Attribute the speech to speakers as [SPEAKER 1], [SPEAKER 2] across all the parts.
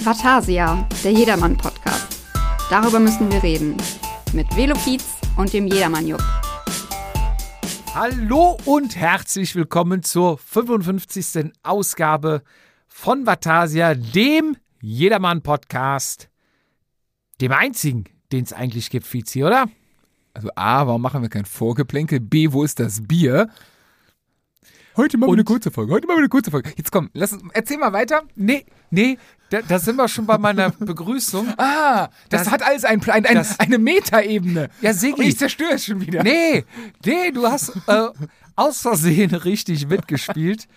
[SPEAKER 1] Vatasia, der Jedermann-Podcast. Darüber müssen wir reden. Mit Velopiz und dem Jedermann-Jupp.
[SPEAKER 2] Hallo und herzlich willkommen zur 55. Ausgabe von Vatasia, dem Jedermann-Podcast. Dem einzigen, den es eigentlich gibt, Fizi, oder?
[SPEAKER 3] Also A, warum machen wir kein Vorgeplänkel? B, wo ist das Bier? Heute mal
[SPEAKER 2] Und-
[SPEAKER 3] eine kurze Folge, heute mal eine kurze Folge. Jetzt komm, lass uns, erzähl mal weiter.
[SPEAKER 2] Nee, nee, da, da sind wir schon bei meiner Begrüßung.
[SPEAKER 3] Ah, das,
[SPEAKER 2] Das-
[SPEAKER 3] hat alles ein, ein, ein,
[SPEAKER 2] das-
[SPEAKER 3] eine Metaebene.
[SPEAKER 2] Ja, Sigi.
[SPEAKER 3] Und ich zerstöre es schon wieder.
[SPEAKER 2] Nee, nee, du hast äh, aus Versehen richtig mitgespielt.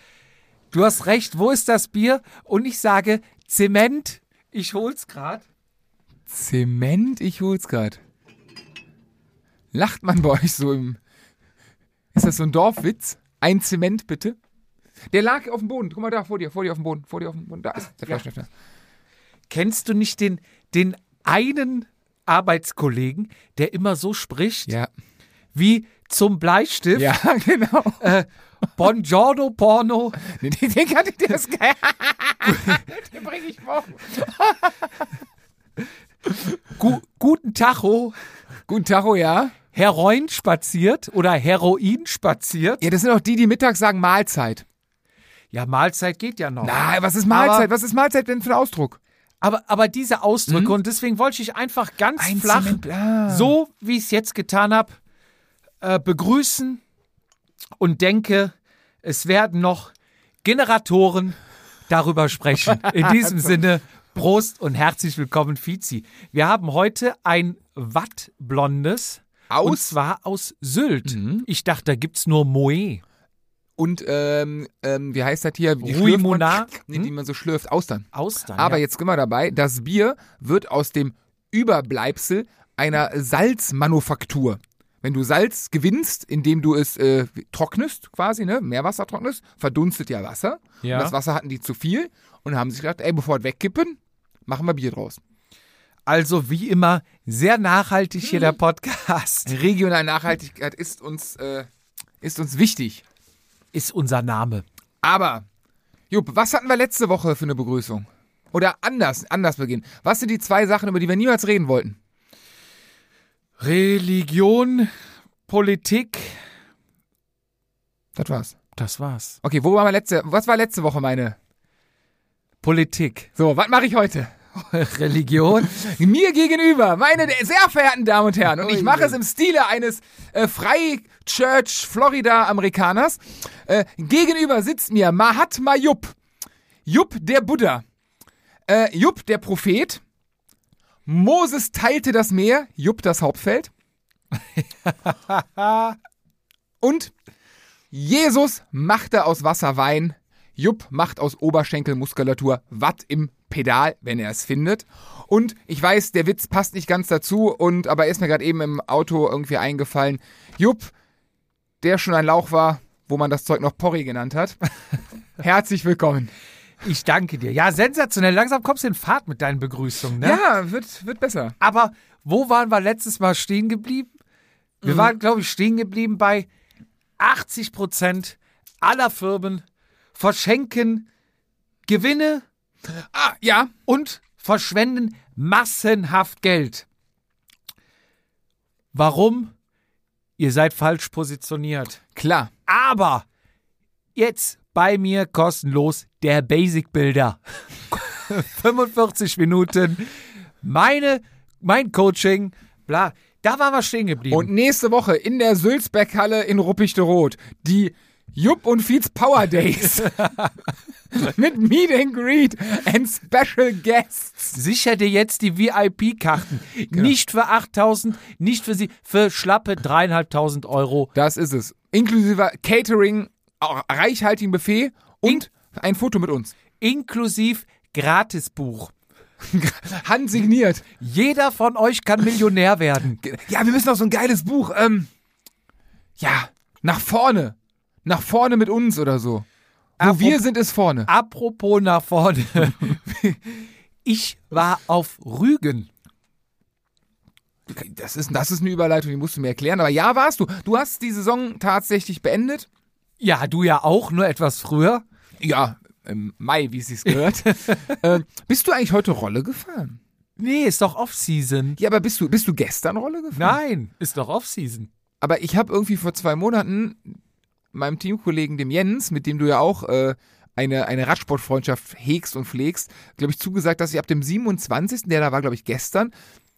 [SPEAKER 2] Du hast recht, wo ist das Bier? Und ich sage Zement. Ich hol's grad.
[SPEAKER 3] Zement, ich hol's grad. Lacht man bei euch so im. Ist das so ein Dorfwitz? Ein Zement bitte? Der lag auf dem Boden. Guck mal da, vor dir, vor dir auf dem Boden, vor dir auf dem Boden. Da ist der
[SPEAKER 2] Ja.
[SPEAKER 3] Fleischstifter.
[SPEAKER 2] Kennst du nicht den, den einen Arbeitskollegen, der immer so spricht
[SPEAKER 3] Ja.
[SPEAKER 2] wie zum Bleistift?
[SPEAKER 3] Ja, genau.
[SPEAKER 2] Buongiorno Porno.
[SPEAKER 3] Nee, den, den kann ich dir das geil. den bringe ich morgen.
[SPEAKER 2] Gu guten Tacho.
[SPEAKER 3] Guten Tacho, ja.
[SPEAKER 2] Heroin spaziert oder Heroin spaziert.
[SPEAKER 3] Ja, das sind auch die, die mittags sagen Mahlzeit.
[SPEAKER 2] Ja, Mahlzeit geht ja noch.
[SPEAKER 3] Na, was ist
[SPEAKER 2] Aber-
[SPEAKER 3] Mahlzeit? was ist Mahlzeit denn für ein Ausdruck?
[SPEAKER 2] Aber, aber diese Ausdrücke, und deswegen wollte ich einfach ganz
[SPEAKER 3] Hm? Ein
[SPEAKER 2] flach,
[SPEAKER 3] Zement- ah.
[SPEAKER 2] so wie ich es jetzt getan habe, äh, begrüßen und denke, es werden noch Generatoren darüber sprechen. In diesem Sinne, Prost und herzlich willkommen, Fizi. Wir haben heute ein Wattblondes. Und
[SPEAKER 3] Aus
[SPEAKER 2] zwar aus Mhm. Sylt. Ich dachte, da gibt es nur Moe.
[SPEAKER 3] und, ähm, ähm, wie heißt das hier? Die
[SPEAKER 2] Rui
[SPEAKER 3] schlürft man-
[SPEAKER 2] Monar.
[SPEAKER 3] Nee, die man so schlürft. Austern.
[SPEAKER 2] Austern.
[SPEAKER 3] Aber
[SPEAKER 2] Ah, ja.
[SPEAKER 3] jetzt sind wir dabei, das Bier wird aus dem Überbleibsel einer Salzmanufaktur. Wenn du Salz gewinnst, indem du es äh, trocknest, quasi, ne? Meerwasser trocknest, verdunstet ja Wasser.
[SPEAKER 2] Ja.
[SPEAKER 3] Und das Wasser hatten die zu viel und haben sich gedacht, ey, bevor es wegkippen, machen wir Bier draus.
[SPEAKER 2] Also wie immer, sehr nachhaltig hier der Podcast.
[SPEAKER 3] Regionale Nachhaltigkeit ist uns, äh, ist uns wichtig.
[SPEAKER 2] Ist unser Name.
[SPEAKER 3] Aber, Jupp, was hatten wir letzte Woche für eine Begrüßung? Oder anders, anders beginnen. Was sind die zwei Sachen, über die wir niemals reden wollten?
[SPEAKER 2] Religion, Politik.
[SPEAKER 3] Das war's.
[SPEAKER 2] Das war's.
[SPEAKER 3] Okay, wo waren wir letzte, was war letzte Woche meine?
[SPEAKER 2] Politik,
[SPEAKER 3] So, was mache ich heute?
[SPEAKER 2] Religion.
[SPEAKER 3] Mir gegenüber, meine sehr verehrten Damen und Herren, und ich
[SPEAKER 2] Ui.
[SPEAKER 3] mache es im Stile eines äh, Free Church Florida Amerikaners. Äh, gegenüber sitzt mir Mahatma Jupp. Jupp der Buddha. Äh, Jupp der Prophet. Moses teilte das Meer. Jupp das Hauptfeld. und Jesus machte aus Wasser Wein. Jupp macht aus Oberschenkelmuskulatur Watt im Pedal, wenn er es findet. Und ich weiß, der Witz passt nicht ganz dazu, und aber er ist mir gerade eben im Auto irgendwie eingefallen. Jupp, der schon ein Lauch war, wo man das Zeug noch Porri genannt hat. Herzlich willkommen.
[SPEAKER 2] Ich danke dir. Ja, sensationell. Langsam kommst du in Fahrt mit deinen Begrüßungen. Ne?
[SPEAKER 3] Ja, wird, wird besser.
[SPEAKER 2] Aber wo waren wir letztes Mal stehen geblieben? Wir waren, glaube ich, stehen geblieben bei 80 Prozent aller Firmen verschenken Gewinne
[SPEAKER 3] Ah, ja.
[SPEAKER 2] und verschwenden massenhaft Geld. Warum? Ihr seid falsch positioniert.
[SPEAKER 3] Klar.
[SPEAKER 2] Aber jetzt bei mir kostenlos der Basic Builder. 45 Minuten. Meine, mein Coaching, bla. Da waren wir stehen geblieben.
[SPEAKER 3] Und nächste Woche in der Sülzberghalle in Ruppichteroth die Jupp und Fietz Power Days. Mit Meet and Greet and Special Guests.
[SPEAKER 2] sicher dir jetzt die VIP-Karten. Nicht für 8000, nicht für sie, für schlappe dreieinhalbtausend Euro.
[SPEAKER 3] Das ist es. Inklusive Catering, auch reichhaltigen Buffet und ein Foto mit uns.
[SPEAKER 2] Inklusiv Gratisbuch.
[SPEAKER 3] Handsigniert.
[SPEAKER 2] Jeder von euch kann Millionär werden.
[SPEAKER 3] Ja, wir müssen noch so ein geiles Buch. Ähm, ja, nach vorne. Nach vorne mit uns oder so. Wo
[SPEAKER 2] Apropos-
[SPEAKER 3] wir sind, ist vorne.
[SPEAKER 2] Apropos nach vorne. Ich war auf Rügen.
[SPEAKER 3] Das ist, das ist eine Überleitung, die musst du mir erklären. Aber ja, warst du. Du hast die Saison tatsächlich beendet.
[SPEAKER 2] Ja, du ja auch, nur etwas früher.
[SPEAKER 3] Ja, im Mai, wie es sich gehört. äh, bist du eigentlich heute Rolle gefahren?
[SPEAKER 2] Nee, ist doch Off-Season.
[SPEAKER 3] Ja, aber bist du, bist du gestern Rolle gefahren?
[SPEAKER 2] Nein, ist doch Off-Season.
[SPEAKER 3] Aber ich habe irgendwie vor zwei Monaten meinem Teamkollegen, dem Jens, mit dem du ja auch äh, eine, eine Radsportfreundschaft hegst und pflegst, glaube ich, zugesagt, dass ich ab dem 27., der da war, glaube ich, gestern,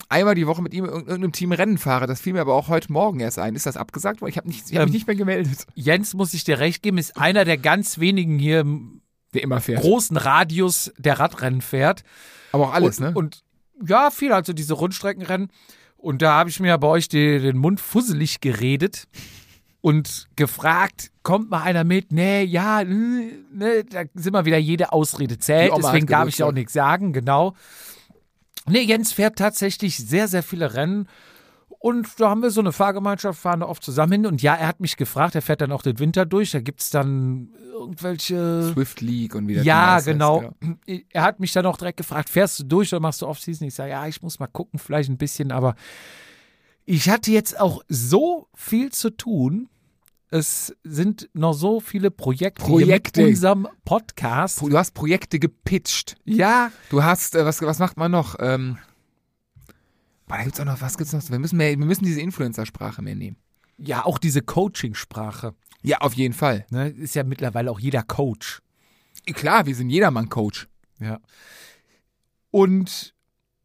[SPEAKER 3] einmal die Woche mit ihm in irgendeinem Team Rennen fahre. Das fiel mir aber auch heute Morgen erst ein. Ist das abgesagt worden? Ich habe nicht, ich hab
[SPEAKER 2] Ähm,
[SPEAKER 3] mich nicht mehr gemeldet.
[SPEAKER 2] Jens, muss ich dir recht geben, ist einer der ganz wenigen hier im
[SPEAKER 3] Der immer fährt.
[SPEAKER 2] großen Radius, der Radrennen fährt.
[SPEAKER 3] aber auch alles,
[SPEAKER 2] und,
[SPEAKER 3] ne?
[SPEAKER 2] Und ja, viel, also diese Rundstreckenrennen. Und da habe ich mir bei euch die, den Mund fusselig geredet und gefragt, kommt mal einer mit? Nee, ja, hm, ne, da sind wir wieder, jede Ausrede
[SPEAKER 3] Die
[SPEAKER 2] zählt,
[SPEAKER 3] Oma hat
[SPEAKER 2] deswegen darf ich ja auch
[SPEAKER 3] Geburtstag.
[SPEAKER 2] nichts sagen, genau. Nee, Jens fährt tatsächlich sehr, sehr viele Rennen. Und da haben wir so eine Fahrgemeinschaft, fahren da oft zusammen hin. Und ja, er hat mich gefragt, er fährt dann auch den Winter durch. Da gibt es dann irgendwelche
[SPEAKER 3] Swift League und wieder.
[SPEAKER 2] ja, genau. Er hat mich dann auch direkt gefragt, fährst du durch oder machst du Off-Season? Ich sage, ja, ich muss mal gucken, vielleicht ein bisschen, aber ich hatte jetzt auch so viel zu tun. Es sind noch so viele Projekte,
[SPEAKER 3] Projekte.
[SPEAKER 2] Hier mit unserem Podcast.
[SPEAKER 3] Du hast Projekte gepitcht.
[SPEAKER 2] ja,
[SPEAKER 3] Du hast, äh, was, was macht man noch? Ähm, boah, da gibt's auch noch, was gibt's noch? Wir müssen, mehr, wir müssen diese Influencer-Sprache mehr nehmen.
[SPEAKER 2] ja, auch diese Coaching-Sprache.
[SPEAKER 3] Ja, auf jeden Fall.
[SPEAKER 2] Ne? Ist ja mittlerweile auch jeder Coach.
[SPEAKER 3] Klar, wir sind jedermann-Coach.
[SPEAKER 2] Ja. Und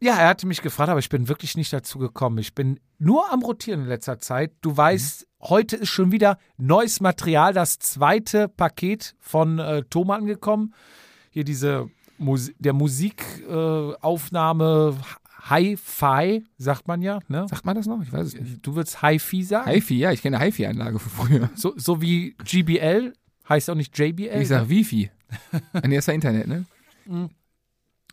[SPEAKER 2] ja, er hatte mich gefragt, aber ich bin wirklich nicht dazu gekommen. Ich bin nur am Rotieren in letzter Zeit. Du weißt, heute ist schon wieder neues Material, das zweite Paket von äh, Thoma angekommen. Hier diese Musi der Musikaufnahme äh, Aufnahme Hi-Fi, sagt man ja. Ne?
[SPEAKER 3] Sagt man das noch? Ich weiß es nicht.
[SPEAKER 2] Du würdest Hi-Fi sagen.
[SPEAKER 3] HiFi, ja, ich kenne HiFi-Anlage von früher.
[SPEAKER 2] So, so wie GBL, heißt auch nicht JBL.
[SPEAKER 3] Ich sag Wifi. Ah, nee, das war Internet, ne?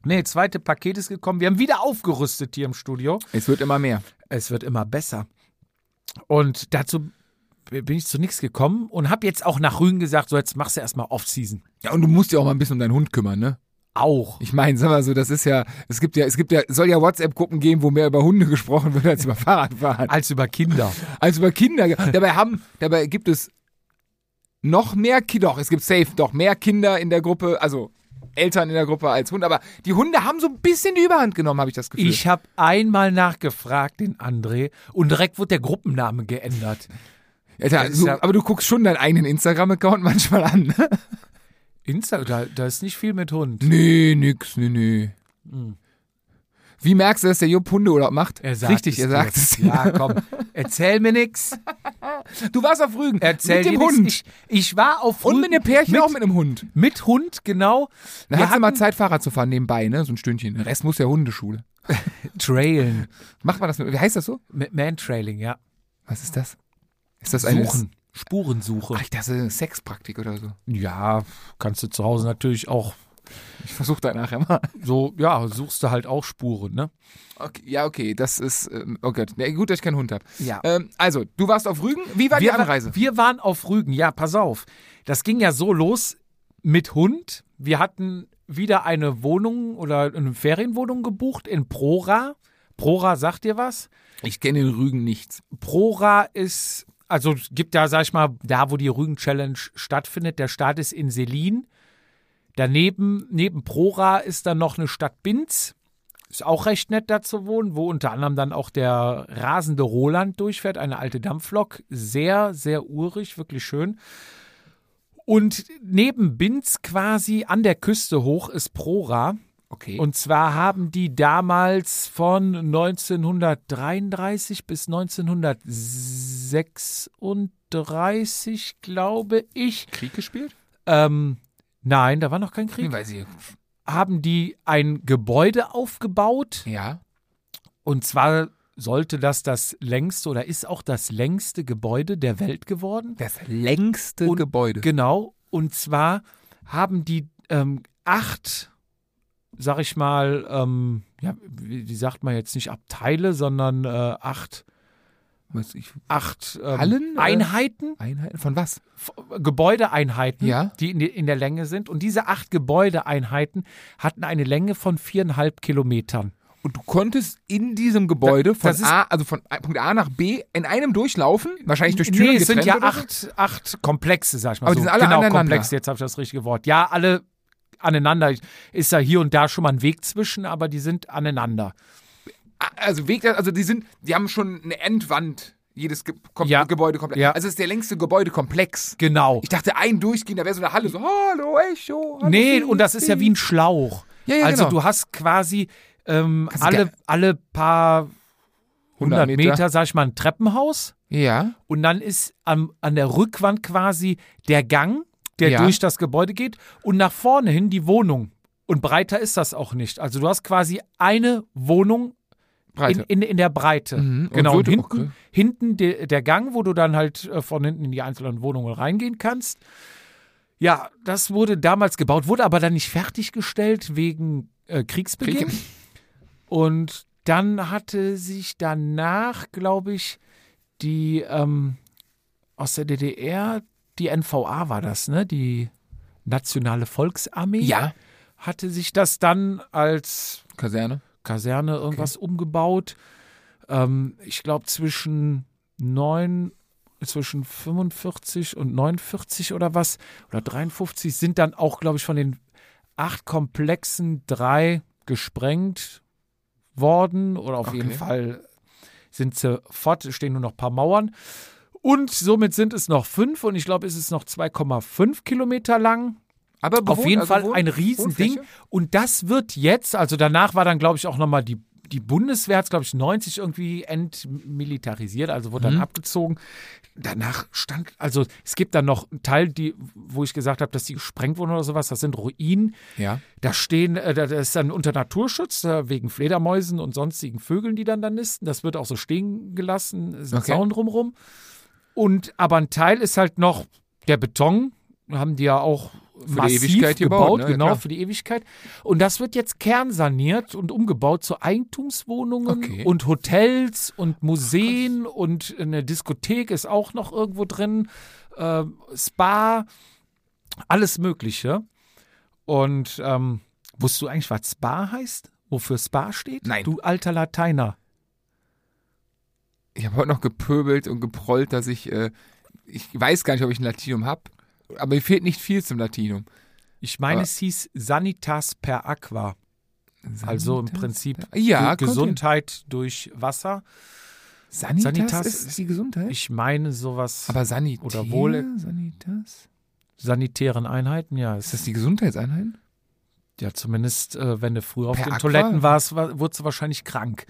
[SPEAKER 2] nee, zweite Paket ist gekommen. Wir haben wieder aufgerüstet hier im Studio.
[SPEAKER 3] Es wird immer mehr.
[SPEAKER 2] es wird immer besser. Und dazu bin ich zu nichts gekommen und habe jetzt auch nach Rügen gesagt, so jetzt machst du erstmal Off-Season.
[SPEAKER 3] Ja, und du musst ja auch mal ein bisschen um deinen Hund kümmern, ne?
[SPEAKER 2] Auch.
[SPEAKER 3] Ich meine, sag mal so, das ist ja, es gibt ja, es gibt ja, soll ja WhatsApp-Gruppen geben, wo mehr über Hunde gesprochen wird als über Fahrradfahren.
[SPEAKER 2] Als über Kinder.
[SPEAKER 3] als über Kinder. Also Dabei haben, dabei gibt es noch mehr Kinder, doch, es gibt safe doch mehr Kinder in der Gruppe, also Eltern in der Gruppe als Hunde, aber die Hunde haben so ein bisschen die Überhand genommen, habe ich das Gefühl.
[SPEAKER 2] Ich habe einmal nachgefragt, den André, und direkt wurde der Gruppenname geändert.
[SPEAKER 3] Alter,
[SPEAKER 2] das ist
[SPEAKER 3] so,
[SPEAKER 2] ja-
[SPEAKER 3] aber du guckst schon deinen eigenen Instagram-Account manchmal an, ne?
[SPEAKER 2] Insta, da, da ist nicht viel mit Hund.
[SPEAKER 3] Nee, nix, nee, nee. Hm. Wie merkst du, dass der Jupp Hundeurlaub macht? Richtig, er
[SPEAKER 2] es
[SPEAKER 3] sagt
[SPEAKER 2] dir.
[SPEAKER 3] es. dir.
[SPEAKER 2] Ja, komm, erzähl mir nix.
[SPEAKER 3] Du warst auf Rügen
[SPEAKER 2] Erzähl
[SPEAKER 3] mit dem
[SPEAKER 2] dir nix.
[SPEAKER 3] Hund.
[SPEAKER 2] Ich, ich war auf
[SPEAKER 3] und
[SPEAKER 2] Rügen
[SPEAKER 3] mit einem Pärchen auch mit einem Hund.
[SPEAKER 2] mit Hund, genau.
[SPEAKER 3] Dann
[SPEAKER 2] Wir
[SPEAKER 3] hat sie mal
[SPEAKER 2] hatten-
[SPEAKER 3] Zeit, Fahrrad zu fahren nebenbei, ne? So ein Stündchen. Der Rest muss ja Hundeschule.
[SPEAKER 2] Trailen.
[SPEAKER 3] Macht man das mit, wie heißt das so?
[SPEAKER 2] Mit Man-Trailing, ja.
[SPEAKER 3] Was ist das? Ist das eine
[SPEAKER 2] Suchen. Spurensuche.
[SPEAKER 3] Ach, ich dachte, eine Sexpraktik oder so.
[SPEAKER 2] Ja, kannst du zu Hause natürlich auch
[SPEAKER 3] Ich versuche da nachher mal.
[SPEAKER 2] so, ja, suchst du halt auch Spuren, ne?
[SPEAKER 3] Okay, ja, okay, das ist. ähm, Oh Gott, nee, gut, dass ich keinen Hund habe.
[SPEAKER 2] Ja.
[SPEAKER 3] Ähm, also, du warst auf Rügen. Wie war die
[SPEAKER 2] wir, wa-
[SPEAKER 3] Anreise?
[SPEAKER 2] wir waren auf Rügen, ja, pass auf. Das ging ja so los mit Hund. Wir hatten wieder eine Wohnung oder eine Ferienwohnung gebucht in Prora. Prora, sagt dir was?
[SPEAKER 3] Ich kenne den Rügen nichts.
[SPEAKER 2] Prora ist, also es gibt da, sag ich mal, da wo die Rügen Challenge stattfindet, der Start ist in Selin. Daneben, neben Prora ist dann noch eine Stadt Binz. Ist auch recht nett da zu wohnen, wo unter anderem dann auch der rasende Roland durchfährt, eine alte Dampflok. Sehr, sehr urig, wirklich schön. Und neben Binz quasi an der Küste hoch ist Prora.
[SPEAKER 3] Okay.
[SPEAKER 2] Und zwar haben die damals von 1933 bis 1936, glaube ich,
[SPEAKER 3] Krieg gespielt?
[SPEAKER 2] ähm, nein, da war noch kein
[SPEAKER 3] Nee,
[SPEAKER 2] Krieg,
[SPEAKER 3] weiß ich.
[SPEAKER 2] haben die ein Gebäude aufgebaut.
[SPEAKER 3] Ja.
[SPEAKER 2] Und zwar sollte das das längste oder ist auch das längste Gebäude der Welt geworden.
[SPEAKER 3] Das längste
[SPEAKER 2] Und-
[SPEAKER 3] Gebäude.
[SPEAKER 2] Genau. Und zwar haben die ähm, acht, sag ich mal, ähm, ja, wie, wie sagt man jetzt nicht Abteile, sondern äh, acht,
[SPEAKER 3] Was, ich,
[SPEAKER 2] acht ähm,
[SPEAKER 3] Hallen, äh?
[SPEAKER 2] Einheiten,
[SPEAKER 3] Einheiten von was?
[SPEAKER 2] F- Gebäudeeinheiten,
[SPEAKER 3] Ja.
[SPEAKER 2] die in, die in der Länge sind. Und diese acht Gebäudeeinheiten hatten eine Länge von viereinhalb Kilometern.
[SPEAKER 3] Und du konntest in diesem Gebäude von
[SPEAKER 2] das ist-
[SPEAKER 3] A, also von Punkt A nach B in einem durchlaufen, wahrscheinlich durch Türen
[SPEAKER 2] nee, es sind
[SPEAKER 3] getrennt
[SPEAKER 2] ja
[SPEAKER 3] oder so?
[SPEAKER 2] acht, acht Komplexe, sag ich mal
[SPEAKER 3] Aber
[SPEAKER 2] so.
[SPEAKER 3] die sind alle
[SPEAKER 2] genau,
[SPEAKER 3] aneinander.
[SPEAKER 2] Komplexe, jetzt habe ich das richtige Wort. Ja, alle aneinander. Ist ja hier und da schon mal ein Weg zwischen, aber die sind aneinander.
[SPEAKER 3] Also Weg, also die sind, die haben schon eine Endwand, jedes Ge Kom
[SPEAKER 2] Ja.
[SPEAKER 3] Gebäude komplett.
[SPEAKER 2] Ja.
[SPEAKER 3] Also es ist der längste Gebäudekomplex.
[SPEAKER 2] Genau.
[SPEAKER 3] Ich dachte, ein durchgehen, da wäre so eine Halle, so, hallo, Echo. Hallo,
[SPEAKER 2] Nee,
[SPEAKER 3] Fies,
[SPEAKER 2] und das ist ja
[SPEAKER 3] Fies.
[SPEAKER 2] wie ein Schlauch.
[SPEAKER 3] Ja, ja,
[SPEAKER 2] also
[SPEAKER 3] genau.
[SPEAKER 2] du hast quasi ähm,
[SPEAKER 3] Kannst du
[SPEAKER 2] alle,
[SPEAKER 3] ge-
[SPEAKER 2] alle paar
[SPEAKER 3] 100
[SPEAKER 2] hundert
[SPEAKER 3] Meter.
[SPEAKER 2] Meter. sag ich mal, ein Treppenhaus.
[SPEAKER 3] Ja.
[SPEAKER 2] Und dann ist am, an der Rückwand quasi der Gang, der
[SPEAKER 3] Ja.
[SPEAKER 2] durch das Gebäude geht. Und nach vorne hin die Wohnung. Und breiter ist das auch nicht. Also du hast quasi eine Wohnung in,
[SPEAKER 3] Breite.
[SPEAKER 2] in, in der Breite.
[SPEAKER 3] Mhm. Und
[SPEAKER 2] Genau.
[SPEAKER 3] so
[SPEAKER 2] Und
[SPEAKER 3] du-
[SPEAKER 2] hinten,
[SPEAKER 3] okay.
[SPEAKER 2] hinten de, der Gang, wo du dann halt äh, von hinten in die einzelnen Wohnungen reingehen kannst. Ja, das wurde damals gebaut, wurde aber dann nicht fertiggestellt wegen äh, Kriegsbeginn.
[SPEAKER 3] Krieg-
[SPEAKER 2] Und dann hatte sich danach, glaube ich, die ähm, aus der DDR, die NVA war das, ne? Die Nationale Volksarmee
[SPEAKER 3] ja.
[SPEAKER 2] hatte sich das dann als
[SPEAKER 3] Kaserne.
[SPEAKER 2] Kaserne irgendwas umgebaut. Ähm, ich glaube zwischen 9, zwischen 45 und 49 oder was, oder 53 sind dann auch, glaube ich, von den acht Komplexen drei gesprengt worden oder auf
[SPEAKER 3] Okay.
[SPEAKER 2] jeden Fall sind sie fort, es stehen nur noch ein paar Mauern. Und somit sind es noch fünf und ich glaube, es ist noch 2,5 Kilometer lang.
[SPEAKER 3] Aber
[SPEAKER 2] Auf
[SPEAKER 3] bewohnt,
[SPEAKER 2] jeden
[SPEAKER 3] also
[SPEAKER 2] Fall
[SPEAKER 3] Wohn-
[SPEAKER 2] ein Riesending.
[SPEAKER 3] Wohnfläche?
[SPEAKER 2] Und das wird jetzt, also danach war dann, glaube ich, auch nochmal die, die Bundeswehr, hat glaube ich, 90 irgendwie entmilitarisiert, also wurde
[SPEAKER 3] Mhm.
[SPEAKER 2] dann abgezogen. Danach stand, also es gibt dann noch einen Teil, die, wo ich gesagt habe, dass die gesprengt wurden oder sowas, das sind Ruinen.
[SPEAKER 3] Ja.
[SPEAKER 2] Da stehen, äh, da- das ist dann unter Naturschutz, äh, wegen Fledermäusen und sonstigen Vögeln, die dann da nisten. Das wird auch so stehen gelassen, ist ein
[SPEAKER 3] Okay.
[SPEAKER 2] Zaun drumrum. Und aber ein Teil ist halt noch der Beton, haben die ja auch
[SPEAKER 3] die
[SPEAKER 2] massiv
[SPEAKER 3] Ewigkeit gebaut,
[SPEAKER 2] gebaut,
[SPEAKER 3] ne? Ja,
[SPEAKER 2] genau,
[SPEAKER 3] klar.
[SPEAKER 2] für die Ewigkeit. Und das wird jetzt kernsaniert und umgebaut zu Eigentumswohnungen
[SPEAKER 3] Okay.
[SPEAKER 2] und Hotels und Museen und eine Diskothek ist auch noch irgendwo drin, äh, Spa, alles Mögliche. Und ähm, wusstest du eigentlich, was Spa heißt? Wofür Spa steht?
[SPEAKER 3] Nein.
[SPEAKER 2] Du alter Lateiner.
[SPEAKER 3] Ich habe heute noch gepöbelt und geprollt, dass ich, äh, ich weiß gar nicht, ob ich ein Latinum habe. Aber mir fehlt nicht viel zum Latinum.
[SPEAKER 2] Ich meine,
[SPEAKER 3] Aber-
[SPEAKER 2] es hieß Sanitas per Aqua. Also im Prinzip
[SPEAKER 3] Ja,
[SPEAKER 2] Ge- Gesundheit durch Wasser.
[SPEAKER 3] Sanitas,
[SPEAKER 2] Sanitas
[SPEAKER 3] ist,
[SPEAKER 2] ist-
[SPEAKER 3] die Gesundheit.
[SPEAKER 2] Ich meine sowas
[SPEAKER 3] aber Sanitär
[SPEAKER 2] Oder Wohl-
[SPEAKER 3] Sanitas.
[SPEAKER 2] sanitären Einheiten, ja. Es
[SPEAKER 3] Ist
[SPEAKER 2] ist,
[SPEAKER 3] das die Gesundheitseinheit?
[SPEAKER 2] ja, zumindest äh, wenn du früher auf
[SPEAKER 3] Per
[SPEAKER 2] den
[SPEAKER 3] Aqua?
[SPEAKER 2] Toiletten warst, war, wurdest du wahrscheinlich krank.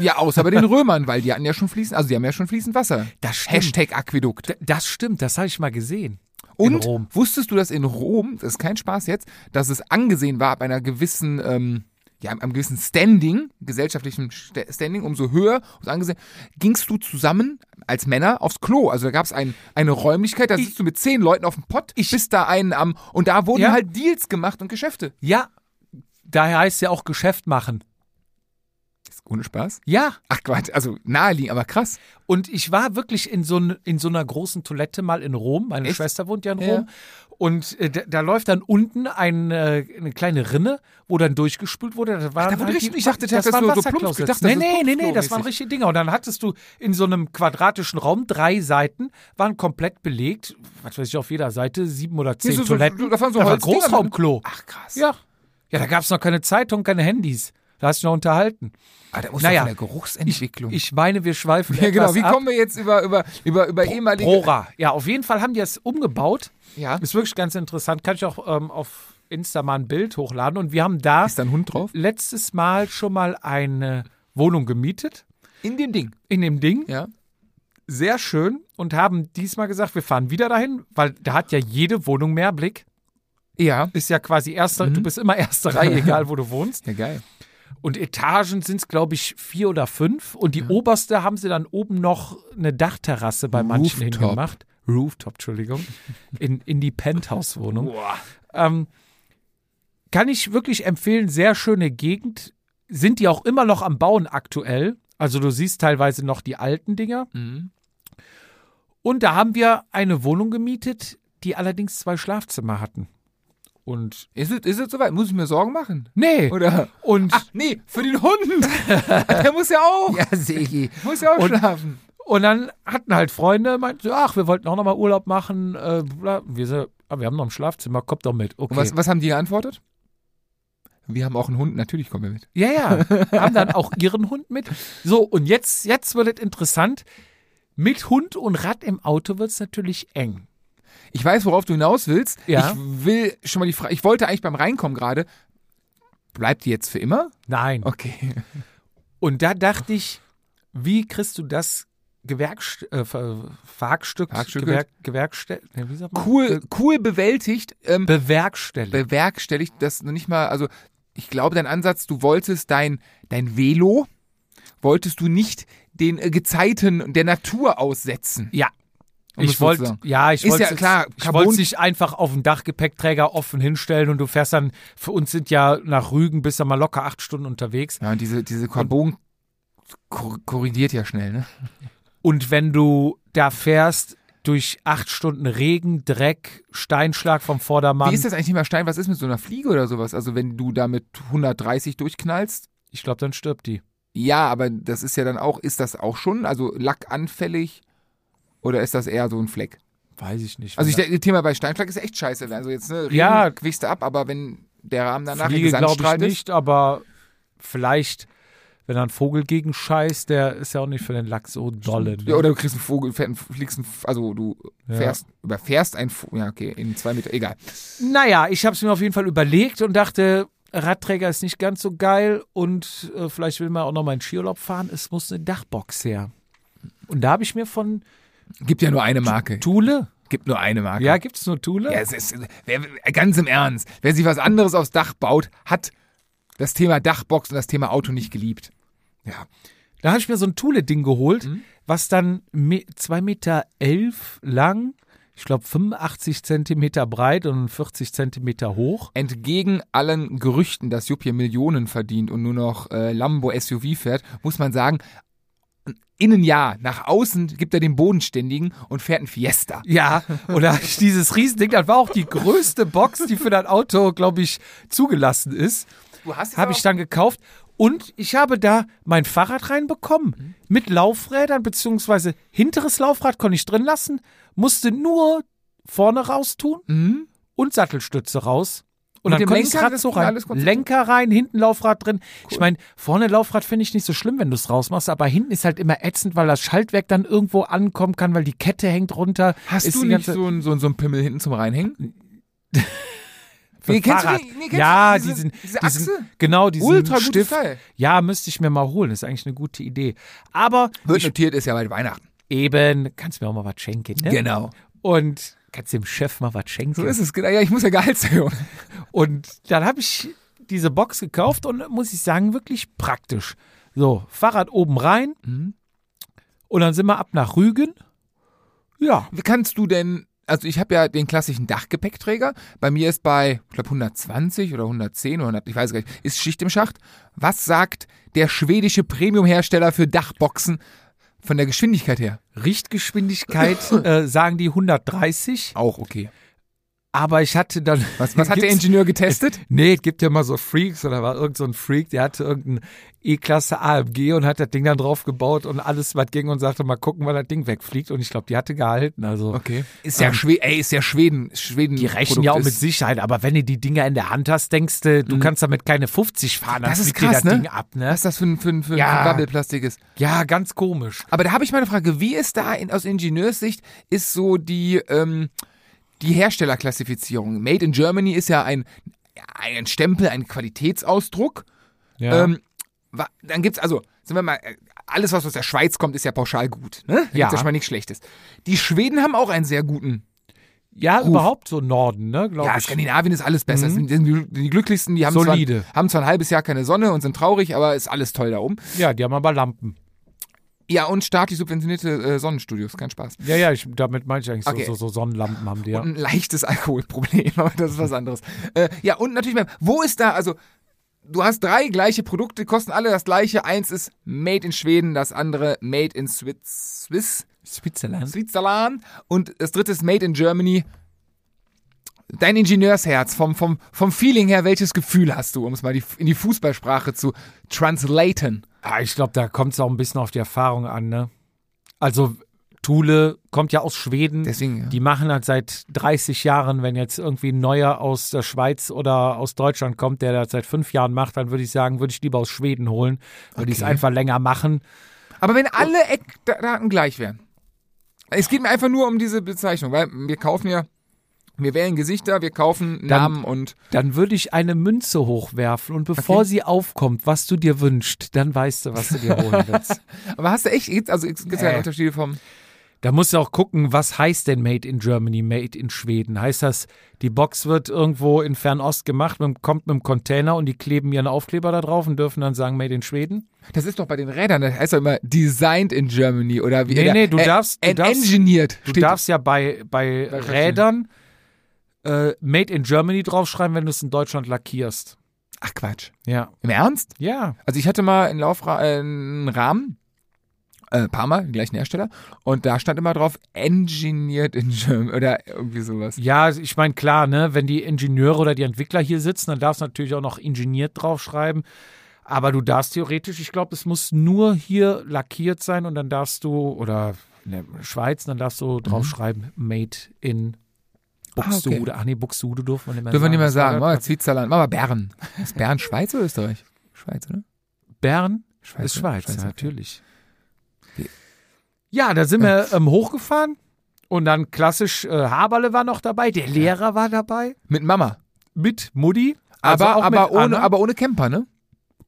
[SPEAKER 3] Ja, außer bei den Römern, weil die hatten ja schon fließend, also die haben ja schon fließend Wasser.
[SPEAKER 2] Das stimmt.
[SPEAKER 3] Hashtag Aquädukt.
[SPEAKER 2] D- Das stimmt, das habe ich mal gesehen.
[SPEAKER 3] Und
[SPEAKER 2] Rom.
[SPEAKER 3] wusstest du, dass in Rom, das ist kein Spaß jetzt, dass es angesehen war ab einer gewissen, ähm, ja, einem gewissen Standing, gesellschaftlichen Sta- Standing, umso höher, umso angesehen, gingst du zusammen als Männer aufs Klo. Also da gab es ein, eine Räumlichkeit, da sitzt du mit zehn Leuten auf dem Pott, bist da einen am, und da wurden
[SPEAKER 2] Ja.
[SPEAKER 3] halt Deals gemacht und Geschäfte.
[SPEAKER 2] Ja, daher heißt ja auch Geschäft machen.
[SPEAKER 3] Ist ohne Spaß.
[SPEAKER 2] Ja,
[SPEAKER 3] Ach Quatsch, also naheliegend, aber krass.
[SPEAKER 2] Und ich war wirklich in so, n- in so einer großen Toilette mal in Rom. Meine
[SPEAKER 3] Echt?
[SPEAKER 2] Schwester wohnt ja in
[SPEAKER 3] Ja.
[SPEAKER 2] Rom. Und äh, da, da läuft dann unten ein, äh, eine kleine Rinne, wo dann durchgespült wurde. Das waren
[SPEAKER 3] da wurde
[SPEAKER 2] halt
[SPEAKER 3] richtig-
[SPEAKER 2] die,
[SPEAKER 3] ich dachte,
[SPEAKER 2] das
[SPEAKER 3] das
[SPEAKER 2] waren
[SPEAKER 3] wäre so- so
[SPEAKER 2] Wasserklosets.
[SPEAKER 3] plumpst gedacht, das
[SPEAKER 2] Nee,
[SPEAKER 3] ist
[SPEAKER 2] nee, nee, nee, das
[SPEAKER 3] Plumpsklo-mäßig.
[SPEAKER 2] waren richtige Dinger. Und dann hattest du in so einem quadratischen Raum drei Seiten, waren komplett belegt. Was weiß ich, auf jeder Seite sieben oder zehn
[SPEAKER 3] so- so-
[SPEAKER 2] Toiletten.
[SPEAKER 3] da waren so
[SPEAKER 2] war ein
[SPEAKER 3] Holzdinger mit-
[SPEAKER 2] Großraumklo.
[SPEAKER 3] Ach krass.
[SPEAKER 2] Ja. Ja, da gab es noch keine Zeitung, keine Handys. Da hast du dich noch unterhalten.
[SPEAKER 3] Aber Ah, da muss
[SPEAKER 2] Naja,
[SPEAKER 3] doch von der Geruchsentwicklung.
[SPEAKER 2] Ich meine, wir schweifen
[SPEAKER 3] ja, genau.
[SPEAKER 2] etwas
[SPEAKER 3] Wie
[SPEAKER 2] ab.
[SPEAKER 3] kommen wir jetzt über, über, über, über ehemalige.
[SPEAKER 2] Prora. Ja, auf jeden Fall haben die es umgebaut.
[SPEAKER 3] Ja.
[SPEAKER 2] Ist wirklich ganz interessant. Kann ich auch ähm, auf Insta mal ein Bild hochladen. Und wir haben da
[SPEAKER 3] Ist da ein Hund drauf?
[SPEAKER 2] letztes Mal schon mal eine Wohnung gemietet
[SPEAKER 3] In dem Ding.
[SPEAKER 2] in dem Ding.
[SPEAKER 3] Ja.
[SPEAKER 2] Sehr schön. Und haben diesmal gesagt, wir fahren wieder dahin, weil da hat ja jede Wohnung mehr Blick.
[SPEAKER 3] Ja.
[SPEAKER 2] Ist ja quasi erste,
[SPEAKER 3] Mhm.
[SPEAKER 2] du bist immer erste Reihe, egal wo du wohnst.
[SPEAKER 3] Ja, geil.
[SPEAKER 2] Und Etagen sind es, glaube ich, vier oder fünf. Und die oberste haben sie dann oben noch eine Dachterrasse bei manchen
[SPEAKER 3] Rooftop.
[SPEAKER 2] hingemacht. Rooftop, Entschuldigung. In, in die Penthouse-Wohnung. Ähm, kann ich wirklich empfehlen, sehr schöne Gegend. Sind die auch immer noch am Bauen aktuell? Also du siehst teilweise noch die alten Dinger.
[SPEAKER 3] Mhm.
[SPEAKER 2] Und da haben wir eine Wohnung gemietet, die allerdings zwei Schlafzimmer hatten. Und
[SPEAKER 3] Ist es, ist es soweit? Muss ich mir Sorgen machen?
[SPEAKER 2] nee.
[SPEAKER 3] Oder?
[SPEAKER 2] Und
[SPEAKER 3] Ah. Ach, nee, für den Hund. Der muss ja auch.
[SPEAKER 2] ja, Segi.
[SPEAKER 3] Muss ja auch
[SPEAKER 2] Und-
[SPEAKER 3] schlafen.
[SPEAKER 2] Und dann hatten halt Freunde, meinten, so, ach, wir wollten auch nochmal Urlaub machen. Äh, bla. wir, so, ah, wir haben noch ein Schlafzimmer, kommt doch mit. Okay.
[SPEAKER 3] Und was, was haben die geantwortet? Wir haben auch einen Hund, natürlich kommen wir mit.
[SPEAKER 2] Ja, ja. Haben dann auch ihren Hund mit. So, und jetzt, jetzt wird es interessant. Mit Hund und Rad im Auto wird es natürlich eng.
[SPEAKER 3] Ich weiß, worauf du hinaus willst.
[SPEAKER 2] Ja.
[SPEAKER 3] Ich will schon mal die Frage, ich wollte eigentlich beim Reinkommen gerade, bleibt die jetzt für immer?
[SPEAKER 2] Nein.
[SPEAKER 3] Okay.
[SPEAKER 2] Und da dachte ich, wie kriegst du das Gewerkst äh, ver- verhackstückt,
[SPEAKER 3] Verhackstückelt?
[SPEAKER 2] gewerk, gewerkstell, nee, wie sagt man?
[SPEAKER 3] Cool, cool bewältigt, ähm,
[SPEAKER 2] Bewerkstelligt.
[SPEAKER 3] bewerkstelligt das noch nicht mal, also ich glaube, dein Ansatz, du wolltest dein, dein Velo, wolltest du nicht den äh, Gezeiten der Natur aussetzen.
[SPEAKER 2] ja.
[SPEAKER 3] Um es
[SPEAKER 2] ich
[SPEAKER 3] so zu
[SPEAKER 2] wollte,
[SPEAKER 3] sagen.
[SPEAKER 2] ja, ich
[SPEAKER 3] Ist
[SPEAKER 2] wollte,
[SPEAKER 3] ja klar,
[SPEAKER 2] ich
[SPEAKER 3] Carbon-
[SPEAKER 2] wollte dich einfach auf den Dachgepäckträger offen hinstellen und du fährst dann, für uns sind ja nach Rügen bis dann mal locker acht Stunden unterwegs.
[SPEAKER 3] Ja, und diese, diese Carbon kor korrigiert ja schnell, ne?
[SPEAKER 2] Und wenn du da fährst durch acht Stunden Regen, Dreck, Steinschlag vom Vordermann,
[SPEAKER 3] Wie ist das eigentlich Thema Stein? Was ist mit so einer Fliege oder sowas? Also wenn du da mit 130 durchknallst,
[SPEAKER 2] ich glaube, dann stirbt die.
[SPEAKER 3] ja, aber das ist ja dann auch, ist das auch schon, also lackanfällig oder ist das eher so ein Fleck?
[SPEAKER 2] Weiß ich nicht.
[SPEAKER 3] Also ich denke, das Thema bei Steinschlag ist echt scheiße. Also jetzt, ne, Regen
[SPEAKER 2] Ja.
[SPEAKER 3] quickst du ab, aber wenn der Rahmen danach in
[SPEAKER 2] Fliege glaube ich
[SPEAKER 3] Sandstrahlt ist,
[SPEAKER 2] nicht, aber vielleicht, wenn da ein Vogel gegen scheißt, der ist ja auch nicht für den Lack so dolle. Ne?
[SPEAKER 3] Ja, oder du kriegst einen Vogel, fähr- fliegst einen, F- also du fährst, überfährst einen Vogel, ja okay, in zwei Meter, egal.
[SPEAKER 2] Naja, ich habe es mir auf jeden Fall überlegt und dachte, Radträger ist nicht ganz so geil und äh, vielleicht will man auch noch mal einen Skiurlaub fahren. Es muss eine Dachbox her. Und da habe ich mir von
[SPEAKER 3] Gibt ja nur eine Marke.
[SPEAKER 2] Thule.
[SPEAKER 3] Gibt nur eine Marke.
[SPEAKER 2] Ja, gibt es nur Thule?
[SPEAKER 3] Ja, es ist, wer, ganz im Ernst, wer sich was anderes aufs Dach baut, hat das Thema Dachbox und das Thema Auto nicht geliebt. Ja.
[SPEAKER 2] Da habe ich mir so ein Thule-Ding geholt, was dann 2,11 Meter elf lang, ich glaube 85 Zentimeter breit und 40 Zentimeter hoch.
[SPEAKER 3] Entgegen allen Gerüchten, dass Jupp hier Millionen verdient und nur noch äh, Lambo SUV fährt, muss man sagen, innen ja, nach außen gibt er den Bodenständigen und fährt ein Fiesta.
[SPEAKER 2] Ja, und da hab ich dieses Riesending, das war auch die größte Box, die für dein Auto, glaube ich, zugelassen ist.
[SPEAKER 3] Du hast jetzt
[SPEAKER 2] Habe
[SPEAKER 3] aber-
[SPEAKER 2] ich dann gekauft und ich habe da mein Fahrrad
[SPEAKER 3] Mhm.
[SPEAKER 2] reinbekommen. Mit Laufrädern, beziehungsweise hinteres Laufrad konnte ich drin lassen, musste nur vorne raus tun
[SPEAKER 3] Mhm.
[SPEAKER 2] und Sattelstütze raus. Und
[SPEAKER 3] Mit
[SPEAKER 2] dann
[SPEAKER 3] dem
[SPEAKER 2] konnte das
[SPEAKER 3] Lenker,
[SPEAKER 2] Rad
[SPEAKER 3] das
[SPEAKER 2] so
[SPEAKER 3] ging
[SPEAKER 2] rein.
[SPEAKER 3] alles konntest du-
[SPEAKER 2] Lenker rein, hinten Laufrad drin. Ich meine, vorne Laufrad finde ich nicht so schlimm, wenn du es rausmachst, aber hinten ist halt immer ätzend, weil das Schaltwerk dann irgendwo ankommen kann, weil die Kette hängt runter.
[SPEAKER 3] Hast
[SPEAKER 2] ist
[SPEAKER 3] du
[SPEAKER 2] die
[SPEAKER 3] nicht
[SPEAKER 2] ganze
[SPEAKER 3] so einen so, einen- so einen Pimmel hinten zum Reinhängen?
[SPEAKER 2] für
[SPEAKER 3] Nee, kennst du
[SPEAKER 2] Fahrrad.
[SPEAKER 3] die- nee, kennst
[SPEAKER 2] ja,
[SPEAKER 3] du diese-
[SPEAKER 2] diesen,
[SPEAKER 3] diese
[SPEAKER 2] diesen,
[SPEAKER 3] Achse?
[SPEAKER 2] genau diesen
[SPEAKER 3] Ultra gutes
[SPEAKER 2] Stift.
[SPEAKER 3] Teil.
[SPEAKER 2] Ja, müsste ich mir mal holen. Ist eigentlich eine gute Idee. Aber
[SPEAKER 3] Wird
[SPEAKER 2] ich
[SPEAKER 3] notiert, ist ja bald Weihnachten.
[SPEAKER 2] eben kannst mir auch mal was schenken, ne?
[SPEAKER 3] Genau.
[SPEAKER 2] Und kannst dem Chef mal was schenken.
[SPEAKER 3] So ist es. genau. Ja, ich muss ja Gehaltserhöhung.
[SPEAKER 2] Und dann habe ich diese Box gekauft und muss ich sagen, wirklich praktisch. So, Fahrrad oben rein
[SPEAKER 3] Mhm.
[SPEAKER 2] und dann sind wir ab nach Rügen. Ja,
[SPEAKER 3] Wie kannst du denn, also ich habe ja den klassischen Dachgepäckträger, bei mir ist bei, ich glaube 120 oder 110 oder 100, ich weiß gar nicht, ist Schicht im Schacht. Was sagt der schwedische Premium-Hersteller für Dachboxen von der Geschwindigkeit her?
[SPEAKER 2] Richtgeschwindigkeit äh, sagen die 130,
[SPEAKER 3] Auch okay.
[SPEAKER 2] aber ich hatte dann.
[SPEAKER 3] Was, was hat der
[SPEAKER 2] Gibt's-
[SPEAKER 3] Ingenieur getestet?
[SPEAKER 2] Nee, es gibt ja mal so Freaks oder war irgend so ein Freak, der hatte irgendein E-Klasse AMG und hat das Ding dann drauf gebaut und alles was ging und sagte, mal gucken, wann das Ding wegfliegt. Und ich glaube, die hatte gehalten. Also
[SPEAKER 3] Okay. Ist ja, Schwe ey, ist ja Schweden. Schweden
[SPEAKER 2] Die rechnen ja auch mit
[SPEAKER 3] ist. Mhm.
[SPEAKER 2] Sicherheit, aber wenn du die Dinger in der Hand hast, denkst du, du kannst damit keine 50 fahren, dann
[SPEAKER 3] Das ist
[SPEAKER 2] fliegt
[SPEAKER 3] krass,
[SPEAKER 2] dir das
[SPEAKER 3] ne?
[SPEAKER 2] Ding ab, ne?
[SPEAKER 3] Was das für ein, für ein, für ein
[SPEAKER 2] Ja.
[SPEAKER 3] Wabbelplastik ist.
[SPEAKER 2] Ja, ganz komisch.
[SPEAKER 3] Aber da habe ich mal eine Frage, wie ist da in, aus Ingenieurssicht ist so die, ähm, die Herstellerklassifizierung? Made in Germany ist ja ein, ein Stempel, ein Qualitätsausdruck.
[SPEAKER 2] Ja.
[SPEAKER 3] Ähm, wa- dann gibt's also, sind wir mal, äh, alles, was aus der Schweiz kommt, ist ja pauschal gut. Ne? Da
[SPEAKER 2] Ja.
[SPEAKER 3] Gibt's ja schon mal nichts Schlechtes. Die Schweden haben auch einen sehr guten.
[SPEAKER 2] ja, überhaupt so Norden, ne? Glaub
[SPEAKER 3] Ja,
[SPEAKER 2] ich.
[SPEAKER 3] Skandinavien ist alles besser. Sind, sind die- die glücklichsten, die haben
[SPEAKER 2] Mhm. Solide.
[SPEAKER 3] zwar, haben zwar ein halbes Jahr keine Sonne und sind traurig, aber ist alles toll da oben.
[SPEAKER 2] Ja, die haben aber Lampen.
[SPEAKER 3] Ja, und staatlich subventionierte äh, Sonnenstudios, kein Spaß.
[SPEAKER 2] Ja, ja, ich, damit meine ich eigentlich
[SPEAKER 3] Okay.
[SPEAKER 2] so, so, so Sonnenlampen haben die ja.
[SPEAKER 3] ein leichtes Alkoholproblem, aber das ist was anderes. Äh, ja, und natürlich, mehr. wo ist da, also, du hast drei gleiche Produkte, kosten alle das gleiche. Eins ist made in Schweden, das andere made in Swiss, Swiss,
[SPEAKER 2] Switzerland.
[SPEAKER 3] Switzerland und das dritte ist made in Germany. Dein Ingenieursherz, vom, vom, vom Feeling her, welches Gefühl hast du, um es mal die, in die Fußballsprache zu translaten?
[SPEAKER 2] Ah, ich glaube, da kommt es auch ein bisschen auf die Erfahrung an, ne? Also Thule kommt ja aus Schweden.
[SPEAKER 3] Deswegen, ja.
[SPEAKER 2] Die machen das seit 30 Jahren. Wenn jetzt irgendwie ein neuer aus der Schweiz oder aus Deutschland kommt, der das seit fünf Jahren macht, dann würde ich sagen, würde ich lieber aus Schweden holen, weil die es
[SPEAKER 3] Okay.
[SPEAKER 2] einfach länger machen.
[SPEAKER 3] Aber wenn alle Eckdaten gleich wären. Es geht mir einfach nur um diese Bezeichnung, weil wir kaufen ja, wir wählen Gesichter, wir kaufen Namen und
[SPEAKER 2] Dann würde ich eine Münze hochwerfen und bevor
[SPEAKER 3] Okay.
[SPEAKER 2] sie aufkommt, was du dir wünschst, dann weißt du, was du dir holen willst.
[SPEAKER 3] aber hast du echt gibt's- also gibt's keine Unterschiede vom
[SPEAKER 2] Da musst du auch gucken, was heißt denn Made in Germany, Made in Schweden? Heißt das, die Box wird irgendwo in Fernost gemacht, mit, kommt mit einem Container und die kleben ihren Aufkleber da drauf und dürfen dann sagen Made in Schweden?
[SPEAKER 3] Das ist doch bei den Rädern, das heißt doch immer designed in Germany oder wie
[SPEAKER 2] Nee,
[SPEAKER 3] oder,
[SPEAKER 2] nee, du darfst- du
[SPEAKER 3] en-
[SPEAKER 2] darfst-
[SPEAKER 3] engineered
[SPEAKER 2] Du
[SPEAKER 3] steht
[SPEAKER 2] darfst ja bei, bei
[SPEAKER 3] Bei Rechnen.
[SPEAKER 2] Rädern äh, Made in Germany draufschreiben, wenn du es in Deutschland lackierst.
[SPEAKER 3] Ach Quatsch.
[SPEAKER 2] Ja.
[SPEAKER 3] Im Ernst?
[SPEAKER 2] Ja.
[SPEAKER 3] Also ich hatte mal einen, Laufra äh, einen Rahmen, äh, paar Mal, den gleichen Hersteller, und da stand immer drauf, engineered in Germany oder irgendwie sowas.
[SPEAKER 2] Ja, ich meine, klar, ne, wenn die Ingenieure oder die Entwickler hier sitzen, dann darfst du natürlich auch noch ingeniert draufschreiben. Aber du darfst theoretisch, ich glaube, es muss nur hier lackiert sein und dann darfst du, oder in der Schweiz, dann darfst
[SPEAKER 3] Mhm.
[SPEAKER 2] du draufschreiben, made in Buxtehude. Ach nee, Buxtehude dürfen wir nicht mehr
[SPEAKER 3] Ah,
[SPEAKER 2] sagen.
[SPEAKER 3] Dürfen wir nicht mehr
[SPEAKER 2] Was war
[SPEAKER 3] sagen,
[SPEAKER 2] das?
[SPEAKER 3] mal Switzerland, mal Bern. Ist Bern Schweiz oder Österreich? Schweiz, oder?
[SPEAKER 2] Bern
[SPEAKER 3] Schweiz,
[SPEAKER 2] ist
[SPEAKER 3] ne?
[SPEAKER 2] Schweiz,
[SPEAKER 3] Schweiz, okay.
[SPEAKER 2] natürlich.
[SPEAKER 3] Die-
[SPEAKER 2] Ja, da sind wir ähm, hochgefahren und dann klassisch äh, Haberle war noch dabei, der Lehrer war dabei
[SPEAKER 3] Mit Mama.
[SPEAKER 2] mit Mutti. also
[SPEAKER 3] Aber,
[SPEAKER 2] auch mit
[SPEAKER 3] aber, ohne,
[SPEAKER 2] Anna.
[SPEAKER 3] aber ohne Camper, ne?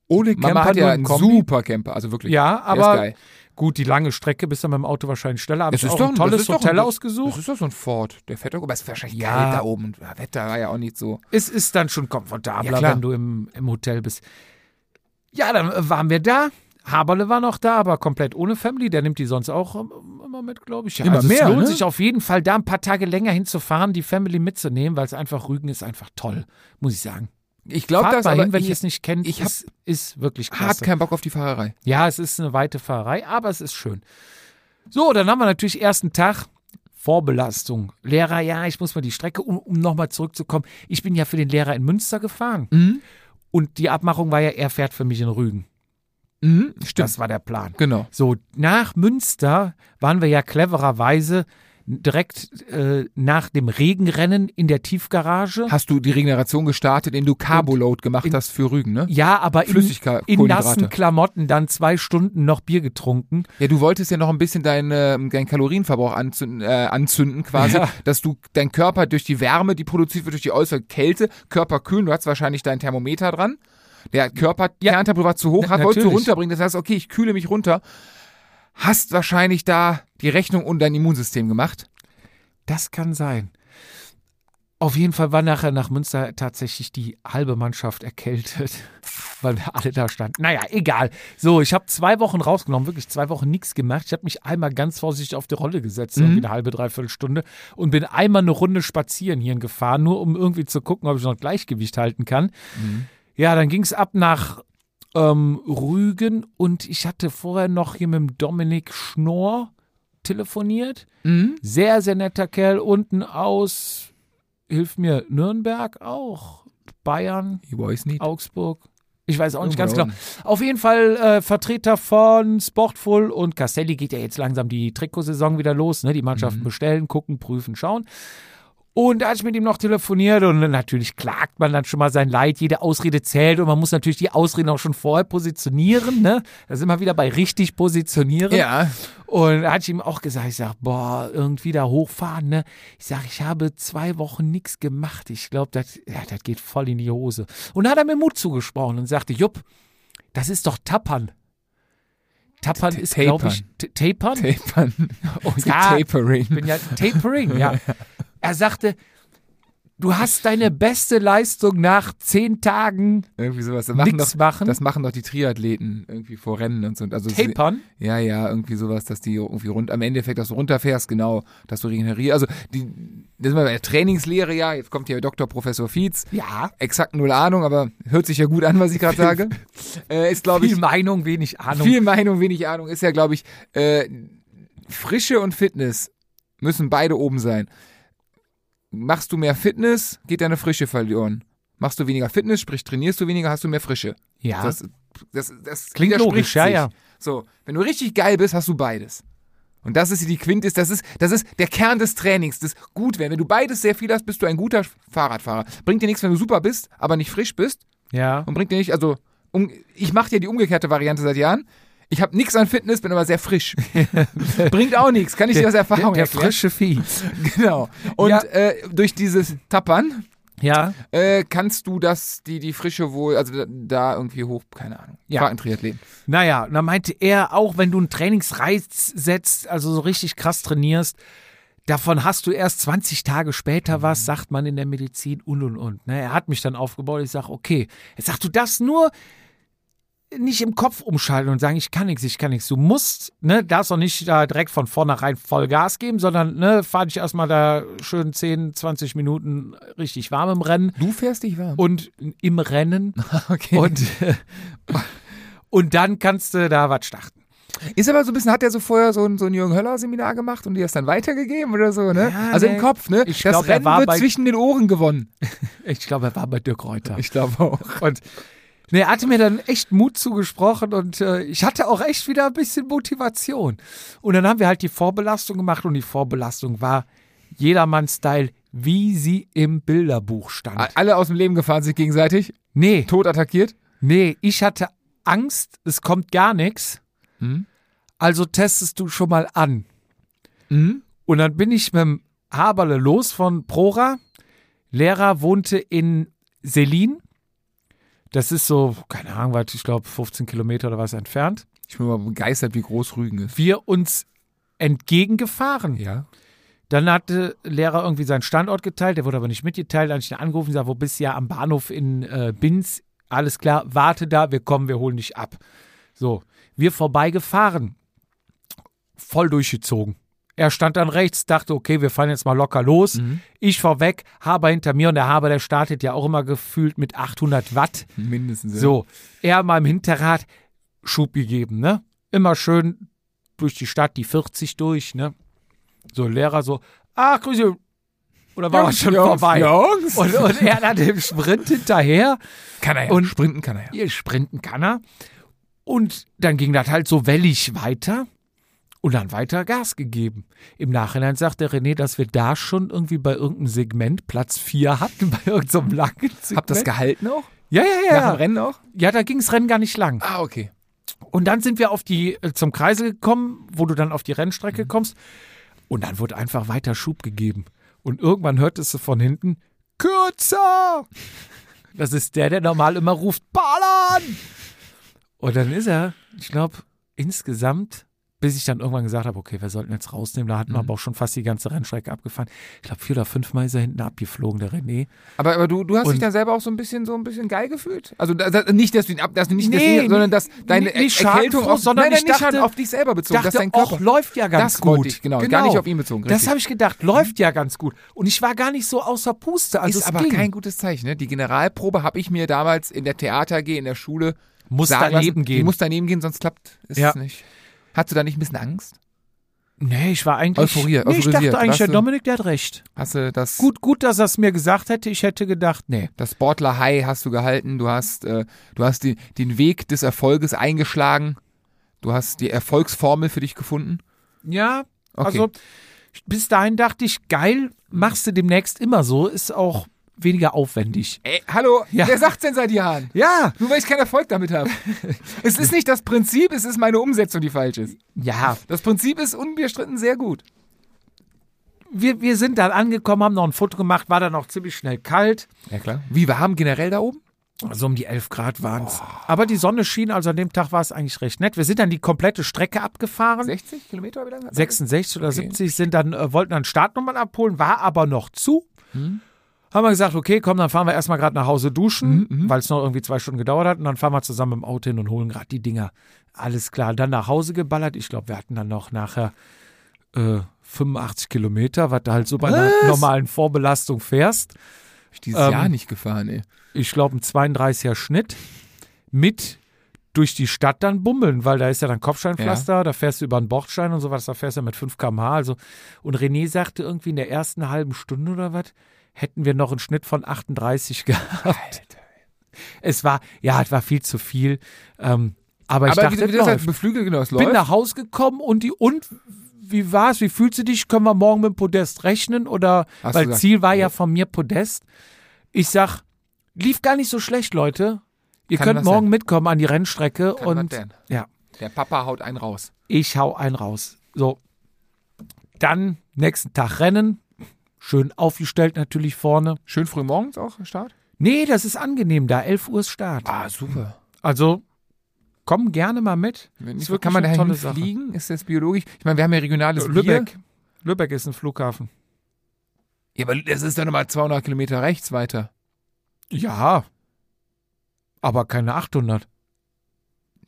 [SPEAKER 2] ohne
[SPEAKER 3] Mama hat
[SPEAKER 2] nur
[SPEAKER 3] ja
[SPEAKER 2] ein
[SPEAKER 3] einen
[SPEAKER 2] Kombi.
[SPEAKER 3] super Camper, also wirklich.
[SPEAKER 2] Ja,
[SPEAKER 3] Der ist
[SPEAKER 2] aber
[SPEAKER 3] geil.
[SPEAKER 2] gut, die lange Strecke bist du mit dem Auto wahrscheinlich schneller. Hab
[SPEAKER 3] Das
[SPEAKER 2] ich
[SPEAKER 3] ist
[SPEAKER 2] auch
[SPEAKER 3] doch
[SPEAKER 2] ein
[SPEAKER 3] ein- das
[SPEAKER 2] tolles
[SPEAKER 3] ist doch ein-
[SPEAKER 2] Hotel
[SPEAKER 3] Das
[SPEAKER 2] ausgesucht.
[SPEAKER 3] ist doch so ein Ford. Der fährt doch, aber es ist wahrscheinlich
[SPEAKER 2] Ja.
[SPEAKER 3] kalt da oben. Ja, Wetter war ja auch nicht so.
[SPEAKER 2] Es ist dann schon komfortabler,
[SPEAKER 3] Ja, klar.
[SPEAKER 2] wenn du im, im Hotel bist. Ja, dann äh, waren wir da. Haberle war noch da, aber komplett ohne Family. Der nimmt die sonst auch ähm, immer mit, glaube ich. Ja,
[SPEAKER 3] Immer
[SPEAKER 2] also
[SPEAKER 3] mehr,
[SPEAKER 2] es lohnt
[SPEAKER 3] ne?
[SPEAKER 2] sich auf jeden Fall, da ein paar Tage länger hinzufahren, die Family mitzunehmen, weil es einfach Rügen ist einfach toll, muss ich sagen.
[SPEAKER 3] Ich glaube,
[SPEAKER 2] Fahrt
[SPEAKER 3] das
[SPEAKER 2] mal
[SPEAKER 3] aber
[SPEAKER 2] hin, wenn
[SPEAKER 3] ich
[SPEAKER 2] ihr es nicht kennt.
[SPEAKER 3] ich
[SPEAKER 2] es ist wirklich
[SPEAKER 3] hart
[SPEAKER 2] klasse.
[SPEAKER 3] keinen Bock auf die Fahrerei.
[SPEAKER 2] Ja, es ist eine weite Fahrerei, aber es ist schön. So, dann haben wir natürlich ersten Tag Vorbelastung. Lehrer, ja, ich muss mal die Strecke, um, um nochmal zurückzukommen. Ich bin ja für den Lehrer in Münster gefahren.
[SPEAKER 3] Mhm.
[SPEAKER 2] Und die Abmachung war ja, er fährt für mich in Rügen.
[SPEAKER 3] Mhm, stimmt.
[SPEAKER 2] Das war der Plan.
[SPEAKER 3] genau.
[SPEAKER 2] So, nach Münster waren wir ja clevererweise direkt äh, nach dem Regenrennen in der Tiefgarage.
[SPEAKER 3] Hast du die Regeneration gestartet, indem du Carboload gemacht hast für Rügen, ne?
[SPEAKER 2] Ja, aber in,
[SPEAKER 3] Flüssigkeit,
[SPEAKER 2] in
[SPEAKER 3] Kohlenhydrate.
[SPEAKER 2] nassen Klamotten dann zwei Stunden noch Bier getrunken.
[SPEAKER 3] Ja, du wolltest ja noch ein bisschen dein, äh, deinen Kalorienverbrauch anzünden, äh, anzünden quasi,
[SPEAKER 2] Ja.
[SPEAKER 3] dass du dein Körper durch die Wärme, die produziert wird durch die äußere Kälte, Körper kühlen, du hast wahrscheinlich dein Thermometer dran. Der Körper, ja. Kerntemperatur war zu hoch,
[SPEAKER 2] Na-
[SPEAKER 3] hat, wolltest du
[SPEAKER 2] natürlich.
[SPEAKER 3] runterbringen, das heißt, okay, ich kühle mich runter. Hast wahrscheinlich da die Rechnung und dein Immunsystem gemacht.
[SPEAKER 2] Das kann sein. Auf jeden Fall war nachher nach Münster tatsächlich die halbe Mannschaft erkältet, weil wir alle da standen. Naja, egal. So, ich habe zwei Wochen rausgenommen, wirklich zwei Wochen nichts gemacht. Ich habe mich einmal ganz vorsichtig auf die Rolle gesetzt, irgendwie eine halbe, dreiviertel Stunde und bin einmal eine Runde spazieren hier gefahren, nur um irgendwie zu gucken, ob ich noch Gleichgewicht halten kann. Ja, dann ging es ab nach ähm, Rügen und ich hatte vorher noch hier mit dem Dominik Schnorr telefoniert.
[SPEAKER 3] Mhm.
[SPEAKER 2] Sehr, sehr netter Kerl. Unten aus, hilf mir, Nürnberg auch. Bayern,
[SPEAKER 3] Ich weiß nicht.
[SPEAKER 2] Augsburg. Ich weiß auch nicht ganz
[SPEAKER 3] Irgendwo
[SPEAKER 2] genau. Auf jeden Fall äh, Vertreter von Sportful und Castelli geht ja jetzt langsam die Trikotsaison wieder los. Ne? Die Mannschaften bestellen, gucken, prüfen, schauen. Und da hatte ich mit ihm noch telefoniert und natürlich klagt man dann schon mal sein Leid. Jede Ausrede zählt und man muss natürlich die Ausreden auch schon vorher positionieren. Ne? Da sind wir wieder bei richtig positionieren.
[SPEAKER 3] Ja,
[SPEAKER 2] Und da hatte ich ihm auch gesagt, ich sag, boah, irgendwie da hochfahren, ne? Ich sag, ich habe zwei Wochen nichts gemacht. Ich glaube, das ja, das geht voll in die Hose. Und da hat er mir Mut zugesprochen und sagte, Jupp, das ist doch Tappern. Tappern
[SPEAKER 3] T-
[SPEAKER 2] ist, glaube ich, t- Tapern.
[SPEAKER 3] Tapern. Oh,
[SPEAKER 2] ja.
[SPEAKER 3] Tapering.
[SPEAKER 2] Ich bin ja Tapering, ja. Er sagte, du hast deine beste Leistung nach zehn Tagen
[SPEAKER 3] Irgendwie sowas. Das machen,
[SPEAKER 2] nichts
[SPEAKER 3] doch,
[SPEAKER 2] machen.
[SPEAKER 3] das machen doch die Triathleten irgendwie vor Rennen und so. Also es-
[SPEAKER 2] Tapern.
[SPEAKER 3] Ja, ja, irgendwie sowas, dass die irgendwie rund, am Endeffekt, dass du runterfährst, genau, dass du regenerierst. Also, die, das ist mal bei der Trainingslehre, ja, jetzt kommt hier Dr. Professor Fietz.
[SPEAKER 2] Ja.
[SPEAKER 3] Exakt null Ahnung, aber hört sich ja gut an, was ich gerade sage. äh, ist, glaube ich,
[SPEAKER 2] Viel Meinung, wenig Ahnung.
[SPEAKER 3] viel Meinung, wenig Ahnung. Ist ja, glaube ich, äh, Frische und Fitness müssen beide oben sein. Machst du mehr Fitness, geht deine Frische verloren. Machst du weniger Fitness, sprich trainierst du weniger, hast du mehr Frische.
[SPEAKER 2] ja.
[SPEAKER 3] Das, das, das
[SPEAKER 2] Klingt
[SPEAKER 3] widerspricht
[SPEAKER 2] logisch, ja,
[SPEAKER 3] sich.
[SPEAKER 2] ja.
[SPEAKER 3] So, wenn du richtig geil bist, hast du beides. Und das ist die Quintessenz, das ist, das ist der Kern des Trainings, das gut werden. Wenn du beides sehr viel hast, bist du ein guter Fahrradfahrer. Bringt dir nichts, wenn du super bist, aber nicht frisch bist.
[SPEAKER 2] Ja.
[SPEAKER 3] Und bringt dir nicht, also, um, ich mache ja die umgekehrte Variante seit Jahren. Ich habe nichts an Fitness, bin aber sehr frisch. bringt auch nichts, kann ich dir aus Erfahrung
[SPEAKER 2] der, der
[SPEAKER 3] erklären.
[SPEAKER 2] frische Vieh.
[SPEAKER 3] Genau. Und
[SPEAKER 2] Ja.
[SPEAKER 3] äh, durch dieses Tappern
[SPEAKER 2] Ja.
[SPEAKER 3] äh, kannst du das, die, die Frische wohl, also da, da irgendwie hoch, keine Ahnung.
[SPEAKER 2] Ja.
[SPEAKER 3] Frag einen Triathleten.
[SPEAKER 2] Naja, und dann meinte er auch, wenn du einen Trainingsreiz setzt, also so richtig krass trainierst, davon hast du erst 20 Tage später was, sagt man in der Medizin und und und. Ne? Er hat mich dann aufgebaut, ich sage, okay. Er sagt, du darfst nur nicht im Kopf umschalten und sagen, ich kann nichts, ich kann nichts. Du musst, ne, darfst auch nicht da direkt von vornherein voll Gas geben, sondern ne, fahr dich erstmal da schön 10, 20 Minuten richtig warm im Rennen
[SPEAKER 3] Du fährst dich warm.
[SPEAKER 2] und im Rennen
[SPEAKER 3] Okay.
[SPEAKER 2] und, äh, und dann kannst du da was starten.
[SPEAKER 3] Ist aber so ein bisschen, hat der so vorher so ein, so ein Jürgen Höller-Seminar gemacht und dir das dann weitergegeben oder so, ne?
[SPEAKER 2] Ja,
[SPEAKER 3] also
[SPEAKER 2] nee.
[SPEAKER 3] im Kopf, ne?
[SPEAKER 2] Ich
[SPEAKER 3] das
[SPEAKER 2] glaub, er
[SPEAKER 3] Rennen
[SPEAKER 2] war
[SPEAKER 3] wird
[SPEAKER 2] bei-
[SPEAKER 3] zwischen den Ohren gewonnen.
[SPEAKER 2] Ich glaube, er war bei Dirk Reuter.
[SPEAKER 3] Ich glaube auch.
[SPEAKER 2] Und nee, er hatte mir dann echt Mut zugesprochen und äh, ich hatte auch echt wieder ein bisschen Motivation. Und dann haben wir halt die Vorbelastung gemacht und die Vorbelastung war jedermann-Style, wie sie im Bilderbuch stand.
[SPEAKER 3] Alle aus dem Leben gefahren sind gegenseitig,
[SPEAKER 2] nee,
[SPEAKER 3] tot attackiert.
[SPEAKER 2] nee, ich hatte Angst, es kommt gar nichts.
[SPEAKER 3] Mhm.
[SPEAKER 2] Also testest du schon mal an. Und dann bin ich mit dem Haberle los von Prora. Lehrer wohnte in Selin. Das ist so, keine Ahnung, weit, ich glaube 15 Kilometer oder was entfernt.
[SPEAKER 3] Ich bin mal begeistert, wie groß Rügen ist.
[SPEAKER 2] Wir uns entgegengefahren.
[SPEAKER 3] Ja.
[SPEAKER 2] Dann hatte Lehrer irgendwie seinen Standort geteilt, der wurde aber nicht mitgeteilt. Dann habe ich ihn angerufen und gesagt, wo bist du ja am Bahnhof in äh, Binz? Alles klar, warte da, wir kommen, wir holen dich ab. So, wir vorbeigefahren. Voll durchgezogen. Er stand dann rechts, dachte, okay, wir fahren jetzt mal locker los. Ich vorweg, Haber hinter mir und der Haber, der startet ja auch immer gefühlt mit 800 Watt.
[SPEAKER 3] Mindestens. ja.
[SPEAKER 2] So, er mal im Hinterrad Schub gegeben, ne? Immer schön durch die Stadt, die 40 durch, ne? So, Lehrer so, ach, Grüße. Oder war er
[SPEAKER 3] Jungs,
[SPEAKER 2] schon
[SPEAKER 3] Jungs,
[SPEAKER 2] vorbei?
[SPEAKER 3] Jungs.
[SPEAKER 2] Und, und er dann im Sprint hinterher.
[SPEAKER 3] kann er ja.
[SPEAKER 2] und-
[SPEAKER 3] sprinten kann er ja.
[SPEAKER 2] Ihr Sprinten kann er. Und dann ging das halt so wellig weiter und dann weiter Gas gegeben. Im Nachhinein sagt der René, dass wir da schon irgendwie bei irgendeinem Segment Platz 4 hatten, bei irgendeinem langen Segment.
[SPEAKER 3] Habt das gehalten auch?
[SPEAKER 2] Ja,
[SPEAKER 3] Nach
[SPEAKER 2] ja,
[SPEAKER 3] dem
[SPEAKER 2] ja.
[SPEAKER 3] Rennen auch?
[SPEAKER 2] Ja, da ging's Rennen gar nicht lang.
[SPEAKER 3] Ah, okay.
[SPEAKER 2] Und dann sind wir auf die, äh, zum Kreisel gekommen, wo du dann auf die Rennstrecke kommst. Und dann wurde einfach weiter Schub gegeben. Und irgendwann hörtest du von hinten, kürzer! Das ist der, der normal immer ruft, ballern! Und dann ist er, ich glaube, insgesamt, bis ich dann irgendwann gesagt habe, okay, wir sollten jetzt rausnehmen, da hatten wir aber auch schon fast die ganze Rennstrecke abgefahren. Ich glaube, vier oder fünfmal ist er hinten abgeflogen, der René.
[SPEAKER 3] Aber, aber du, du hast
[SPEAKER 2] Und-
[SPEAKER 3] dich dann selber auch so ein bisschen so ein bisschen geil gefühlt? Also da- da- nicht, dass du ihn ab, dass du nicht,
[SPEAKER 2] Nee,
[SPEAKER 3] dass du, sondern dass deine
[SPEAKER 2] nicht- nicht
[SPEAKER 3] Erkältung
[SPEAKER 2] schadenfroh,
[SPEAKER 3] auf,
[SPEAKER 2] sondern
[SPEAKER 3] nein, nein,
[SPEAKER 2] ich
[SPEAKER 3] nicht
[SPEAKER 2] dachte-
[SPEAKER 3] schaden- auf dich selber bezogen, dass
[SPEAKER 2] dachte,
[SPEAKER 3] dein Körper
[SPEAKER 2] auch läuft ja ganz
[SPEAKER 3] Das
[SPEAKER 2] gut.
[SPEAKER 3] wollte ich, genau, gar nicht auf ihn bezogen,
[SPEAKER 2] Das
[SPEAKER 3] richtig.
[SPEAKER 2] habe ich gedacht, läuft ja ganz gut. Und ich war gar nicht so außer Puste. Also
[SPEAKER 3] ist
[SPEAKER 2] es
[SPEAKER 3] aber
[SPEAKER 2] ging.
[SPEAKER 3] kein gutes Zeichen. Ne? Die Generalprobe habe ich mir damals in der Theater AG, in der Schule
[SPEAKER 2] Muss
[SPEAKER 3] sagen
[SPEAKER 2] daneben
[SPEAKER 3] lassen, Die
[SPEAKER 2] gehen.
[SPEAKER 3] muss daneben gehen, sonst klappt es
[SPEAKER 2] Ja.
[SPEAKER 3] nicht. Hast du da nicht ein bisschen Angst?
[SPEAKER 2] nee, ich war eigentlich.
[SPEAKER 3] Euphoriert,
[SPEAKER 2] nee, ich
[SPEAKER 3] euphorisiert.
[SPEAKER 2] dachte eigentlich,
[SPEAKER 3] Warst
[SPEAKER 2] der
[SPEAKER 3] du-
[SPEAKER 2] Dominik, der hat recht.
[SPEAKER 3] Hast du das,
[SPEAKER 2] Gut, gut, dass er es mir gesagt hätte. Ich hätte gedacht, nee.
[SPEAKER 3] das Sportler High hast du gehalten? Du hast, äh, du hast die, den Weg des Erfolges eingeschlagen. Du hast die Erfolgsformel für dich gefunden.
[SPEAKER 2] Ja,
[SPEAKER 3] Okay.
[SPEAKER 2] also bis dahin dachte ich, geil, machst du demnächst immer so, ist auch weniger aufwendig.
[SPEAKER 3] Ey, hallo,
[SPEAKER 2] Ja.
[SPEAKER 3] wer sagt's denn seit Jahren?
[SPEAKER 2] Ja,
[SPEAKER 3] Nur weil ich keinen Erfolg damit habe. es ist nicht das Prinzip, es ist meine Umsetzung, die falsch ist.
[SPEAKER 2] ja.
[SPEAKER 3] Das Prinzip ist unbestritten sehr gut.
[SPEAKER 2] Wir, wir sind dann angekommen, haben noch ein Foto gemacht, war dann auch ziemlich schnell kalt.
[SPEAKER 3] Ja klar. Wie warm generell da oben?
[SPEAKER 2] Also um die 11 Grad waren es. Aber die Sonne schien, also an dem Tag war es eigentlich recht nett. Wir sind dann die komplette Strecke abgefahren.
[SPEAKER 3] 60 Kilometer, wie lange?
[SPEAKER 2] 66 oder 70 sind dann, äh, wollten dann Startnummern abholen, war aber noch zu. Haben wir gesagt, okay, komm, dann fahren wir erstmal gerade nach Hause duschen, weil es noch irgendwie zwei Stunden gedauert hat. Und dann fahren wir zusammen im Auto hin und holen gerade die Dinger. Alles klar. Dann nach Hause geballert. Ich glaube, wir hatten dann noch nachher äh, 85 Kilometer, was du halt so bei einer normalen Vorbelastung fährst.
[SPEAKER 3] Hab ich dieses
[SPEAKER 2] Ähm,
[SPEAKER 3] Jahr nicht gefahren, ey.
[SPEAKER 2] ich glaube, ein 32er Schnitt mit durch die Stadt dann bummeln, weil da ist ja dann Kopfsteinpflaster, da fährst du über einen Bordstein und sowas, da fährst du ja mit 5 km/h. Also. Und René sagte irgendwie in der ersten halben Stunde oder was, hätten wir noch einen Schnitt von 38 gehabt. Es war, ja, es war viel zu viel. Ähm, aber ich
[SPEAKER 3] Aber
[SPEAKER 2] dachte,
[SPEAKER 3] wie, wie
[SPEAKER 2] es
[SPEAKER 3] das halt
[SPEAKER 2] läuft.
[SPEAKER 3] beflügelt, genau, es
[SPEAKER 2] bin
[SPEAKER 3] läuft.
[SPEAKER 2] nach Hause gekommen und die und wie war's? Wie fühlst du dich? Können wir morgen mit dem Podest rechnen? Oder
[SPEAKER 3] Hast du
[SPEAKER 2] weil
[SPEAKER 3] gesagt,
[SPEAKER 2] Ziel war ja von mir Podest. Ich sag, lief gar nicht so schlecht, Leute. Ihr
[SPEAKER 3] Kann
[SPEAKER 2] könnt
[SPEAKER 3] was
[SPEAKER 2] morgen
[SPEAKER 3] sein.
[SPEAKER 2] mitkommen an die Rennstrecke
[SPEAKER 3] Kann was
[SPEAKER 2] und
[SPEAKER 3] sein.
[SPEAKER 2] ja,
[SPEAKER 3] Der Papa haut einen raus.
[SPEAKER 2] ich hau einen raus. So. Dann nächsten Tag Rennen. Schön aufgestellt natürlich vorne.
[SPEAKER 3] Schön früh morgens auch Start?
[SPEAKER 2] Nee, das ist angenehm da. 11 Uhr ist Start.
[SPEAKER 3] Ah, super.
[SPEAKER 2] Also, komm gerne mal mit.
[SPEAKER 3] Wenn
[SPEAKER 2] Ist
[SPEAKER 3] nicht,
[SPEAKER 2] wirklich
[SPEAKER 3] kann man
[SPEAKER 2] eine
[SPEAKER 3] dahin
[SPEAKER 2] tolle Sache.
[SPEAKER 3] fliegen? Ist das biologisch? Ich meine, wir haben ja regionales Bier.
[SPEAKER 2] Lübeck. Lübeck ist ein Flughafen.
[SPEAKER 3] Ja, aber das ist dann nochmal 200 Kilometer rechts weiter.
[SPEAKER 2] Ja. Aber keine 800.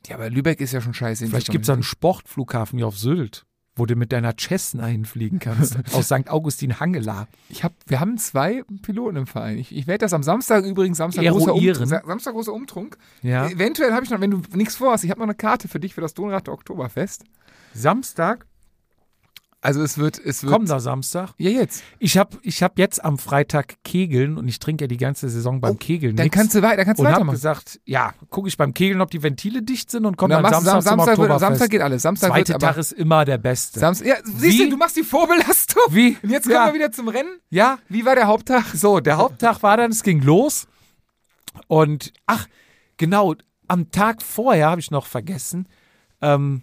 [SPEAKER 3] Ja, aber Lübeck ist ja schon scheiße. in
[SPEAKER 2] Vielleicht
[SPEAKER 3] Richtung-
[SPEAKER 2] gibt es einen Sportflughafen hier auf Sylt, wo du mit deiner Cessna hinfliegen kannst. aus St. Augustin Hangela.
[SPEAKER 3] Ich hab, wir haben zwei Piloten im Verein. Ich, ich werde das am Samstag übrigens, Samstag großer,
[SPEAKER 2] Eruieren.
[SPEAKER 3] Umtrunk, Sa- Samstag großer Umtrunk.
[SPEAKER 2] Ja.
[SPEAKER 3] Eventuell habe ich noch, wenn du nichts vorhast, ich habe noch eine Karte für dich für das Donrater Oktoberfest.
[SPEAKER 2] Samstag?
[SPEAKER 3] Also es wird, es wird.
[SPEAKER 2] Kommender Samstag.
[SPEAKER 3] Ja, jetzt.
[SPEAKER 2] Ich habe ich hab jetzt am Freitag Kegeln und ich trinke ja die ganze Saison beim
[SPEAKER 3] Oh,
[SPEAKER 2] Kegeln.
[SPEAKER 3] Dann
[SPEAKER 2] nix.
[SPEAKER 3] kannst du, wei- dann kannst du
[SPEAKER 2] und habe
[SPEAKER 3] weitermachen.
[SPEAKER 2] gesagt, ja, gucke ich beim Kegeln, ob die Ventile dicht sind und
[SPEAKER 3] Und
[SPEAKER 2] komme dann,
[SPEAKER 3] machst du
[SPEAKER 2] Samstag, zum
[SPEAKER 3] Samstag, wird,
[SPEAKER 2] Oktoberfest.
[SPEAKER 3] Samstag geht alles. Samstag
[SPEAKER 2] Zweite
[SPEAKER 3] wird aber,
[SPEAKER 2] Tag ist immer der beste.
[SPEAKER 3] Samstag, ja, siehst
[SPEAKER 2] Wie?
[SPEAKER 3] du, du machst die Vorbelastung.
[SPEAKER 2] Wie?
[SPEAKER 3] Und jetzt kommen
[SPEAKER 2] ja.
[SPEAKER 3] wir wieder zum Rennen.
[SPEAKER 2] Ja,
[SPEAKER 3] Wie war der Haupttag?
[SPEAKER 2] so, der Haupttag war dann, es ging los. Und, ach, genau, am Tag vorher habe ich noch vergessen, ähm,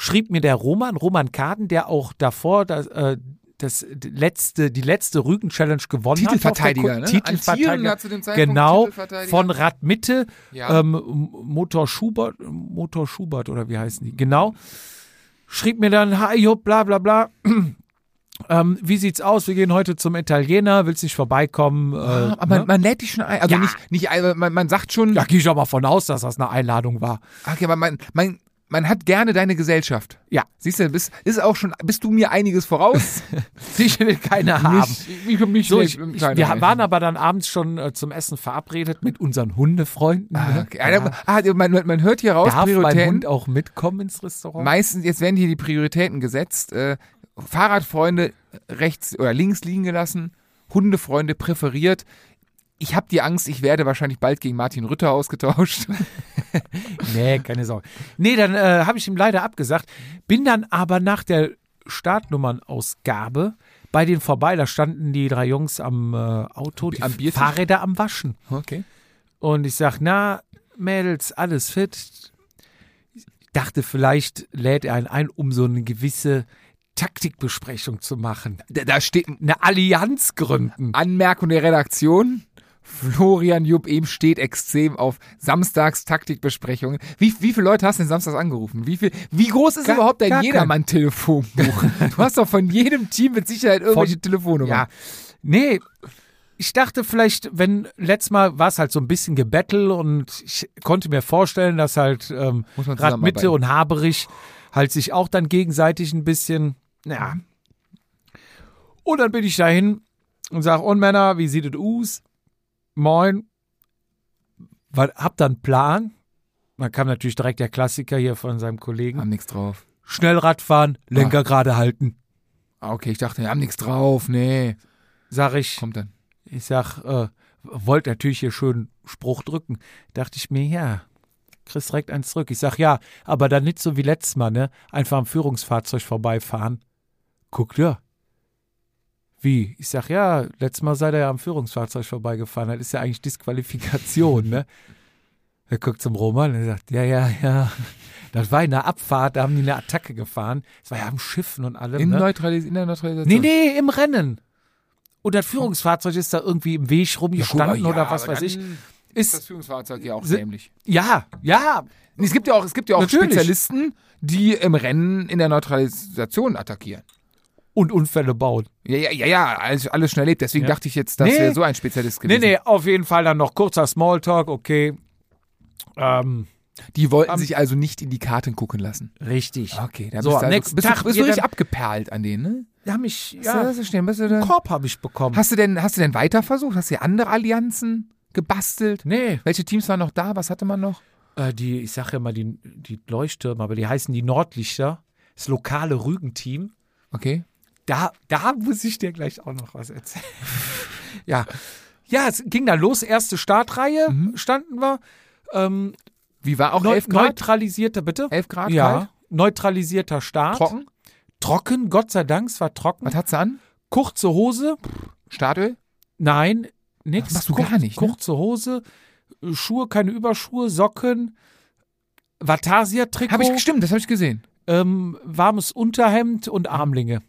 [SPEAKER 2] schrieb mir der Roman, Roman Kaden, der auch davor das, äh, das letzte, die letzte Rügen-Challenge gewonnen hat.
[SPEAKER 3] Titelverteidiger,
[SPEAKER 2] Auf
[SPEAKER 3] ne?
[SPEAKER 2] der Kur- Titelverteidiger.
[SPEAKER 3] Amtierender zu dem Zeitpunkt
[SPEAKER 2] Genau,
[SPEAKER 3] Titelverteidiger.
[SPEAKER 2] von Radmitte,
[SPEAKER 3] Ja.
[SPEAKER 2] ähm, M- Motor Schubert, Motor Schubert oder wie heißen die? Genau. Schrieb mir dann, hi, Jupp, bla, bla, bla. Ähm, wie sieht's aus? Wir gehen heute zum Italiener. Willst nicht vorbeikommen? Äh,
[SPEAKER 3] Ah, aber man,
[SPEAKER 2] ne?
[SPEAKER 3] man lädt dich schon ein. Also
[SPEAKER 2] Ja.
[SPEAKER 3] nicht, nicht ein, aber man, man sagt schon,
[SPEAKER 2] Da gehe ich auch mal von aus, dass das eine Einladung war.
[SPEAKER 3] okay, aber man, man, man hat gerne deine Gesellschaft.
[SPEAKER 2] Ja.
[SPEAKER 3] Siehst du, bist, ist auch schon, bist du mir einiges voraus?
[SPEAKER 2] Dich will keiner haben.
[SPEAKER 3] ich, mich
[SPEAKER 2] So, ich, ich, wir waren aber dann abends schon äh, zum Essen verabredet mit unseren Hundefreunden.
[SPEAKER 3] Ah,
[SPEAKER 2] ne?
[SPEAKER 3] okay. Ah, ah, man, man- man hört hier raus,
[SPEAKER 2] Darf mein
[SPEAKER 3] Prioritäten.
[SPEAKER 2] Hund auch mitkommen ins Restaurant?
[SPEAKER 3] Meistens, jetzt werden hier die Prioritäten gesetzt. Äh, Fahrradfreunde rechts oder links liegen gelassen, Hundefreunde präferiert. Ich habe die Angst, ich werde wahrscheinlich bald gegen Martin Rütter ausgetauscht.
[SPEAKER 2] Nee, keine Sorge. Nee, dann äh, habe ich ihm leider abgesagt. Bin dann aber nach der Startnummernausgabe bei denen vorbei. Da standen die drei Jungs am äh, Auto, die
[SPEAKER 3] Am Biertisch?
[SPEAKER 2] Fahrräder am Waschen.
[SPEAKER 3] Okay.
[SPEAKER 2] Und ich sag, na, Mädels, alles fit. Ich dachte, vielleicht lädt er einen ein, um so eine gewisse Taktikbesprechung zu machen.
[SPEAKER 3] Da, da steht
[SPEAKER 2] Eine Allianz gründen.
[SPEAKER 3] Anmerkung der Redaktion. Florian Jupp eben steht extrem auf Samstags Taktikbesprechungen. Wie, wie viele Leute hast du denn samstags angerufen? Wie, viel, wie groß ist
[SPEAKER 2] Gar-
[SPEAKER 3] überhaupt dein
[SPEAKER 2] gar kein.
[SPEAKER 3] Jedermann-Telefonbuch? du hast doch von jedem Team mit Sicherheit irgendwelche
[SPEAKER 2] Von-
[SPEAKER 3] Telefonnummern.
[SPEAKER 2] Ja. Nee, ich dachte vielleicht, wenn letztes Mal war es halt so ein bisschen Gebettel und ich konnte mir vorstellen, dass halt ähm,
[SPEAKER 3] Muss man zusammenarbeiten.
[SPEAKER 2] Radmitte und Haberich halt sich auch dann gegenseitig ein bisschen, ja. Und dann bin ich dahin und sage, und Männer, wie sieht es aus? Moin. Was, habt ihr einen Plan? Dann kam natürlich direkt der Klassiker hier von seinem Kollegen.
[SPEAKER 3] Haben nichts drauf.
[SPEAKER 2] Schnell Radfahren, Lenker gerade halten.
[SPEAKER 3] Ah, okay, ich dachte, wir haben nichts drauf. Nee.
[SPEAKER 2] Sag ich,
[SPEAKER 3] Kommt dann.
[SPEAKER 2] Ich sag, äh, wollte natürlich hier schön Spruch drücken. Dachte ich mir, ja, kriegst direkt eins zurück. Ich sag, ja, aber dann nicht so wie letztes Mal, ne? Einfach am Führungsfahrzeug vorbeifahren. Guckt ja. Wie? Ich sag, ja, letztes Mal seid ihr ja am Führungsfahrzeug vorbeigefahren. Das ist ja eigentlich Disqualifikation, ne? Er guckt zum Roman und sagt, ja, ja, ja. Das war in der Abfahrt, da haben die eine Attacke gefahren. Das war ja am Schiffen und allem.
[SPEAKER 3] In,
[SPEAKER 2] ne?
[SPEAKER 3] Neutralis in der Neutralisation.
[SPEAKER 2] Nee, nee, im Rennen. Und das Führungsfahrzeug ist da irgendwie im Weg
[SPEAKER 3] Ja, guck mal,
[SPEAKER 2] rumgestanden
[SPEAKER 3] ja,
[SPEAKER 2] oder was
[SPEAKER 3] aber
[SPEAKER 2] weiß
[SPEAKER 3] dann
[SPEAKER 2] ich.
[SPEAKER 3] Ist das
[SPEAKER 2] Ist,
[SPEAKER 3] Führungsfahrzeug ja auch
[SPEAKER 2] Si-
[SPEAKER 3] dämlich.
[SPEAKER 2] ja, ja,
[SPEAKER 3] Nee, Es gibt ja auch, es gibt ja auch
[SPEAKER 2] Natürlich.
[SPEAKER 3] Spezialisten, die im Rennen in der Neutralisation attackieren.
[SPEAKER 2] und Unfälle bauen.
[SPEAKER 3] Ja, ja, ja, ja alles, alles schnell erlebt. Deswegen
[SPEAKER 2] Ja.
[SPEAKER 3] dachte ich jetzt, das
[SPEAKER 2] Nee.
[SPEAKER 3] wäre so ein Spezialist
[SPEAKER 2] Nee,
[SPEAKER 3] gewesen.
[SPEAKER 2] nee, auf jeden Fall dann noch kurzer Smalltalk, okay. Ähm,
[SPEAKER 3] Die wollten
[SPEAKER 2] Am-
[SPEAKER 3] sich also nicht in die Karten gucken lassen.
[SPEAKER 2] richtig.
[SPEAKER 3] Okay, da
[SPEAKER 2] So,
[SPEAKER 3] bist
[SPEAKER 2] am
[SPEAKER 3] du, also,
[SPEAKER 2] nächsten
[SPEAKER 3] bist
[SPEAKER 2] Tag
[SPEAKER 3] du, bist du
[SPEAKER 2] wir
[SPEAKER 3] richtig
[SPEAKER 2] dann-
[SPEAKER 3] abgeperlt an denen, ne?
[SPEAKER 2] Da hab ich,
[SPEAKER 3] Hast du
[SPEAKER 2] ja,
[SPEAKER 3] das so stehen? Bist du
[SPEAKER 2] einen
[SPEAKER 3] da?
[SPEAKER 2] Korb habe ich bekommen.
[SPEAKER 3] Hast du denn, hast du denn weiter versucht? Hast du dir andere Allianzen gebastelt?
[SPEAKER 2] nee,
[SPEAKER 3] Welche Teams waren noch da? Was hatte man noch?
[SPEAKER 2] äh, die, ich sage ja mal die, die Leuchttürme, aber die heißen die Nordlichter, das lokale Rügenteam.
[SPEAKER 3] Okay.
[SPEAKER 2] Da, da muss ich dir gleich auch noch was erzählen. ja. Ja, es ging dann los. Erste Startreihe
[SPEAKER 3] Mhm.
[SPEAKER 2] standen wir. Ähm,
[SPEAKER 3] Wie war auch
[SPEAKER 2] neu,
[SPEAKER 3] 11 Grad?
[SPEAKER 2] neutralisierter, bitte?
[SPEAKER 3] 11 Grad
[SPEAKER 2] ja.
[SPEAKER 3] kalt?
[SPEAKER 2] halt. Neutralisierter Start.
[SPEAKER 3] Trocken?
[SPEAKER 2] trocken, Gott sei Dank, es war trocken.
[SPEAKER 3] Was hat sie an?
[SPEAKER 2] Kurze Hose,
[SPEAKER 3] Startöl?
[SPEAKER 2] nein, nix.
[SPEAKER 3] Das machst du gar nicht, ne?
[SPEAKER 2] Kurze Hose, Schuhe, keine Überschuhe, Socken, Vatasia-Trikot.
[SPEAKER 3] Habe ich gestimmt, das habe ich gesehen.
[SPEAKER 2] ähm, warmes Unterhemd und Armlinge.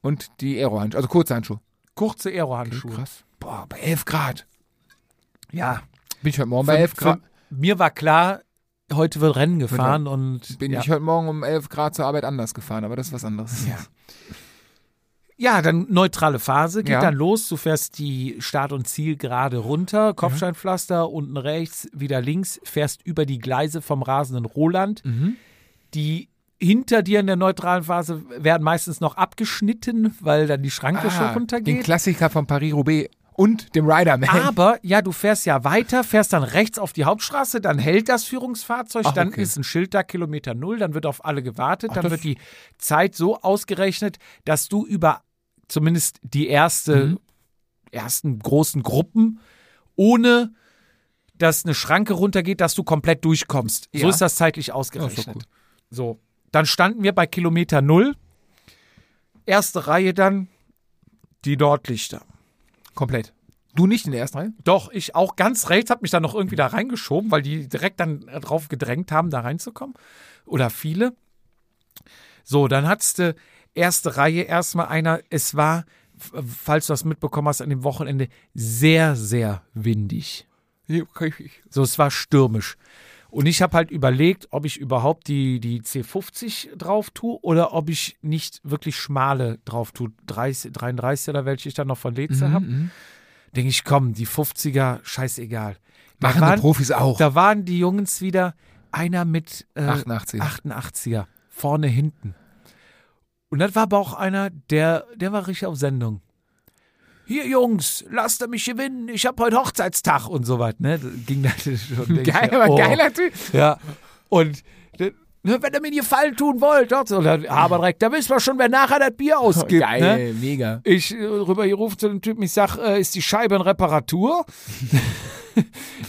[SPEAKER 3] Und die Aerohandschuhe, also kurze Handschuhe.
[SPEAKER 2] Kurze Aero-Handschuhe.
[SPEAKER 3] Krass. Boah, bei 11 Grad.
[SPEAKER 2] ja.
[SPEAKER 3] Bin ich heute Morgen bei
[SPEAKER 2] Für-
[SPEAKER 3] 11 Grad?
[SPEAKER 2] für- Mir war klar, heute wird Rennen gefahren und
[SPEAKER 3] Genau. Bin
[SPEAKER 2] ja.
[SPEAKER 3] ich heute Morgen um 11 Grad zur Arbeit anders gefahren, aber das ist was anderes. Ja.
[SPEAKER 2] ja, dann neutrale Phase, geht
[SPEAKER 3] Ja.
[SPEAKER 2] dann los, du fährst die Start- und Zielgerade
[SPEAKER 3] Mhm.
[SPEAKER 2] runter, Kopfsteinpflaster, unten rechts, wieder links, fährst über die Gleise vom rasenden Roland.
[SPEAKER 3] Mhm.
[SPEAKER 2] Die hinter dir in der neutralen Phase werden meistens noch abgeschnitten, weil dann die Schranke schon
[SPEAKER 3] Ah, den
[SPEAKER 2] runtergeht.
[SPEAKER 3] Klassiker von Paris-Roubaix und dem Riderman.
[SPEAKER 2] Aber ja, du fährst ja weiter, fährst dann rechts auf die Hauptstraße, dann hält das Führungsfahrzeug,
[SPEAKER 3] Ach,
[SPEAKER 2] dann
[SPEAKER 3] okay.
[SPEAKER 2] ist ein Schild da Kilometer null, dann wird auf alle gewartet,
[SPEAKER 3] Ach,
[SPEAKER 2] dann
[SPEAKER 3] das-
[SPEAKER 2] wird die Zeit so ausgerechnet, dass du über zumindest die erste,
[SPEAKER 3] Mhm.
[SPEAKER 2] ersten großen Gruppen ohne dass eine Schranke runtergeht, dass du komplett durchkommst. So
[SPEAKER 3] Ja.
[SPEAKER 2] ist das zeitlich
[SPEAKER 3] Ja, ist doch
[SPEAKER 2] ausgerechnet.
[SPEAKER 3] gut.
[SPEAKER 2] so, dann standen wir bei Kilometer null. Erste Reihe dann die Nordlichter.
[SPEAKER 3] Komplett. Du nicht in der ersten Reihe?
[SPEAKER 2] Doch, ich auch ganz rechts, habe mich dann noch irgendwie da reingeschoben, weil die direkt dann drauf gedrängt haben, da reinzukommen. Oder viele. So, dann hattest du erste Reihe erstmal einer. Es war, f- falls du das mitbekommen hast, an dem Wochenende sehr, sehr windig. So, es war stürmisch. Und ich habe halt überlegt, ob ich überhaupt die, die C50 drauf tue oder ob ich nicht wirklich schmale drauf tue. 30, 33 oder welche ich dann noch von Leze habe. Denke ich, komm, die 50er, scheißegal. Da
[SPEAKER 3] Machen die Profis auch.
[SPEAKER 2] Da waren die Jungs wieder, einer mit äh,
[SPEAKER 3] 88.
[SPEAKER 2] 88er, vorne, hinten. Und das war aber auch einer, der, der war richtig auf Sendung. Hier, Jungs, lasst ihr mich gewinnen, ich habe heute Hochzeitstag und so weit, ne? Das ging dann schon. denk ich,
[SPEAKER 3] Geil, aber
[SPEAKER 2] oh.
[SPEAKER 3] geiler Typ.
[SPEAKER 2] Ja. Und ne, wenn ihr mir einen Gefallen tun wollt, dort, so, dann, aber direkt, da wissen wir schon, wer nachher das Bier ausgibt. Ne?
[SPEAKER 3] Geil, mega.
[SPEAKER 2] Ich äh, rüber hier rufe zu dem Typen, ich sag, äh, ist die Scheibe in Reparatur?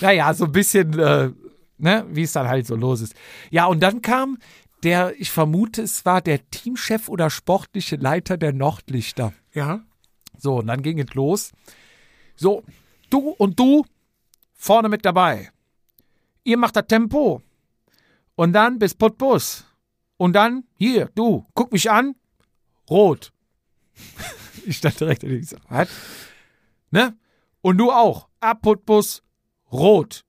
[SPEAKER 2] naja, so ein bisschen, äh, ne, wie es dann halt so los ist. Ja, und dann kam der, ich vermute, es war der Teamchef oder sportliche Leiter der Nordlichter.
[SPEAKER 3] Ja.
[SPEAKER 2] So, und dann ging es los. So, du und du vorne mit dabei. Ihr macht das Tempo. Und dann bis Putbus. Und dann, hier, du, guck mich an, rot. ich stand direkt in so, was? Ne? Und du auch, ab Putbus, rot.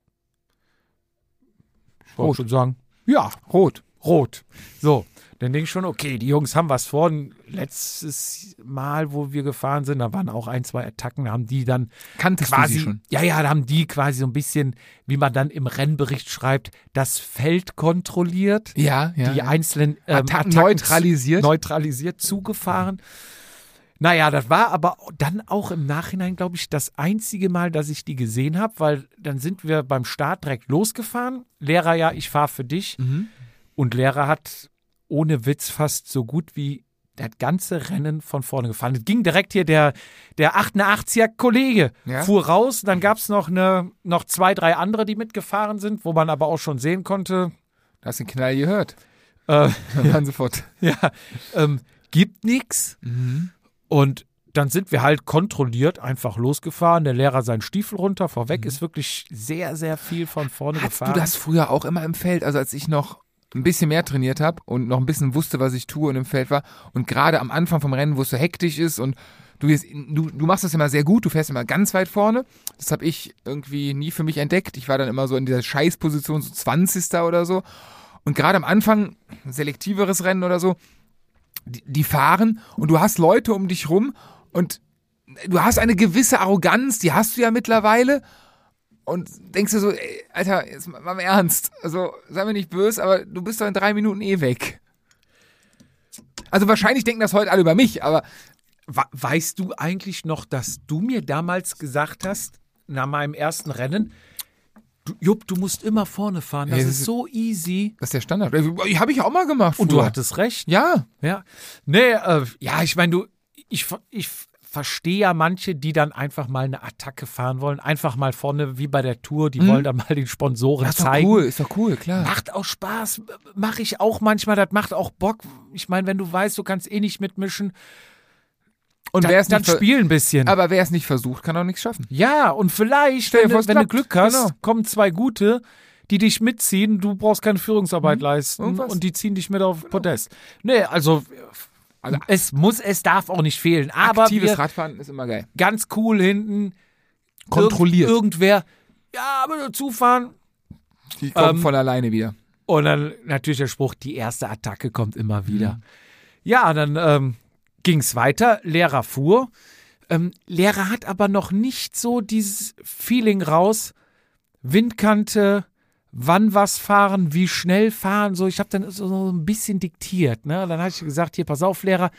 [SPEAKER 2] Ich wollte
[SPEAKER 3] Rot.
[SPEAKER 2] schon sagen, ja,
[SPEAKER 3] Rot.
[SPEAKER 2] rot. So, dann denke ich schon, okay, die Jungs haben was vor. Und Letztes Mal, wo wir gefahren sind, da waren auch ein, zwei Attacken, da haben die dann
[SPEAKER 3] Kanntest du
[SPEAKER 2] quasi,
[SPEAKER 3] sie schon?
[SPEAKER 2] ja, ja, da haben die quasi so ein bisschen, wie man dann im Rennbericht schreibt, das Feld kontrolliert,
[SPEAKER 3] Ja, ja.
[SPEAKER 2] die
[SPEAKER 3] ja.
[SPEAKER 2] einzelnen ähm,
[SPEAKER 3] Attacken neutralisiert.
[SPEAKER 2] neutralisiert zugefahren. Naja, das war aber dann auch im Nachhinein, glaube ich, das einzige Mal, dass ich die gesehen habe, weil dann sind wir beim Start direkt losgefahren. Lehrer, ja, ich fahre für dich.
[SPEAKER 3] Mhm.
[SPEAKER 2] Und Lehrer hat ohne Witz fast so gut wie das ganze Rennen von vorne gefahren. Es ging direkt hier der, der 88er Kollege
[SPEAKER 3] Ja.
[SPEAKER 2] fuhr raus. Dann gab es noch, eine, noch zwei, drei andere, die mitgefahren sind, wo man aber auch schon sehen konnte,
[SPEAKER 3] Du hast den Knall gehört.
[SPEAKER 2] äh,
[SPEAKER 3] Dann waren sofort.
[SPEAKER 2] ja, ähm, gibt nichts. Und dann sind wir halt kontrolliert einfach losgefahren. Der Lehrer seinen Stiefel runter, vorweg ist wirklich sehr, sehr viel von vorne
[SPEAKER 3] Hattest du
[SPEAKER 2] gefahren.
[SPEAKER 3] das früher auch immer im Feld? Also als ich noch ein bisschen mehr trainiert habe und noch ein bisschen wusste, was ich tue und im Feld war und gerade am Anfang vom Rennen, wo es so hektisch ist und du, jetzt, du, du machst das immer sehr gut, du fährst immer ganz weit vorne. Das habe ich irgendwie nie für mich entdeckt. Ich war dann immer so in dieser Scheißposition, so 20. oder so. Und gerade am Anfang, selektiveres Rennen oder so, die, die fahren und du hast Leute um dich rum und du hast eine gewisse Arroganz, die hast du ja mittlerweile und denkst dir so, ey, Alter, jetzt mal mal im Ernst. Also, sei mir nicht böse, aber du bist doch in drei Minuten eh weg. Also wahrscheinlich denken das heute alle über mich, aber
[SPEAKER 2] Wa- Weißt du eigentlich noch, dass du mir damals gesagt hast, nach meinem ersten Rennen, du, Jupp, du musst immer vorne fahren, das
[SPEAKER 3] Ja, das
[SPEAKER 2] ist
[SPEAKER 3] ist-
[SPEAKER 2] so easy.
[SPEAKER 3] das ist der Standard. Habe ich auch mal gemacht.
[SPEAKER 2] Und du
[SPEAKER 3] früher.
[SPEAKER 2] hattest recht.
[SPEAKER 3] Ja.
[SPEAKER 2] Ja. Nee, äh, ja, ich meine, du, ich, ich verstehe ja manche, die dann einfach mal eine Attacke fahren wollen, einfach mal vorne wie bei der Tour, die wollen dann mal den Sponsoren
[SPEAKER 3] Das Mhm. ist doch
[SPEAKER 2] zeigen.
[SPEAKER 3] cool, ist doch cool, klar.
[SPEAKER 2] Macht auch Spaß, mache ich auch manchmal, das macht auch Bock. Ich meine, wenn du weißt, du kannst eh nicht mitmischen,
[SPEAKER 3] Und
[SPEAKER 2] dann,
[SPEAKER 3] wer es
[SPEAKER 2] dann
[SPEAKER 3] nicht ver-
[SPEAKER 2] spiel ein bisschen.
[SPEAKER 3] aber wer es nicht versucht, kann auch nichts schaffen.
[SPEAKER 2] ja, und vielleicht,
[SPEAKER 3] Stell dir
[SPEAKER 2] wenn,
[SPEAKER 3] vor,
[SPEAKER 2] du,
[SPEAKER 3] es
[SPEAKER 2] wenn du
[SPEAKER 3] klappt.
[SPEAKER 2] Glück hast,
[SPEAKER 3] Genau.
[SPEAKER 2] kommen zwei gute, die dich mitziehen, du brauchst keine Führungsarbeit leisten
[SPEAKER 3] Mhm. irgendwas. Genau.
[SPEAKER 2] und die ziehen dich mit auf Podest. Nee, also,
[SPEAKER 3] Also-
[SPEAKER 2] es muss, es darf auch nicht fehlen. Aber
[SPEAKER 3] Aktives
[SPEAKER 2] wir,
[SPEAKER 3] Radfahren ist immer geil.
[SPEAKER 2] ganz cool hinten.
[SPEAKER 3] Kontrolliert.
[SPEAKER 2] Irgend, irgendwer, ja, aber nur zufahren.
[SPEAKER 3] Die kommen
[SPEAKER 2] Ähm,
[SPEAKER 3] von alleine wieder.
[SPEAKER 2] Und dann natürlich der Spruch, die erste Attacke kommt immer wieder. Ja, dann ähm, ging es weiter. Lehrer fuhr. Ähm, Lehrer hat aber noch nicht so dieses Feeling raus. Windkante, wann was fahren, wie schnell fahren. So, ich habe dann so, so ein bisschen diktiert. Ne? Dann habe ich gesagt, hier, pass auf, Lehrer,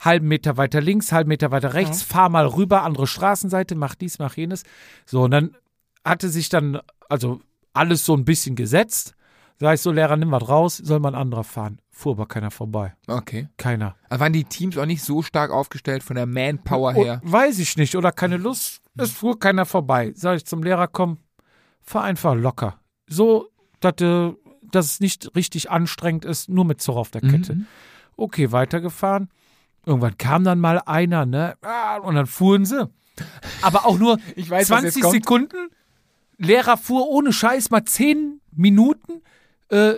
[SPEAKER 2] halben Meter weiter links, halben Meter weiter rechts, fahr mal rüber, andere Straßenseite, mach dies, mach jenes. So, und dann hatte sich dann, also alles so ein bisschen gesetzt. Sag ich so, Lehrer, nimm was raus, soll mal ein anderer fahren. Fuhr aber keiner vorbei.
[SPEAKER 3] Okay.
[SPEAKER 2] Keiner.
[SPEAKER 3] Aber waren die Teams auch nicht so stark aufgestellt von der Manpower her?
[SPEAKER 2] Und, Oh, weiß ich nicht, oder keine Lust. Es fuhr keiner vorbei. Sag ich zum Lehrer, komm, fahr einfach locker. So, dass, äh, dass es nicht richtig anstrengend ist, nur mit Zorro auf der Kette. Okay, weitergefahren. Irgendwann kam dann mal einer, ne? Ah, Und dann fuhren sie. Aber auch nur
[SPEAKER 3] Ich weiß, was jetzt
[SPEAKER 2] 20
[SPEAKER 3] kommt.
[SPEAKER 2] Sekunden. Lehrer fuhr ohne Scheiß mal 10 Minuten, äh,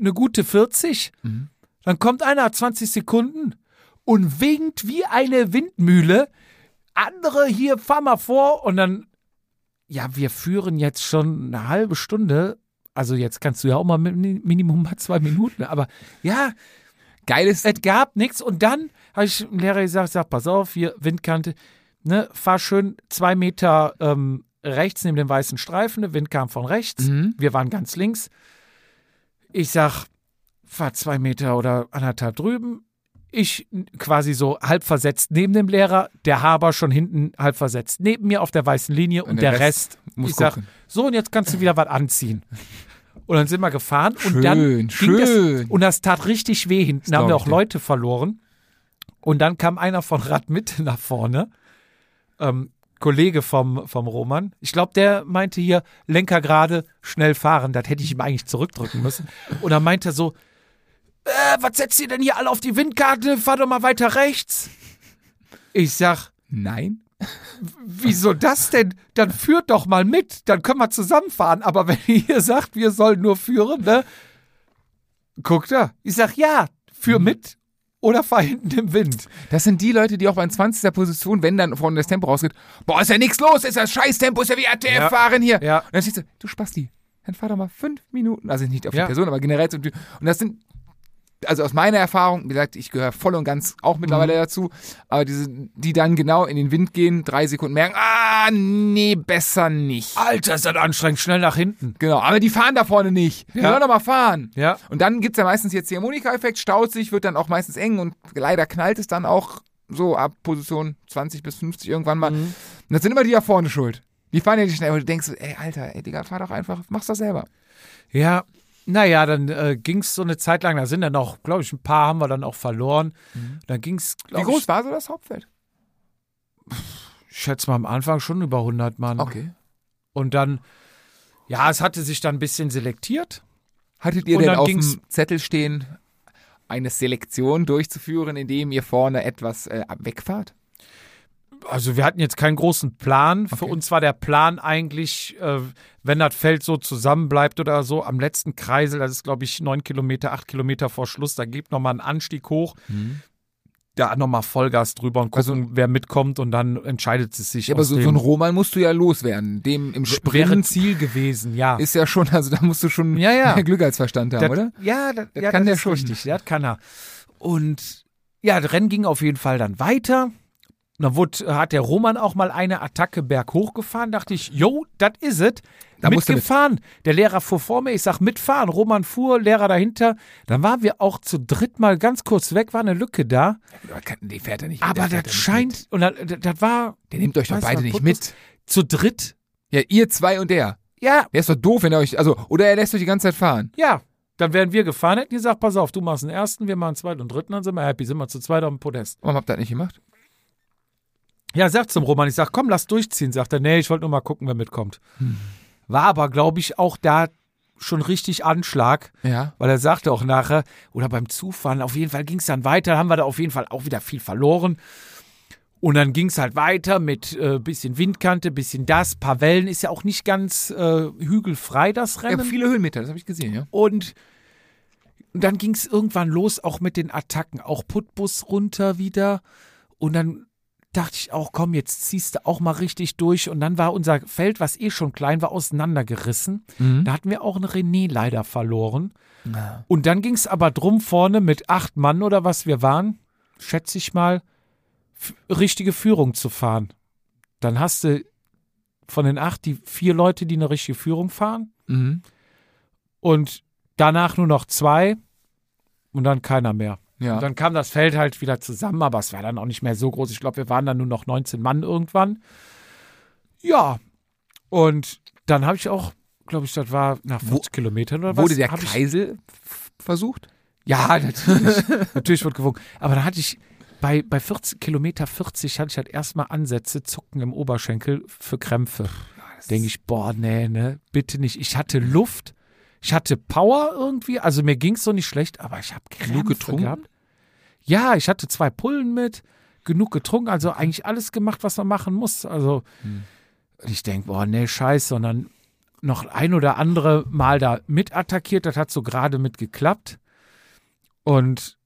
[SPEAKER 2] eine gute 40.
[SPEAKER 3] Mhm.
[SPEAKER 2] Dann kommt einer, hat 20 Sekunden und winkt wie eine Windmühle. Andere hier, fahr mal vor. Und dann, ja, wir führen jetzt schon eine halbe Stunde. Also jetzt kannst du ja auch mal mit, Minimum mal zwei Minuten. Aber ja,
[SPEAKER 3] Geiles.
[SPEAKER 2] es gab nichts. Und dann habe ich dem Lehrer gesagt, sag, pass auf, hier Windkante, ne, fahr schön zwei Meter ähm, rechts neben dem weißen Streifen. Der Wind kam von rechts.
[SPEAKER 3] Mhm.
[SPEAKER 2] Wir waren ganz links. Ich sag, fahr zwei Meter oder anderthalb drüben. Ich n- quasi so halb versetzt neben dem Lehrer, der Haber schon hinten halb versetzt neben mir auf der weißen Linie und, der Rest,
[SPEAKER 3] muss
[SPEAKER 2] ich sag,
[SPEAKER 3] gucken.
[SPEAKER 2] so und jetzt kannst du wieder was anziehen. Und dann sind wir gefahren und dann
[SPEAKER 3] Schön,
[SPEAKER 2] ging das,
[SPEAKER 3] schön.
[SPEAKER 2] und das tat richtig weh hinten. Da haben
[SPEAKER 3] Mhm. glaub
[SPEAKER 2] wir
[SPEAKER 3] ich
[SPEAKER 2] auch
[SPEAKER 3] dir.
[SPEAKER 2] Leute verloren. Und dann kam einer von Rad mit nach vorne. Ähm, Kollege vom, vom Roman. Ich glaube, der meinte hier, Lenker gerade, schnell fahren. Das hätte ich ihm eigentlich zurückdrücken müssen. Und dann meinte er so, äh, was setzt ihr denn hier alle auf die Windkarte? Fahr doch mal weiter rechts. Ich sag,
[SPEAKER 3] Nein.
[SPEAKER 2] wieso das denn? Dann führt doch mal mit, dann können wir zusammenfahren. Aber wenn ihr hier sagt, wir sollen nur führen, ne? Guckt er. Ich sag, ja, führ mit oder fahr hinten im Wind.
[SPEAKER 3] Das sind die Leute, die auch bei 20. Position, wenn dann vorne das Tempo rausgeht, boah, ist ja nichts los, ist das scheiß Tempo, ist ja wie RTF
[SPEAKER 2] Ja.
[SPEAKER 3] fahren hier.
[SPEAKER 2] Ja.
[SPEAKER 3] Und dann siehst du, du Spasti, dann fahr doch mal fünf Minuten, also nicht auf die
[SPEAKER 2] Ja.
[SPEAKER 3] Person, aber generell zum Typ. Und das sind, also aus meiner Erfahrung, wie gesagt, ich gehöre voll und ganz
[SPEAKER 2] Mhm.
[SPEAKER 3] auch mittlerweile dazu, aber diese, die dann genau in den Wind gehen, drei Sekunden merken, ah, nee, besser nicht.
[SPEAKER 2] Alter, ist das anstrengend, schnell nach hinten.
[SPEAKER 3] Genau, aber die fahren da vorne nicht. Die
[SPEAKER 2] Ja.
[SPEAKER 3] sollen doch mal fahren.
[SPEAKER 2] Ja.
[SPEAKER 3] Und dann gibt's ja meistens jetzt den Harmonika-Effekt, staut sich, wird dann auch meistens eng und leider knallt es dann auch so ab Position 20 bis 50 irgendwann mal. Und das sind immer die da vorne schuld. Die fahren ja nicht schnell, aber du denkst, ey, Alter, ey, Digga, fahr doch einfach, mach's doch selber.
[SPEAKER 2] Ja, naja, dann äh, ging es so eine Zeit lang, da sind dann auch, glaube ich, ein paar haben wir dann auch verloren. Dann ging es,
[SPEAKER 3] Wie groß war so das Hauptfeld?
[SPEAKER 2] ich, ich schätze mal am Anfang schon über 100 Mann. Und dann, ja, es hatte sich dann ein bisschen selektiert.
[SPEAKER 3] Hattet ihr
[SPEAKER 2] Und
[SPEAKER 3] denn
[SPEAKER 2] dann
[SPEAKER 3] auf
[SPEAKER 2] ging's-
[SPEAKER 3] dem Zettel stehen, eine Selektion durchzuführen, indem ihr vorne etwas äh, wegfahrt?
[SPEAKER 2] Also wir hatten jetzt keinen großen Plan. Für
[SPEAKER 3] Okay.
[SPEAKER 2] uns war der Plan eigentlich, äh, wenn das Feld so zusammenbleibt oder so, am letzten Kreisel, das ist glaube ich neun Kilometer, acht Kilometer vor Schluss, da gibt nochmal einen Anstieg hoch.
[SPEAKER 3] Mhm.
[SPEAKER 2] Da nochmal Vollgas drüber und gucken, wer mitkommt und dann entscheidet es sich.
[SPEAKER 3] Also Ja, aber
[SPEAKER 2] aus
[SPEAKER 3] also so,
[SPEAKER 2] dem,
[SPEAKER 3] so ein Roman musst du ja loswerden. Dem
[SPEAKER 2] wäre
[SPEAKER 3] im Sprint
[SPEAKER 2] Ziel gewesen, ja.
[SPEAKER 3] ist ja schon, also da musst du schon
[SPEAKER 2] Ja, ja.
[SPEAKER 3] mehr Glück als Verstand haben,
[SPEAKER 2] Das-
[SPEAKER 3] oder?
[SPEAKER 2] Ja, das,
[SPEAKER 3] Das
[SPEAKER 2] ja,
[SPEAKER 3] kann
[SPEAKER 2] das
[SPEAKER 3] der
[SPEAKER 2] ist
[SPEAKER 3] schon.
[SPEAKER 2] Richtig, das kann er. Und ja, das Rennen ging auf jeden Fall dann weiter. Dann wurde, hat der Roman auch mal eine Attacke berghoch gefahren. Dachte ich, jo, das is it.
[SPEAKER 3] Da musst du mit.
[SPEAKER 2] Mitgefahren. Der Lehrer fuhr vor mir. Ich sag, mitfahren. Roman fuhr, Lehrer dahinter. Dann waren wir auch zu dritt mal ganz kurz weg. War eine Lücke da.
[SPEAKER 3] Aber kann- Die fährt er nicht. der
[SPEAKER 2] Aber
[SPEAKER 3] fährt er
[SPEAKER 2] das
[SPEAKER 3] nicht
[SPEAKER 2] scheint,
[SPEAKER 3] mit.
[SPEAKER 2] und das, das- das war.
[SPEAKER 3] Der nimmt euch doch
[SPEAKER 2] weiß
[SPEAKER 3] beide
[SPEAKER 2] man,
[SPEAKER 3] nicht
[SPEAKER 2] Putnus-
[SPEAKER 3] mit.
[SPEAKER 2] Zu dritt.
[SPEAKER 3] Ja, ihr zwei und der.
[SPEAKER 2] Ja,
[SPEAKER 3] Der ist doch doof, wenn er euch. Also, oder er lässt euch die ganze Zeit fahren.
[SPEAKER 2] Ja, dann wären wir gefahren, hätten gesagt, pass auf, du machst den ersten, wir machen den zweiten und dritten, dann sind wir happy, sind wir zu zweit auf dem Podest.
[SPEAKER 3] Warum habt ihr das nicht gemacht?
[SPEAKER 2] Ja, sagt zum Roman, ich sag, komm, lass durchziehen. Sagt er, nee, ich wollte nur mal gucken, wer mitkommt. War aber, glaube ich, auch da schon richtig Anschlag,
[SPEAKER 3] Ja.
[SPEAKER 2] weil er sagte auch nachher, oder beim Zufahren, auf jeden Fall ging es dann weiter, haben wir da auf jeden Fall auch wieder viel verloren. Und dann ging es halt weiter mit äh, bisschen Windkante, bisschen das, paar Wellen, ist ja auch nicht ganz äh, hügelfrei, das
[SPEAKER 3] ja
[SPEAKER 2] Rennen.
[SPEAKER 3] viele Höhenmeter, das habe ich gesehen, ja.
[SPEAKER 2] Und dann ging es irgendwann los, auch mit den Attacken. Auch Putbus runter wieder. Und dann dachte ich auch, komm, jetzt ziehst du auch mal richtig durch. Und dann war unser Feld, was eh schon klein war, auseinandergerissen. Da hatten wir auch einen René leider verloren. Und dann ging es aber drum vorne mit acht Mann oder was wir waren, schätze ich mal, f- richtige Führung zu fahren. Dann hast du von den acht die vier Leute, die eine richtige Führung fahren
[SPEAKER 3] Mhm.
[SPEAKER 2] und danach nur noch zwei und dann keiner mehr.
[SPEAKER 3] Ja.
[SPEAKER 2] Und dann kam das Feld halt wieder zusammen, aber es war dann auch nicht mehr so groß. Ich glaube, wir waren dann nur noch 19 Mann irgendwann. Ja, und dann habe ich auch, glaube ich, das war nach 50 Kilometern oder was.
[SPEAKER 3] Wurde der
[SPEAKER 2] hab ich- Ah,
[SPEAKER 3] Kreisel f- versucht?
[SPEAKER 2] ja, natürlich. natürlich wird gewogen. Aber dann hatte ich bei, bei 40, Kilometer 40 hatte ich halt erstmal Ansätze, Zucken im Oberschenkel für Krämpfe. Denke ich, boah, nee, ne, bitte nicht. Ich hatte Luft, ich hatte Power irgendwie, also mir ging es so nicht schlecht, aber ich habe Krämpfe
[SPEAKER 3] getrunken?
[SPEAKER 2] gehabt. Ja, ich hatte zwei Pullen mit, genug getrunken, also eigentlich alles gemacht, was man machen muss. Also und ich denke, boah, nee, scheiße, sondern noch ein oder andere Mal da mit attackiert, das hat so gerade mit geklappt. Und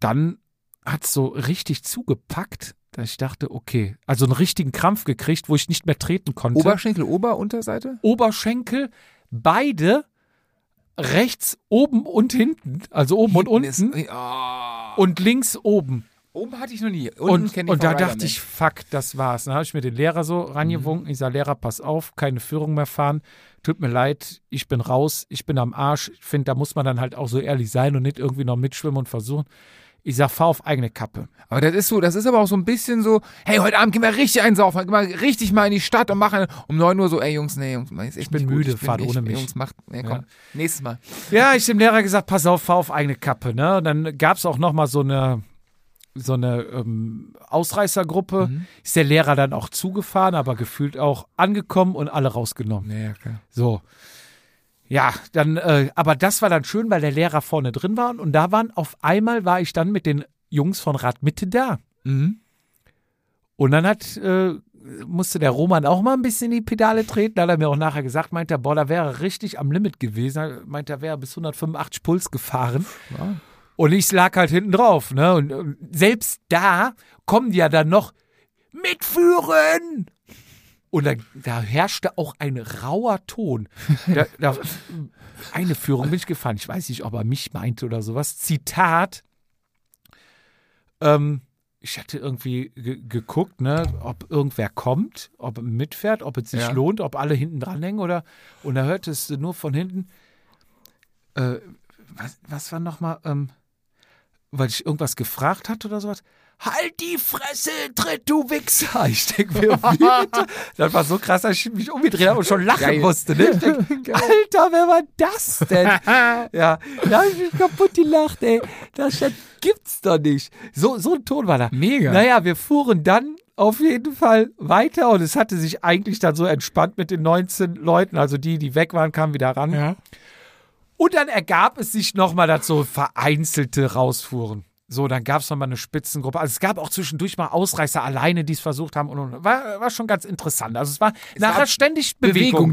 [SPEAKER 2] dann hat es so richtig zugepackt, dass ich dachte, okay, also einen richtigen Krampf gekriegt, wo ich nicht mehr treten konnte.
[SPEAKER 3] Oberschenkel, Ober, Unterseite?
[SPEAKER 2] Oberschenkel, beide rechts oben und hinten, also oben und unten
[SPEAKER 3] Ist, Ah.
[SPEAKER 2] und links oben.
[SPEAKER 3] Oben hatte ich noch nie. Unten
[SPEAKER 2] Und,
[SPEAKER 3] kenn ich
[SPEAKER 2] und da
[SPEAKER 3] von
[SPEAKER 2] dachte ich, fuck, das war's. Dann habe ich mir den Lehrer so rangewunken.
[SPEAKER 3] Mhm.
[SPEAKER 2] Ich sage, Lehrer, pass auf, keine Führung mehr fahren. Tut mir leid, ich bin raus, ich bin am Arsch. Ich finde, da muss man dann halt auch so ehrlich sein und nicht irgendwie noch mitschwimmen und versuchen. Ich sage, fahr auf eigene Kappe.
[SPEAKER 3] Radarman. Aber das ist so, das ist aber auch so ein bisschen so, hey, heute Abend gehen wir richtig einsaufen, gehen wir richtig mal in die Stadt und machen um 9 Uhr so, ey Jungs, nee, Jungs, ist echt
[SPEAKER 2] bin
[SPEAKER 3] nicht gut.
[SPEAKER 2] müde,
[SPEAKER 3] ich
[SPEAKER 2] fahrt
[SPEAKER 3] ich,
[SPEAKER 2] ohne mich.
[SPEAKER 3] Jungs, macht, nee, komm,
[SPEAKER 2] Ja.
[SPEAKER 3] nächstes Mal.
[SPEAKER 2] Ja, ich dem Lehrer gesagt, pass auf, fahr auf eigene Kappe. Ne? Und dann gab es auch noch mal so eine, so eine ähm, Ausreißergruppe.
[SPEAKER 3] Mhm.
[SPEAKER 2] Ist der Lehrer dann auch zugefahren, aber gefühlt auch angekommen und alle rausgenommen.
[SPEAKER 3] Nee, ja, klar.
[SPEAKER 2] So. Ja, dann, äh, aber das war dann schön, weil der Lehrer vorne drin war und da waren, auf einmal war ich dann mit den Jungs von Radmitte da.
[SPEAKER 3] Mhm.
[SPEAKER 2] Und dann hat, äh, musste der Roman auch mal ein bisschen in die Pedale treten, da hat er mir auch nachher gesagt, meint er, boah, da wäre richtig am Limit gewesen, meint er, wäre bis 185 Puls gefahren.
[SPEAKER 3] Ja.
[SPEAKER 2] Und ich lag halt hinten drauf, ne? Und, und selbst da kommen die ja dann noch mitführen. Und da, da herrschte auch ein rauer Ton. Da, da, eine Führung bin ich gefahren. Ich weiß nicht, ob er mich meinte oder sowas. Zitat. Ähm, ich hatte irgendwie ge geguckt, ne, ob irgendwer kommt, ob mitfährt, ob es sich
[SPEAKER 3] Ja.
[SPEAKER 2] lohnt, ob alle hinten dranhängen oder. Und da hörtest du nur von hinten, äh, was, was war nochmal, ähm, weil ich irgendwas gefragt hatte oder sowas. Halt die Fresse, tritt du Wichser! Ich denke mir, wie bitte? Das war so krass, dass ich mich umgedreht habe und schon lachen
[SPEAKER 3] Geil.
[SPEAKER 2] musste. Ne? Ich denk, Alter, wer war das denn? ja, da habe ich mich kaputt gelacht, ey. Das gibt's doch nicht. So, so ein Ton war da.
[SPEAKER 3] Mega.
[SPEAKER 2] Naja, wir fuhren dann auf jeden Fall weiter und es hatte sich eigentlich dann so entspannt mit den 19 Leuten. Also die, die weg waren, kamen wieder ran.
[SPEAKER 3] Ja.
[SPEAKER 2] Und dann ergab es sich nochmal, dass so vereinzelte rausfuhren. So, dann gab es nochmal eine Spitzengruppe. Also es gab auch zwischendurch mal Ausreißer alleine, die es versucht haben. Und, und, und. War, war schon ganz interessant. Also es war nachher
[SPEAKER 3] war
[SPEAKER 2] ständig
[SPEAKER 3] Bewegung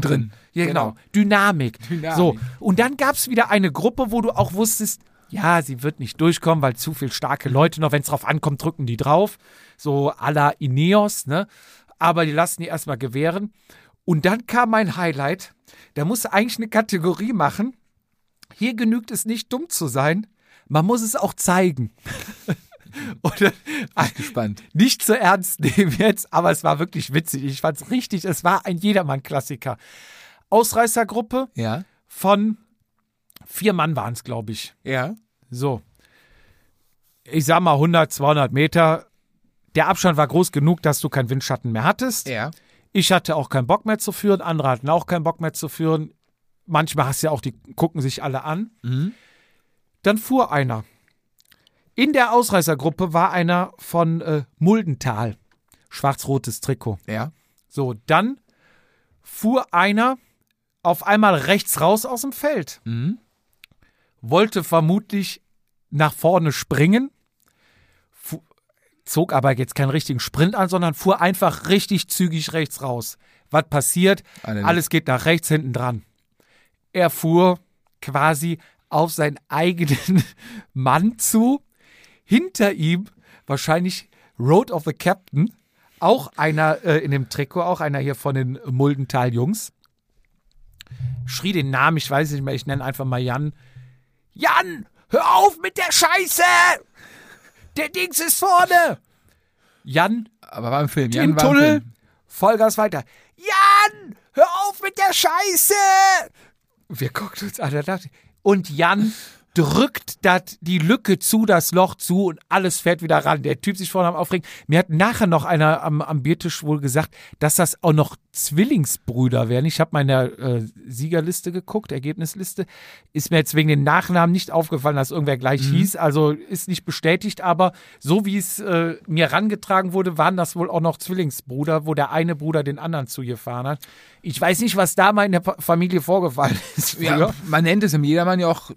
[SPEAKER 2] Bewegung,
[SPEAKER 3] drin.
[SPEAKER 2] Ja, genau.
[SPEAKER 3] Genau.
[SPEAKER 2] Dynamik.
[SPEAKER 3] Dynamik.
[SPEAKER 2] So, und dann gab es wieder eine Gruppe, wo du auch wusstest, ja, sie wird nicht durchkommen, weil zu viel starke Leute noch, wenn es drauf ankommt, drücken die drauf. So à la Ineos, ne? Aber die lassen die erstmal gewähren. Und dann kam mein Highlight. Da musst du eigentlich eine Kategorie machen. Hier genügt es nicht, dumm zu sein. Man muss es auch zeigen. Oder
[SPEAKER 3] Gespannt.
[SPEAKER 2] nicht zu ernst nehmen jetzt, aber es war wirklich witzig. Ich fand's richtig. Es war ein Jedermann-Klassiker. Ausreißergruppe
[SPEAKER 3] Ja.
[SPEAKER 2] von vier Mann waren's, glaube ich.
[SPEAKER 3] Ja.
[SPEAKER 2] So. Ich sag mal 100, 200 Meter. Der Abstand war groß genug, dass du keinen Windschatten mehr hattest.
[SPEAKER 3] Ja.
[SPEAKER 2] Ich hatte auch keinen Bock mehr zu führen, andere hatten auch keinen Bock mehr zu führen. Manchmal hast du ja auch, die gucken sich alle an. Dann fuhr einer. In der Ausreißergruppe war einer von äh, Muldental. schwarz-rotes Trikot.
[SPEAKER 3] Ja.
[SPEAKER 2] So, dann fuhr einer auf einmal rechts raus aus dem Feld. Mhm. Wollte vermutlich nach vorne springen, fu- zog aber jetzt keinen richtigen Sprint an, sondern fuhr einfach richtig zügig rechts raus. Was passiert?
[SPEAKER 3] Alle nicht.
[SPEAKER 2] Alles geht nach rechts hinten dran. Er fuhr quasi auf seinen eigenen Mann zu. Hinter ihm wahrscheinlich Road of the Captain, auch einer äh, in dem Trikot, auch einer hier von den Muldental-Jungs. Schrie den Namen, ich weiß nicht mehr, ich nenne einfach mal Jan. Jan, hör auf mit der Scheiße! Der Dings ist vorne! Jan
[SPEAKER 3] Aber war im Film. Jan
[SPEAKER 2] im
[SPEAKER 3] war im
[SPEAKER 2] Tunnel,
[SPEAKER 3] Film.
[SPEAKER 2] Vollgas weiter. Jan, hör auf mit der Scheiße! Wir guckten uns an und dachten, und Jan drückt dat, die Lücke zu, das Loch zu und alles fährt wieder ran. Der Typ sich vorne am Aufregen. Mir hat nachher noch einer am, am Biertisch wohl gesagt, dass das auch noch Zwillingsbrüder wären. Ich habe meine äh, Siegerliste geguckt, Ergebnisliste. Ist mir jetzt wegen den Nachnamen nicht aufgefallen, dass irgendwer gleich hieß. Also ist nicht bestätigt, aber so wie es äh, mir rangetragen wurde, waren das wohl auch noch Zwillingsbrüder, wo der eine Bruder den anderen zugefahren hat. Ich weiß nicht, was da mal in der Pa- Familie vorgefallen ist.
[SPEAKER 3] Ja,
[SPEAKER 2] früher.
[SPEAKER 3] Man nennt es im Jedermann ja auch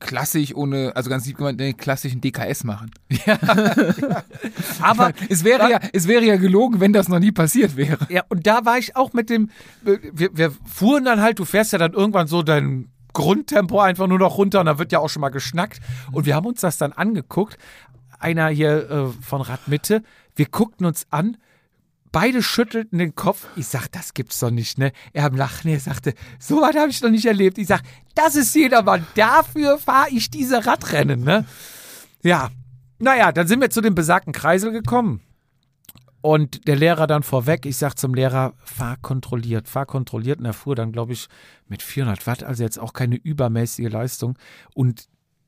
[SPEAKER 3] klassisch ohne, also ganz lieb gemeint, den klassischen DKS machen.
[SPEAKER 2] Aber
[SPEAKER 3] Es wäre ja, es wäre ja gelogen, wenn das noch nie passiert wäre.
[SPEAKER 2] Ja, und da war ich auch mit dem, äh, wir, wir fuhren dann halt, du fährst ja dann irgendwann so dein Grundtempo einfach nur noch runter und da wird ja auch schon mal geschnackt. Und wir haben uns das dann angeguckt. Einer hier äh, von Radmitte, wir guckten uns an, beide schüttelten den Kopf. Ich sag, das gibt's doch nicht, ne? Er am Lachen, er sagte, so was habe ich noch nicht erlebt. Ich sag, das ist jedermann, dafür fahre ich diese Radrennen, ne? Ja, naja, dann sind wir zu dem besagten Kreisel gekommen. Und der Lehrer dann vorweg, ich sag zum Lehrer, fahr kontrolliert, fahr kontrolliert. Und er fuhr dann, glaube ich, mit 400 Watt, also jetzt auch keine übermäßige Leistung. Und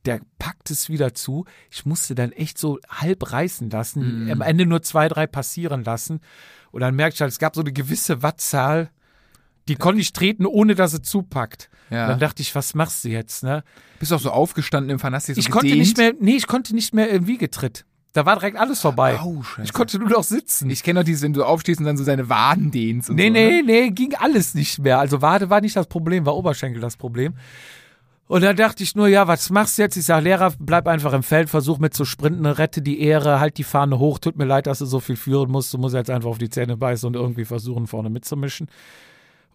[SPEAKER 2] der packt es wieder zu. Ich musste dann echt so halb reißen lassen, am Ende nur zwei, drei passieren lassen. Und dann merkte ich halt, es gab so eine gewisse Wattzahl, die konnte ich treten, ohne dass sie zupackt.
[SPEAKER 3] Ja.
[SPEAKER 2] Und dann dachte ich, was machst du jetzt, ne?
[SPEAKER 3] Bist auch so aufgestanden im Fanastik. So
[SPEAKER 2] ich konnte
[SPEAKER 3] gedehnt.
[SPEAKER 2] nicht mehr, nee, ich konnte nicht mehr im Wiegetritt. Da war direkt alles vorbei.
[SPEAKER 3] Au, Scheiße.
[SPEAKER 2] ich konnte nur noch sitzen.
[SPEAKER 3] Ich kenne doch dieses, wenn du aufstehst und dann so deine Waden dehnst. Und
[SPEAKER 2] nee,
[SPEAKER 3] so, ne?
[SPEAKER 2] nee, nee, ging alles nicht mehr. Also Wade war nicht das Problem, war Oberschenkel das Problem. Und dann dachte ich nur, ja, was machst du jetzt? Ich sag, Lehrer, bleib einfach im Feld, versuch mit zu sprinten, rette die Ehre, halt die Fahne hoch, tut mir leid, dass du so viel führen musst, du musst jetzt einfach auf die Zähne beißen und irgendwie versuchen, vorne mitzumischen.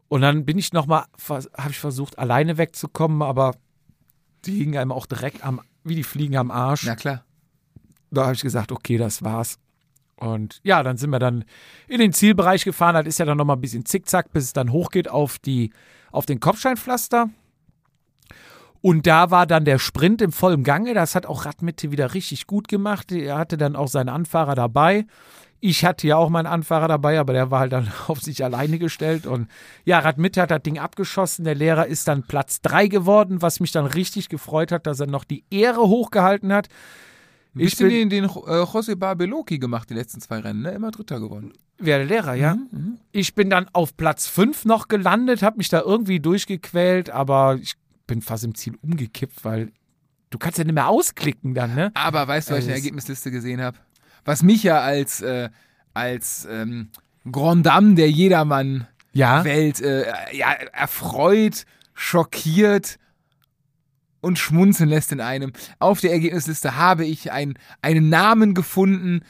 [SPEAKER 2] Und dann bin ich nochmal, habe ich versucht, alleine wegzukommen, aber die hingen einem auch direkt am, wie die Fliegen am Arsch
[SPEAKER 3] Na klar.
[SPEAKER 2] da habe ich gesagt, okay, das war's. Und ja, dann sind wir dann in den Zielbereich gefahren. Das ist ja dann nochmal ein bisschen zickzack, bis es dann hochgeht auf, die, auf den Kopfsteinpflaster. Und da war dann der Sprint im vollen Gange. Das hat auch Radmitte wieder richtig gut gemacht. Er hatte dann auch seinen Anfahrer dabei. Ich hatte ja auch meinen Anfahrer dabei, aber der war halt dann auf sich alleine gestellt. Und ja, Radmitte hat das Ding abgeschossen. Der Lehrer ist dann Platz drei geworden, was mich dann richtig gefreut hat, dass er noch die Ehre hochgehalten hat.
[SPEAKER 3] Ein
[SPEAKER 2] Ich
[SPEAKER 3] bisschen
[SPEAKER 2] bin-
[SPEAKER 3] den, den äh, José Barbeloki gemacht, die letzten zwei Rennen, ne? Immer Dritter geworden.
[SPEAKER 2] wäre Lehrer, ja.
[SPEAKER 3] Mhm,
[SPEAKER 2] Ich bin dann auf Platz 5 noch gelandet, habe mich da irgendwie durchgequält, aber ich bin fast im Ziel umgekippt, weil du kannst ja nicht mehr ausklicken dann, ne?
[SPEAKER 3] Aber weißt du, was ich in der
[SPEAKER 2] Alles.
[SPEAKER 3] Ergebnisliste gesehen habe? Was mich ja als, äh, als ähm, Grand Dame der Jedermann-Welt
[SPEAKER 2] Ja.
[SPEAKER 3] äh, ja, erfreut, schockiert und schmunzeln lässt in einem. Auf der Ergebnisliste habe ich ein, einen Namen gefunden,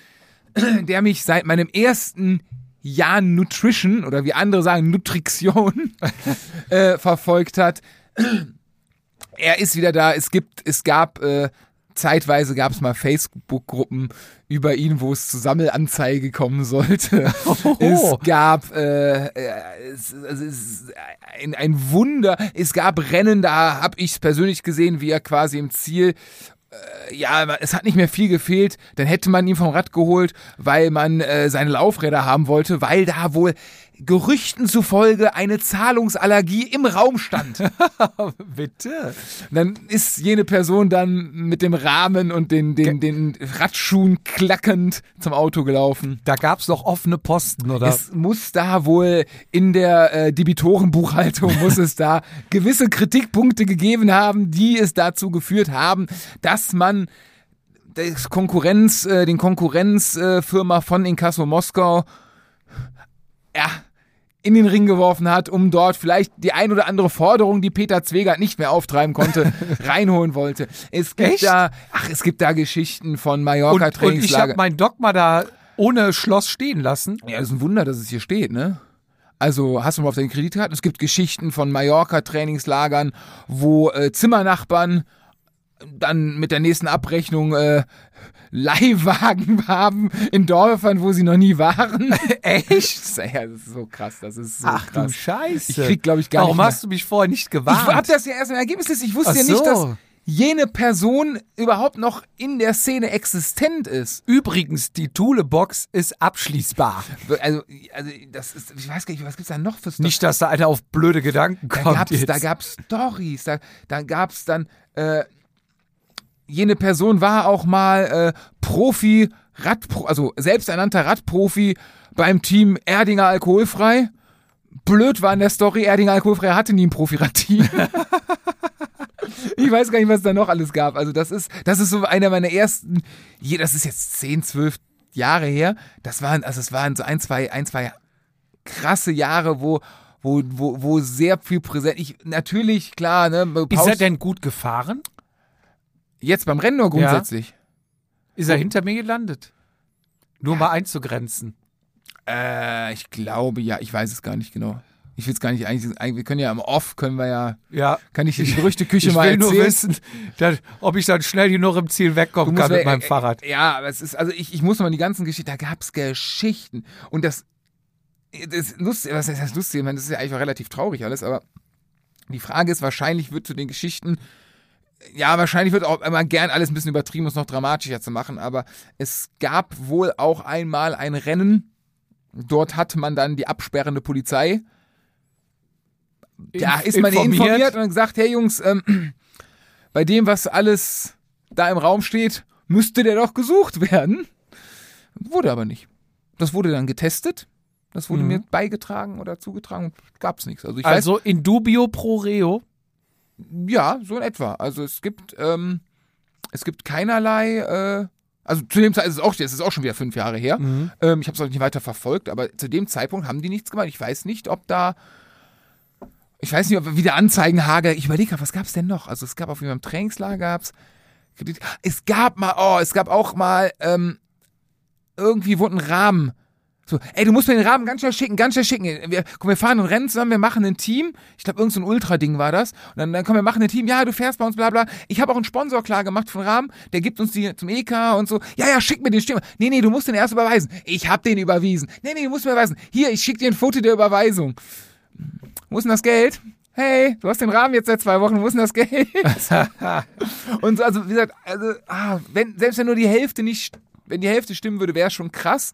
[SPEAKER 3] der mich seit meinem ersten Jahr Nutrition oder wie andere sagen Nutrition äh, verfolgt hat. Er ist wieder da. Es gibt, es gab äh, zeitweise gab es mal Facebook-Gruppen über ihn, wo es zu Sammelanzeige kommen sollte.
[SPEAKER 2] Oh.
[SPEAKER 3] Es gab äh, äh, es, es ist ein, ein Wunder. Es gab Rennen, da habe ich persönlich gesehen, wie er quasi im Ziel äh, ja, es hat nicht mehr viel gefehlt. Dann hätte man ihn vom Rad geholt, weil man äh, seine Laufräder haben wollte, weil da wohl Gerüchten zufolge eine Zahlungsallergie im Raum stand.
[SPEAKER 2] Bitte.
[SPEAKER 3] Und dann ist jene Person dann mit dem Rahmen und den, den, den Radschuhen klackend zum Auto gelaufen.
[SPEAKER 2] Da gab es noch offene Posten, oder?
[SPEAKER 3] Es muss da wohl in der äh, Debitorenbuchhaltung muss es da gewisse Kritikpunkte gegeben haben, die es dazu geführt haben, dass man das Konkurrenz, äh, den Konkurrenzfirma von Inkasso Moskau ja, in den Ring geworfen hat, um dort vielleicht die ein oder andere Forderung, die Peter Zwegert nicht mehr auftreiben konnte, reinholen wollte. Es gibt
[SPEAKER 2] Echt?
[SPEAKER 3] da, ach, es gibt da Geschichten von
[SPEAKER 2] Und,
[SPEAKER 3] Mallorca
[SPEAKER 2] und ich habe
[SPEAKER 3] Trainingslager.
[SPEAKER 2] mein Dogma da ohne Schloss stehen lassen.
[SPEAKER 3] ja, ist ein Wunder, dass es hier steht, ne? Also hast du mal auf deine Kreditkarte. Es gibt Geschichten von Mallorca Trainingslagern, wo äh, Zimmernachbarn dann mit der nächsten Abrechnung äh, Leihwagen haben in Dörfern, wo sie noch nie waren. Echt? Ja, das ist so krass. Das ist so
[SPEAKER 2] Ach
[SPEAKER 3] krass.
[SPEAKER 2] du Scheiße.
[SPEAKER 3] Ich krieg, glaub ich, gar
[SPEAKER 2] Warum
[SPEAKER 3] nicht mehr-
[SPEAKER 2] hast du mich vorher nicht gewarnt?
[SPEAKER 3] Ich hab das ja erst im Ergebnis. Ich wusste
[SPEAKER 2] Ach
[SPEAKER 3] ja nicht,
[SPEAKER 2] so.
[SPEAKER 3] dass jene Person überhaupt noch in der Szene existent ist.
[SPEAKER 2] Übrigens, die Thule-Box ist abschließbar.
[SPEAKER 3] Also, also das ist, ich weiß gar nicht, was gibt's da noch für Stories?
[SPEAKER 2] Nicht, dass da einer auf blöde Gedanken
[SPEAKER 3] da
[SPEAKER 2] kommt.
[SPEAKER 3] gab's,
[SPEAKER 2] jetzt.
[SPEAKER 3] da gab's Stories, da, da gab's dann äh, jene Person war auch mal äh, Profi, Radpro also selbsternannter Radprofi beim Team Erdinger Alkoholfrei. Blöd war in der Story, Erdinger Alkoholfrei hatte nie ein Profi-Radteam. ich weiß gar nicht, was da noch alles gab. Also das ist, das ist so einer meiner ersten, je, das ist jetzt 10, 12 Jahre her. Das waren, also es waren so ein, zwei, ein, zwei krasse Jahre, wo, wo, wo, wo sehr viel präsent. Ich, natürlich, klar, ne,
[SPEAKER 2] ist
[SPEAKER 3] Paus-
[SPEAKER 2] er denn gut gefahren?
[SPEAKER 3] jetzt beim Rennen nur grundsätzlich.
[SPEAKER 2] Ist er hinter mir gelandet? Nur mal einzugrenzen.
[SPEAKER 3] Äh, ich glaube ja, ich weiß es gar nicht genau. Ich will es gar nicht eigentlich, eigentlich- wir können ja im Off, können wir ja,
[SPEAKER 2] Ja.
[SPEAKER 3] kann ich dir die Gerüchteküche
[SPEAKER 2] Ich
[SPEAKER 3] mal
[SPEAKER 2] will
[SPEAKER 3] erzählen.
[SPEAKER 2] nur wissen, dass, ob ich dann schnell genug im Ziel
[SPEAKER 3] Du
[SPEAKER 2] wegkommen
[SPEAKER 3] musst
[SPEAKER 2] kann
[SPEAKER 3] mir-
[SPEAKER 2] mit meinem
[SPEAKER 3] äh,
[SPEAKER 2] Fahrrad.
[SPEAKER 3] Ja, aber es ist, also ich, ich muss mal die ganzen Geschichten, da gab's Geschichten und das, das ist lustig, was heißt das lustig? Ich meine, das ist ja eigentlich auch relativ traurig alles, aber die Frage ist, wahrscheinlich wird zu den Geschichten, ja, wahrscheinlich wird auch immer gern alles ein bisschen übertrieben, um es noch dramatischer zu machen, aber es gab wohl auch einmal ein Rennen, dort hat man dann die absperrende Polizei, äh, da ist man informiert, informiert und gesagt, hey Jungs, ähm, bei dem, was alles da im Raum steht, müsste der doch gesucht werden. Wurde aber nicht. Das wurde dann getestet. Das wurde
[SPEAKER 2] Mhm.
[SPEAKER 3] mir beigetragen oder zugetragen und gab es nichts. Also ich
[SPEAKER 2] Also in dubio pro reo.
[SPEAKER 3] weiß, ja, so in etwa. Also es gibt, ähm, es gibt keinerlei, äh, also zu dem Zeitpunkt, es ist auch, es ist auch schon wieder fünf Jahre her. Ähm, ich habe es auch nicht weiter verfolgt, aber zu dem Zeitpunkt haben die nichts gemacht. Ich weiß nicht, ob da. Ich weiß nicht, ob wieder Anzeigen hagel. Ich überlege gerade, was gab es denn noch? Also es gab auf jeden Fall im Trainingslager gab's. Kredit. Es gab mal, oh, es gab auch mal, ähm, irgendwie wurde ein Rahmen. So, ey, du musst mir den Rahmen ganz schnell schicken, ganz schnell schicken. Wir, komm, wir fahren und rennen zusammen, wir machen ein Team. Ich glaube, irgendein so ein Ultra-Ding war das. Und dann, dann komm, wir machen ein Team. Ja, du fährst bei uns, bla, bla. Ich habe auch einen Sponsor klar gemacht von Rahmen. Der gibt uns die zum EK und so. Ja, ja, schick mir den Stimme. Nee, nee, du musst den erst überweisen. Ich hab den überwiesen. Nee, nee, du musst mir überweisen. Hier, ich schick dir ein Foto der Überweisung. Wo ist denn das Geld? Hey, du hast den Rahmen jetzt seit zwei Wochen. Wo ist denn das Geld? Und so, also wie gesagt, also, ah, wenn, selbst wenn nur die Hälfte nicht, wenn die Hälfte stimmen würde, wäre es schon krass.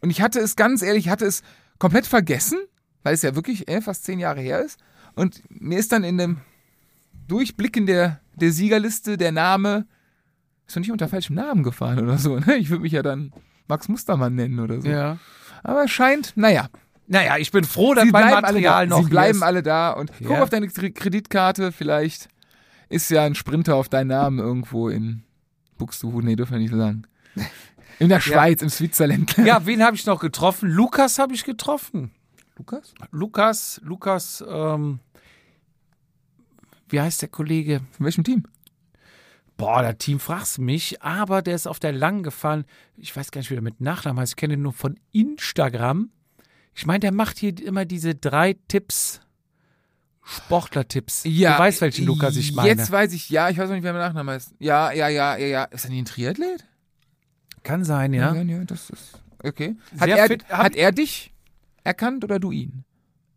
[SPEAKER 3] Und ich hatte es ganz ehrlich, ich hatte es komplett vergessen, weil es ja wirklich äh, fast zehn Jahre her ist. Und mir ist dann in dem Durchblicken der, der Siegerliste der Name, ist doch nicht unter falschem Namen gefahren oder so. Ne? Ich würde mich ja dann Max Mustermann nennen oder so.
[SPEAKER 2] Ja.
[SPEAKER 3] Aber scheint, naja,
[SPEAKER 2] Naja, ich bin froh, dass
[SPEAKER 3] sie
[SPEAKER 2] mein
[SPEAKER 3] bleiben
[SPEAKER 2] Material
[SPEAKER 3] alle da.
[SPEAKER 2] noch
[SPEAKER 3] Sie bleiben
[SPEAKER 2] hier ist.
[SPEAKER 3] alle da und guck
[SPEAKER 2] Ja.
[SPEAKER 3] auf deine Kre- Kreditkarte, vielleicht ist ja ein Sprinter auf deinen Namen irgendwo in Buxtehude, nee, dürfen wir nicht sagen. In der Schweiz, im Switzerland.
[SPEAKER 2] Ja, wen habe ich noch getroffen? Lukas habe ich getroffen.
[SPEAKER 3] Lukas?
[SPEAKER 2] Lukas, Lukas, ähm, wie heißt der Kollege?
[SPEAKER 3] Von welchem Team?
[SPEAKER 2] Boah, der Team fragst du mich, aber der ist auf der Lang gefahren. Ich weiß gar nicht, wie der mit Nachnamen heißt. Ich kenne den nur von Instagram. Ich meine, der macht hier immer diese drei Tipps. Sportler-Tipps. Du weißt, welchen Lukas ich meine.
[SPEAKER 3] Jetzt weiß ich, ja, ich weiß auch nicht, wer mein Nachname ist. Ja, ja, ja, ja, ja. Ist er nicht ein Triathlet?
[SPEAKER 2] Kann sein, ja.
[SPEAKER 3] ja, ja das ist, okay. Hat,
[SPEAKER 2] Sehr
[SPEAKER 3] er,
[SPEAKER 2] fit. Hab-
[SPEAKER 3] hat er dich erkannt oder du ihn?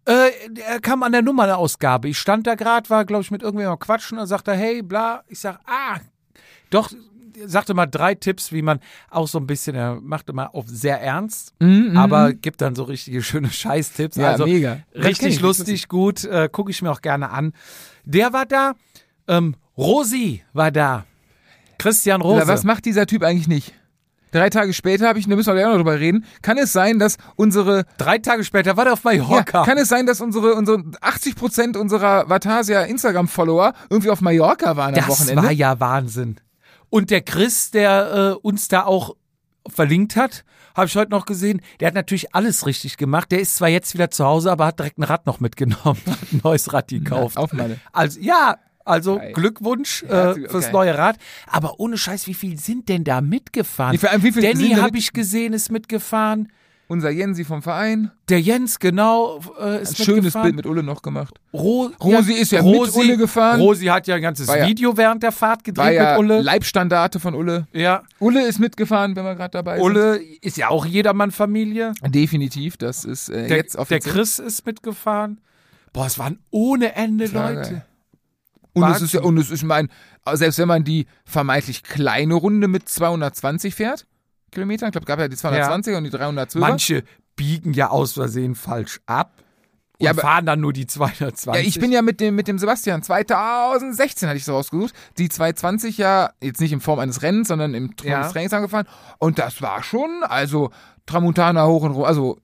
[SPEAKER 2] Äh, er kam an der Nummernausgabe. Ich stand da gerade, war, glaube ich, mit irgendwem am Quatschen und sagte, hey, bla. Ich sag, ah, doch, sagte mal drei Tipps, wie man auch so ein bisschen, er macht immer auf sehr ernst, aber gibt dann so richtige schöne Scheißtipps.
[SPEAKER 3] Mhm, Ja,
[SPEAKER 2] also
[SPEAKER 3] mega. Das kenn
[SPEAKER 2] richtig
[SPEAKER 3] ich, das
[SPEAKER 2] lustig, gut, äh, gucke ich mir auch gerne an. Der war da, ähm, Rosi war da. Christian Rose.
[SPEAKER 3] Na, was macht dieser Typ eigentlich nicht? Drei Tage später habe ich, da müssen wir gleich auch noch drüber reden, kann es sein, dass unsere
[SPEAKER 2] Drei Tage später war der auf
[SPEAKER 3] Ja,
[SPEAKER 2] Mallorca.
[SPEAKER 3] kann es sein, dass unsere, unsere 80% unserer Vatasia Instagram-Follower irgendwie auf Mallorca waren am
[SPEAKER 2] das
[SPEAKER 3] Wochenende?
[SPEAKER 2] war ja Wahnsinn. Und der Chris, der äh, uns da auch verlinkt hat, habe ich heute noch gesehen, der hat natürlich alles richtig gemacht. Der ist zwar jetzt wieder zu Hause, aber hat direkt ein Rad noch mitgenommen, hat ein neues Rad gekauft.
[SPEAKER 3] Auf meine.
[SPEAKER 2] Also ja, also
[SPEAKER 3] Geil.
[SPEAKER 2] Glückwunsch
[SPEAKER 3] Ja,
[SPEAKER 2] äh,
[SPEAKER 3] okay.
[SPEAKER 2] fürs neue Rad. Aber ohne Scheiß, wie viel sind denn da mitgefahren?
[SPEAKER 3] Wie viel- wie viel
[SPEAKER 2] Danny
[SPEAKER 3] sind da
[SPEAKER 2] habe
[SPEAKER 3] mit-
[SPEAKER 2] ich gesehen, ist mitgefahren.
[SPEAKER 3] Unser Jensi vom Verein.
[SPEAKER 2] Der Jens, genau, äh,
[SPEAKER 3] Ein
[SPEAKER 2] ist
[SPEAKER 3] schönes
[SPEAKER 2] mitgefahren.
[SPEAKER 3] Bild mit Ulle noch gemacht.
[SPEAKER 2] Ro
[SPEAKER 3] Rosi ist ja mit Ulle gefahren.
[SPEAKER 2] Rosi hat ja ein ganzes
[SPEAKER 3] War ja-
[SPEAKER 2] Video während der Fahrt
[SPEAKER 3] War
[SPEAKER 2] gedreht
[SPEAKER 3] ja
[SPEAKER 2] mit Ulle.
[SPEAKER 3] Leibstandarte von Ulle.
[SPEAKER 2] Ja,
[SPEAKER 3] Ulle ist mitgefahren, wenn wir gerade dabei
[SPEAKER 2] Ulle ist ja auch Jedermann-Familie.
[SPEAKER 3] sind. Definitiv, das ist äh,
[SPEAKER 2] Der,
[SPEAKER 3] jetzt
[SPEAKER 2] der
[SPEAKER 3] offiziell.
[SPEAKER 2] Chris ist mitgefahren. Boah, es waren ohne Ende
[SPEAKER 3] war
[SPEAKER 2] Leute.
[SPEAKER 3] geil. Und es
[SPEAKER 2] Wahnsinn.
[SPEAKER 3] ist ja, und es ist mein, selbst wenn man die vermeintlich kleine Runde mit 220 fährt, Kilometern, ich glaube, gab ja die 220er und die 312er.
[SPEAKER 2] Manche biegen ja aus Versehen falsch ab und
[SPEAKER 3] Ja, aber-
[SPEAKER 2] fahren dann nur die 220.
[SPEAKER 3] ja, ich bin ja mit dem, mit dem Sebastian, 2016 hatte ich so rausgesucht, die 220 ja, jetzt nicht in Form eines Rennens, sondern im Form
[SPEAKER 2] Ja.
[SPEAKER 3] des Trainings angefahren. Und das war schon, also Tramontana hoch und rum, also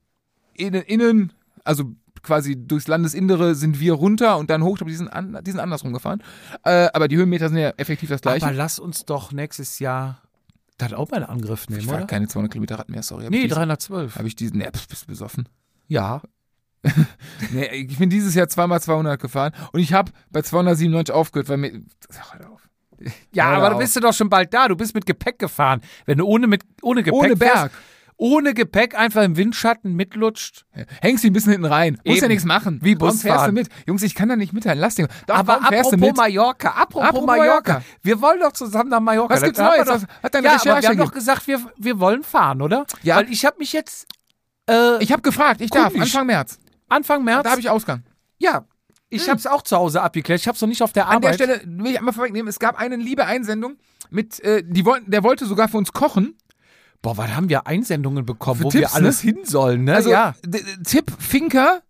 [SPEAKER 3] innen, innen, also quasi durchs Landesinnere sind wir runter und dann hoch, aber die sind, an, die sind andersrum gefahren. Äh, aber die Höhenmeter sind ja effektiv das gleiche.
[SPEAKER 2] Aber lass uns doch nächstes Jahr dann auch mal einen Angriff nehmen,
[SPEAKER 3] Ich
[SPEAKER 2] oder?
[SPEAKER 3] fahre keine 200 Kilometer Rad mehr, sorry. Hab
[SPEAKER 2] Nee,
[SPEAKER 3] ich diesen,
[SPEAKER 2] 312.
[SPEAKER 3] Habe ich diesen, ne, pf, bist du besoffen.
[SPEAKER 2] Ja.
[SPEAKER 3] Nee, ich bin dieses Jahr zweimal 200 gefahren und ich habe bei 297 aufgehört, weil mir, ach, hör auf.
[SPEAKER 2] Ja,
[SPEAKER 3] Hör
[SPEAKER 2] aber da
[SPEAKER 3] auf.
[SPEAKER 2] bist du doch schon bald da. Du bist mit Gepäck gefahren. Wenn du ohne, mit, ohne Gepäck
[SPEAKER 3] Ohne
[SPEAKER 2] fährst,
[SPEAKER 3] Berg.
[SPEAKER 2] ohne Gepäck einfach im Windschatten mitlutscht.
[SPEAKER 3] Hängst dich ein bisschen hinten rein. Musst ja
[SPEAKER 2] Eben.
[SPEAKER 3] nichts machen.
[SPEAKER 2] Wie
[SPEAKER 3] Warum
[SPEAKER 2] Bus
[SPEAKER 3] fährst du
[SPEAKER 2] fahren.
[SPEAKER 3] mit? Jungs, ich kann da nicht mithalten. Lass den. Doch,
[SPEAKER 2] aber
[SPEAKER 3] warum fährst
[SPEAKER 2] apropos
[SPEAKER 3] du mit?
[SPEAKER 2] Mallorca, apropos,
[SPEAKER 3] Apropos
[SPEAKER 2] Mallorca.
[SPEAKER 3] Mallorca.
[SPEAKER 2] Wir wollen doch zusammen nach Mallorca.
[SPEAKER 3] Was
[SPEAKER 2] Da
[SPEAKER 3] gibt's
[SPEAKER 2] haben wir
[SPEAKER 3] Neues?
[SPEAKER 2] Doch,
[SPEAKER 3] Hat deine
[SPEAKER 2] ja,
[SPEAKER 3] Recherche
[SPEAKER 2] aber wir haben
[SPEAKER 3] ergeben?
[SPEAKER 2] doch gesagt, wir, wir wollen fahren, oder?
[SPEAKER 3] Ja.
[SPEAKER 2] Weil ich habe mich jetzt äh,
[SPEAKER 3] Ich habe gefragt. Ich darf.
[SPEAKER 2] Komisch.
[SPEAKER 3] Anfang März.
[SPEAKER 2] Anfang März.
[SPEAKER 3] Da habe ich Ausgang.
[SPEAKER 2] ja, ich habe es auch zu Hause abgeklärt. Ich habe es noch nicht auf der
[SPEAKER 3] An der
[SPEAKER 2] Arbeit.
[SPEAKER 3] Stelle will ich einmal vorwegnehmen. Es gab eine liebe Einsendung mit, äh, die wollten, der wollte sogar für uns kochen.
[SPEAKER 2] Boah, was haben wir Einsendungen bekommen,
[SPEAKER 3] Für
[SPEAKER 2] wo
[SPEAKER 3] Tipps,
[SPEAKER 2] wir alles hin sollen, ne?
[SPEAKER 3] Also
[SPEAKER 2] ja,
[SPEAKER 3] d- d- Tipp Finker.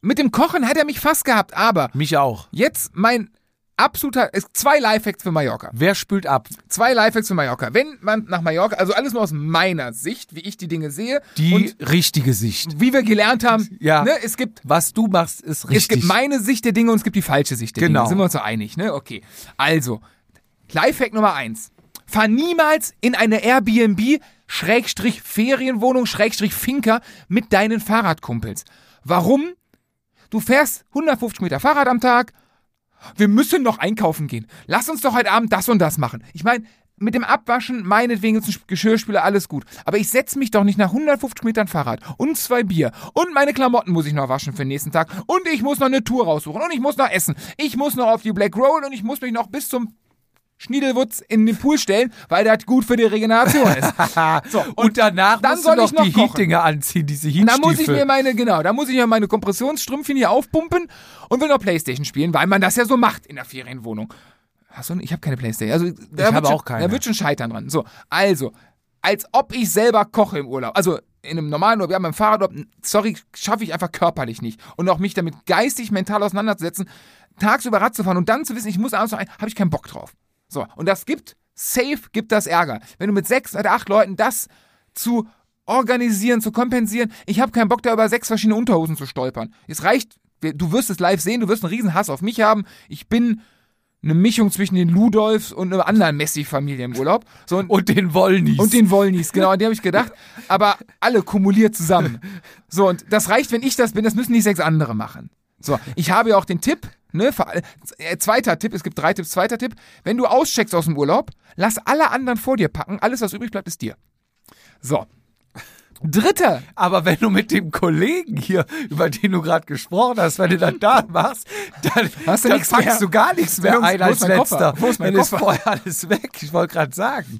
[SPEAKER 3] Mit dem Kochen hat er mich fast gehabt, aber
[SPEAKER 2] mich auch.
[SPEAKER 3] jetzt mein absoluter, es- zwei Lifehacks für Mallorca.
[SPEAKER 2] Wer spült ab?
[SPEAKER 3] Zwei Lifehacks für Mallorca. Wenn man nach Mallorca, also alles nur aus meiner Sicht, wie ich die Dinge sehe.
[SPEAKER 2] Die
[SPEAKER 3] und
[SPEAKER 2] richtige Sicht.
[SPEAKER 3] wie wir gelernt haben,
[SPEAKER 2] Ja.
[SPEAKER 3] ne, es gibt
[SPEAKER 2] Was du machst, ist richtig.
[SPEAKER 3] es gibt meine Sicht der Dinge und es gibt die falsche Sicht der
[SPEAKER 2] Genau.
[SPEAKER 3] Dinge. Sind wir uns so einig, ne? Okay. Also, Lifehack Nummer eins. Fahr niemals in eine Airbnb, Schrägstrich Ferienwohnung, Schrägstrich Finker mit deinen Fahrradkumpels. Warum? Du fährst 150 Meter Fahrrad am Tag. Wir müssen noch einkaufen gehen. Lass uns doch heute Abend das und das machen. Ich meine, mit dem Abwaschen, meinetwegen ist ein Geschirrspüler alles gut. Aber ich setze mich doch nicht nach 150 Metern Fahrrad und zwei Bier und meine Klamotten muss ich noch waschen für den nächsten Tag und ich muss noch eine Tour raussuchen und ich muss noch essen. Ich muss noch auf die Black Roll und ich muss mich noch bis zum Schniedelwutz in den Pool stellen, weil das gut für die Regeneration ist.
[SPEAKER 2] so, und, danach
[SPEAKER 3] dann
[SPEAKER 2] musst
[SPEAKER 3] soll
[SPEAKER 2] du noch
[SPEAKER 3] ich noch
[SPEAKER 2] die
[SPEAKER 3] kochen.
[SPEAKER 2] Heatdinger anziehen, diese
[SPEAKER 3] Da
[SPEAKER 2] Heatstiefel.
[SPEAKER 3] muss ich mir meine, genau, da muss ich mir meine Kompressionsstrümpfchen hier aufpumpen und will noch Playstation spielen, weil man das ja so macht in der Ferienwohnung. Hast du, ich habe keine Playstation. Also, da
[SPEAKER 2] habe
[SPEAKER 3] wird schon,
[SPEAKER 2] auch keine.
[SPEAKER 3] Da wird schon scheitern dran. So, also, als ob ich selber koche im Urlaub. Also, in einem normalen Urlaub, ja, beim Fahrradurlaub, sorry, schaffe ich einfach körperlich nicht. Und auch mich damit geistig, mental auseinanderzusetzen, tagsüber Rad zu fahren und dann zu wissen, ich muss abends noch ein, habe ich keinen Bock drauf. So, und das gibt, safe gibt das Ärger. Wenn du mit sechs oder acht Leuten das zu organisieren, zu kompensieren. Ich habe keinen Bock, da über sechs verschiedene Unterhosen zu stolpern. Es reicht, du wirst es live sehen, du wirst einen riesen Hass auf mich haben. Ich bin eine Mischung zwischen den Ludolfs und einer anderen Messi-Familie im Urlaub. So, und,
[SPEAKER 2] und den Wollnies.
[SPEAKER 3] und den Wollnies, genau, an die habe ich gedacht. Aber alle kumuliert zusammen. So, und das reicht, wenn ich das bin, das müssen nicht sechs andere machen. So, ich habe ja auch den Tipp, ne, für alle- äh, zweiter Tipp, es gibt drei Tipps, zweiter Tipp, wenn du auscheckst aus dem Urlaub, lass alle anderen vor dir packen, alles, was übrig bleibt, ist dir. So. Dritter
[SPEAKER 2] Aber wenn du mit dem Kollegen hier, über den du gerade gesprochen hast, wenn du dann da machst, dann,
[SPEAKER 3] Hast du
[SPEAKER 2] dann
[SPEAKER 3] nichts
[SPEAKER 2] packst
[SPEAKER 3] mehr.
[SPEAKER 2] du gar nichts mehr
[SPEAKER 3] Jungs,
[SPEAKER 2] ein
[SPEAKER 3] wo
[SPEAKER 2] als
[SPEAKER 3] ist mein Koffer?
[SPEAKER 2] letzter.
[SPEAKER 3] Wo ist mein
[SPEAKER 2] dann ist
[SPEAKER 3] Koffer?
[SPEAKER 2] vorher alles weg. Ich wollte gerade sagen.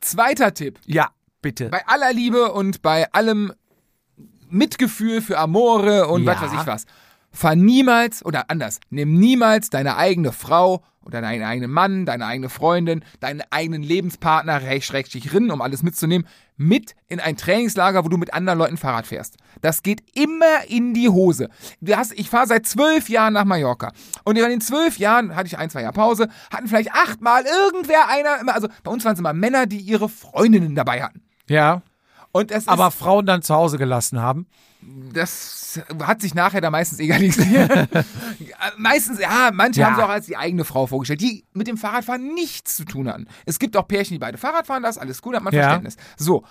[SPEAKER 3] Zweiter Tipp.
[SPEAKER 2] Ja, bitte.
[SPEAKER 3] Bei aller Liebe und bei allem Mitgefühl für Amore und
[SPEAKER 2] Ja.
[SPEAKER 3] was weiß ich was. Fahr niemals, oder anders, nimm niemals deine eigene Frau oder deinen eigenen Mann, deine eigene Freundin, deinen eigenen Lebenspartner, recht, schrägstrich rinnen, um alles mitzunehmen, mit in ein Trainingslager, wo du mit anderen Leuten Fahrrad fährst. Das geht immer in die Hose. Du hast, ich fahre seit zwölf Jahren nach Mallorca. Und in den zwölf Jahren hatte ich ein, zwei Jahre Pause, hatten vielleicht achtmal irgendwer einer, immer, also bei uns waren es immer Männer, die ihre Freundinnen dabei hatten.
[SPEAKER 2] Ja.
[SPEAKER 3] Und es
[SPEAKER 2] Aber Frauen dann zu Hause gelassen haben.
[SPEAKER 3] ist, das hat sich nachher da meistens egalisiert. äh, meistens, ja, manche
[SPEAKER 2] Ja.
[SPEAKER 3] haben sie auch als die eigene Frau vorgestellt, die mit dem Fahrradfahren nichts zu tun hatten. Es gibt auch Pärchen, die beide Fahrrad fahren, das alles gut, hat man
[SPEAKER 2] Ja.
[SPEAKER 3] Verständnis. So.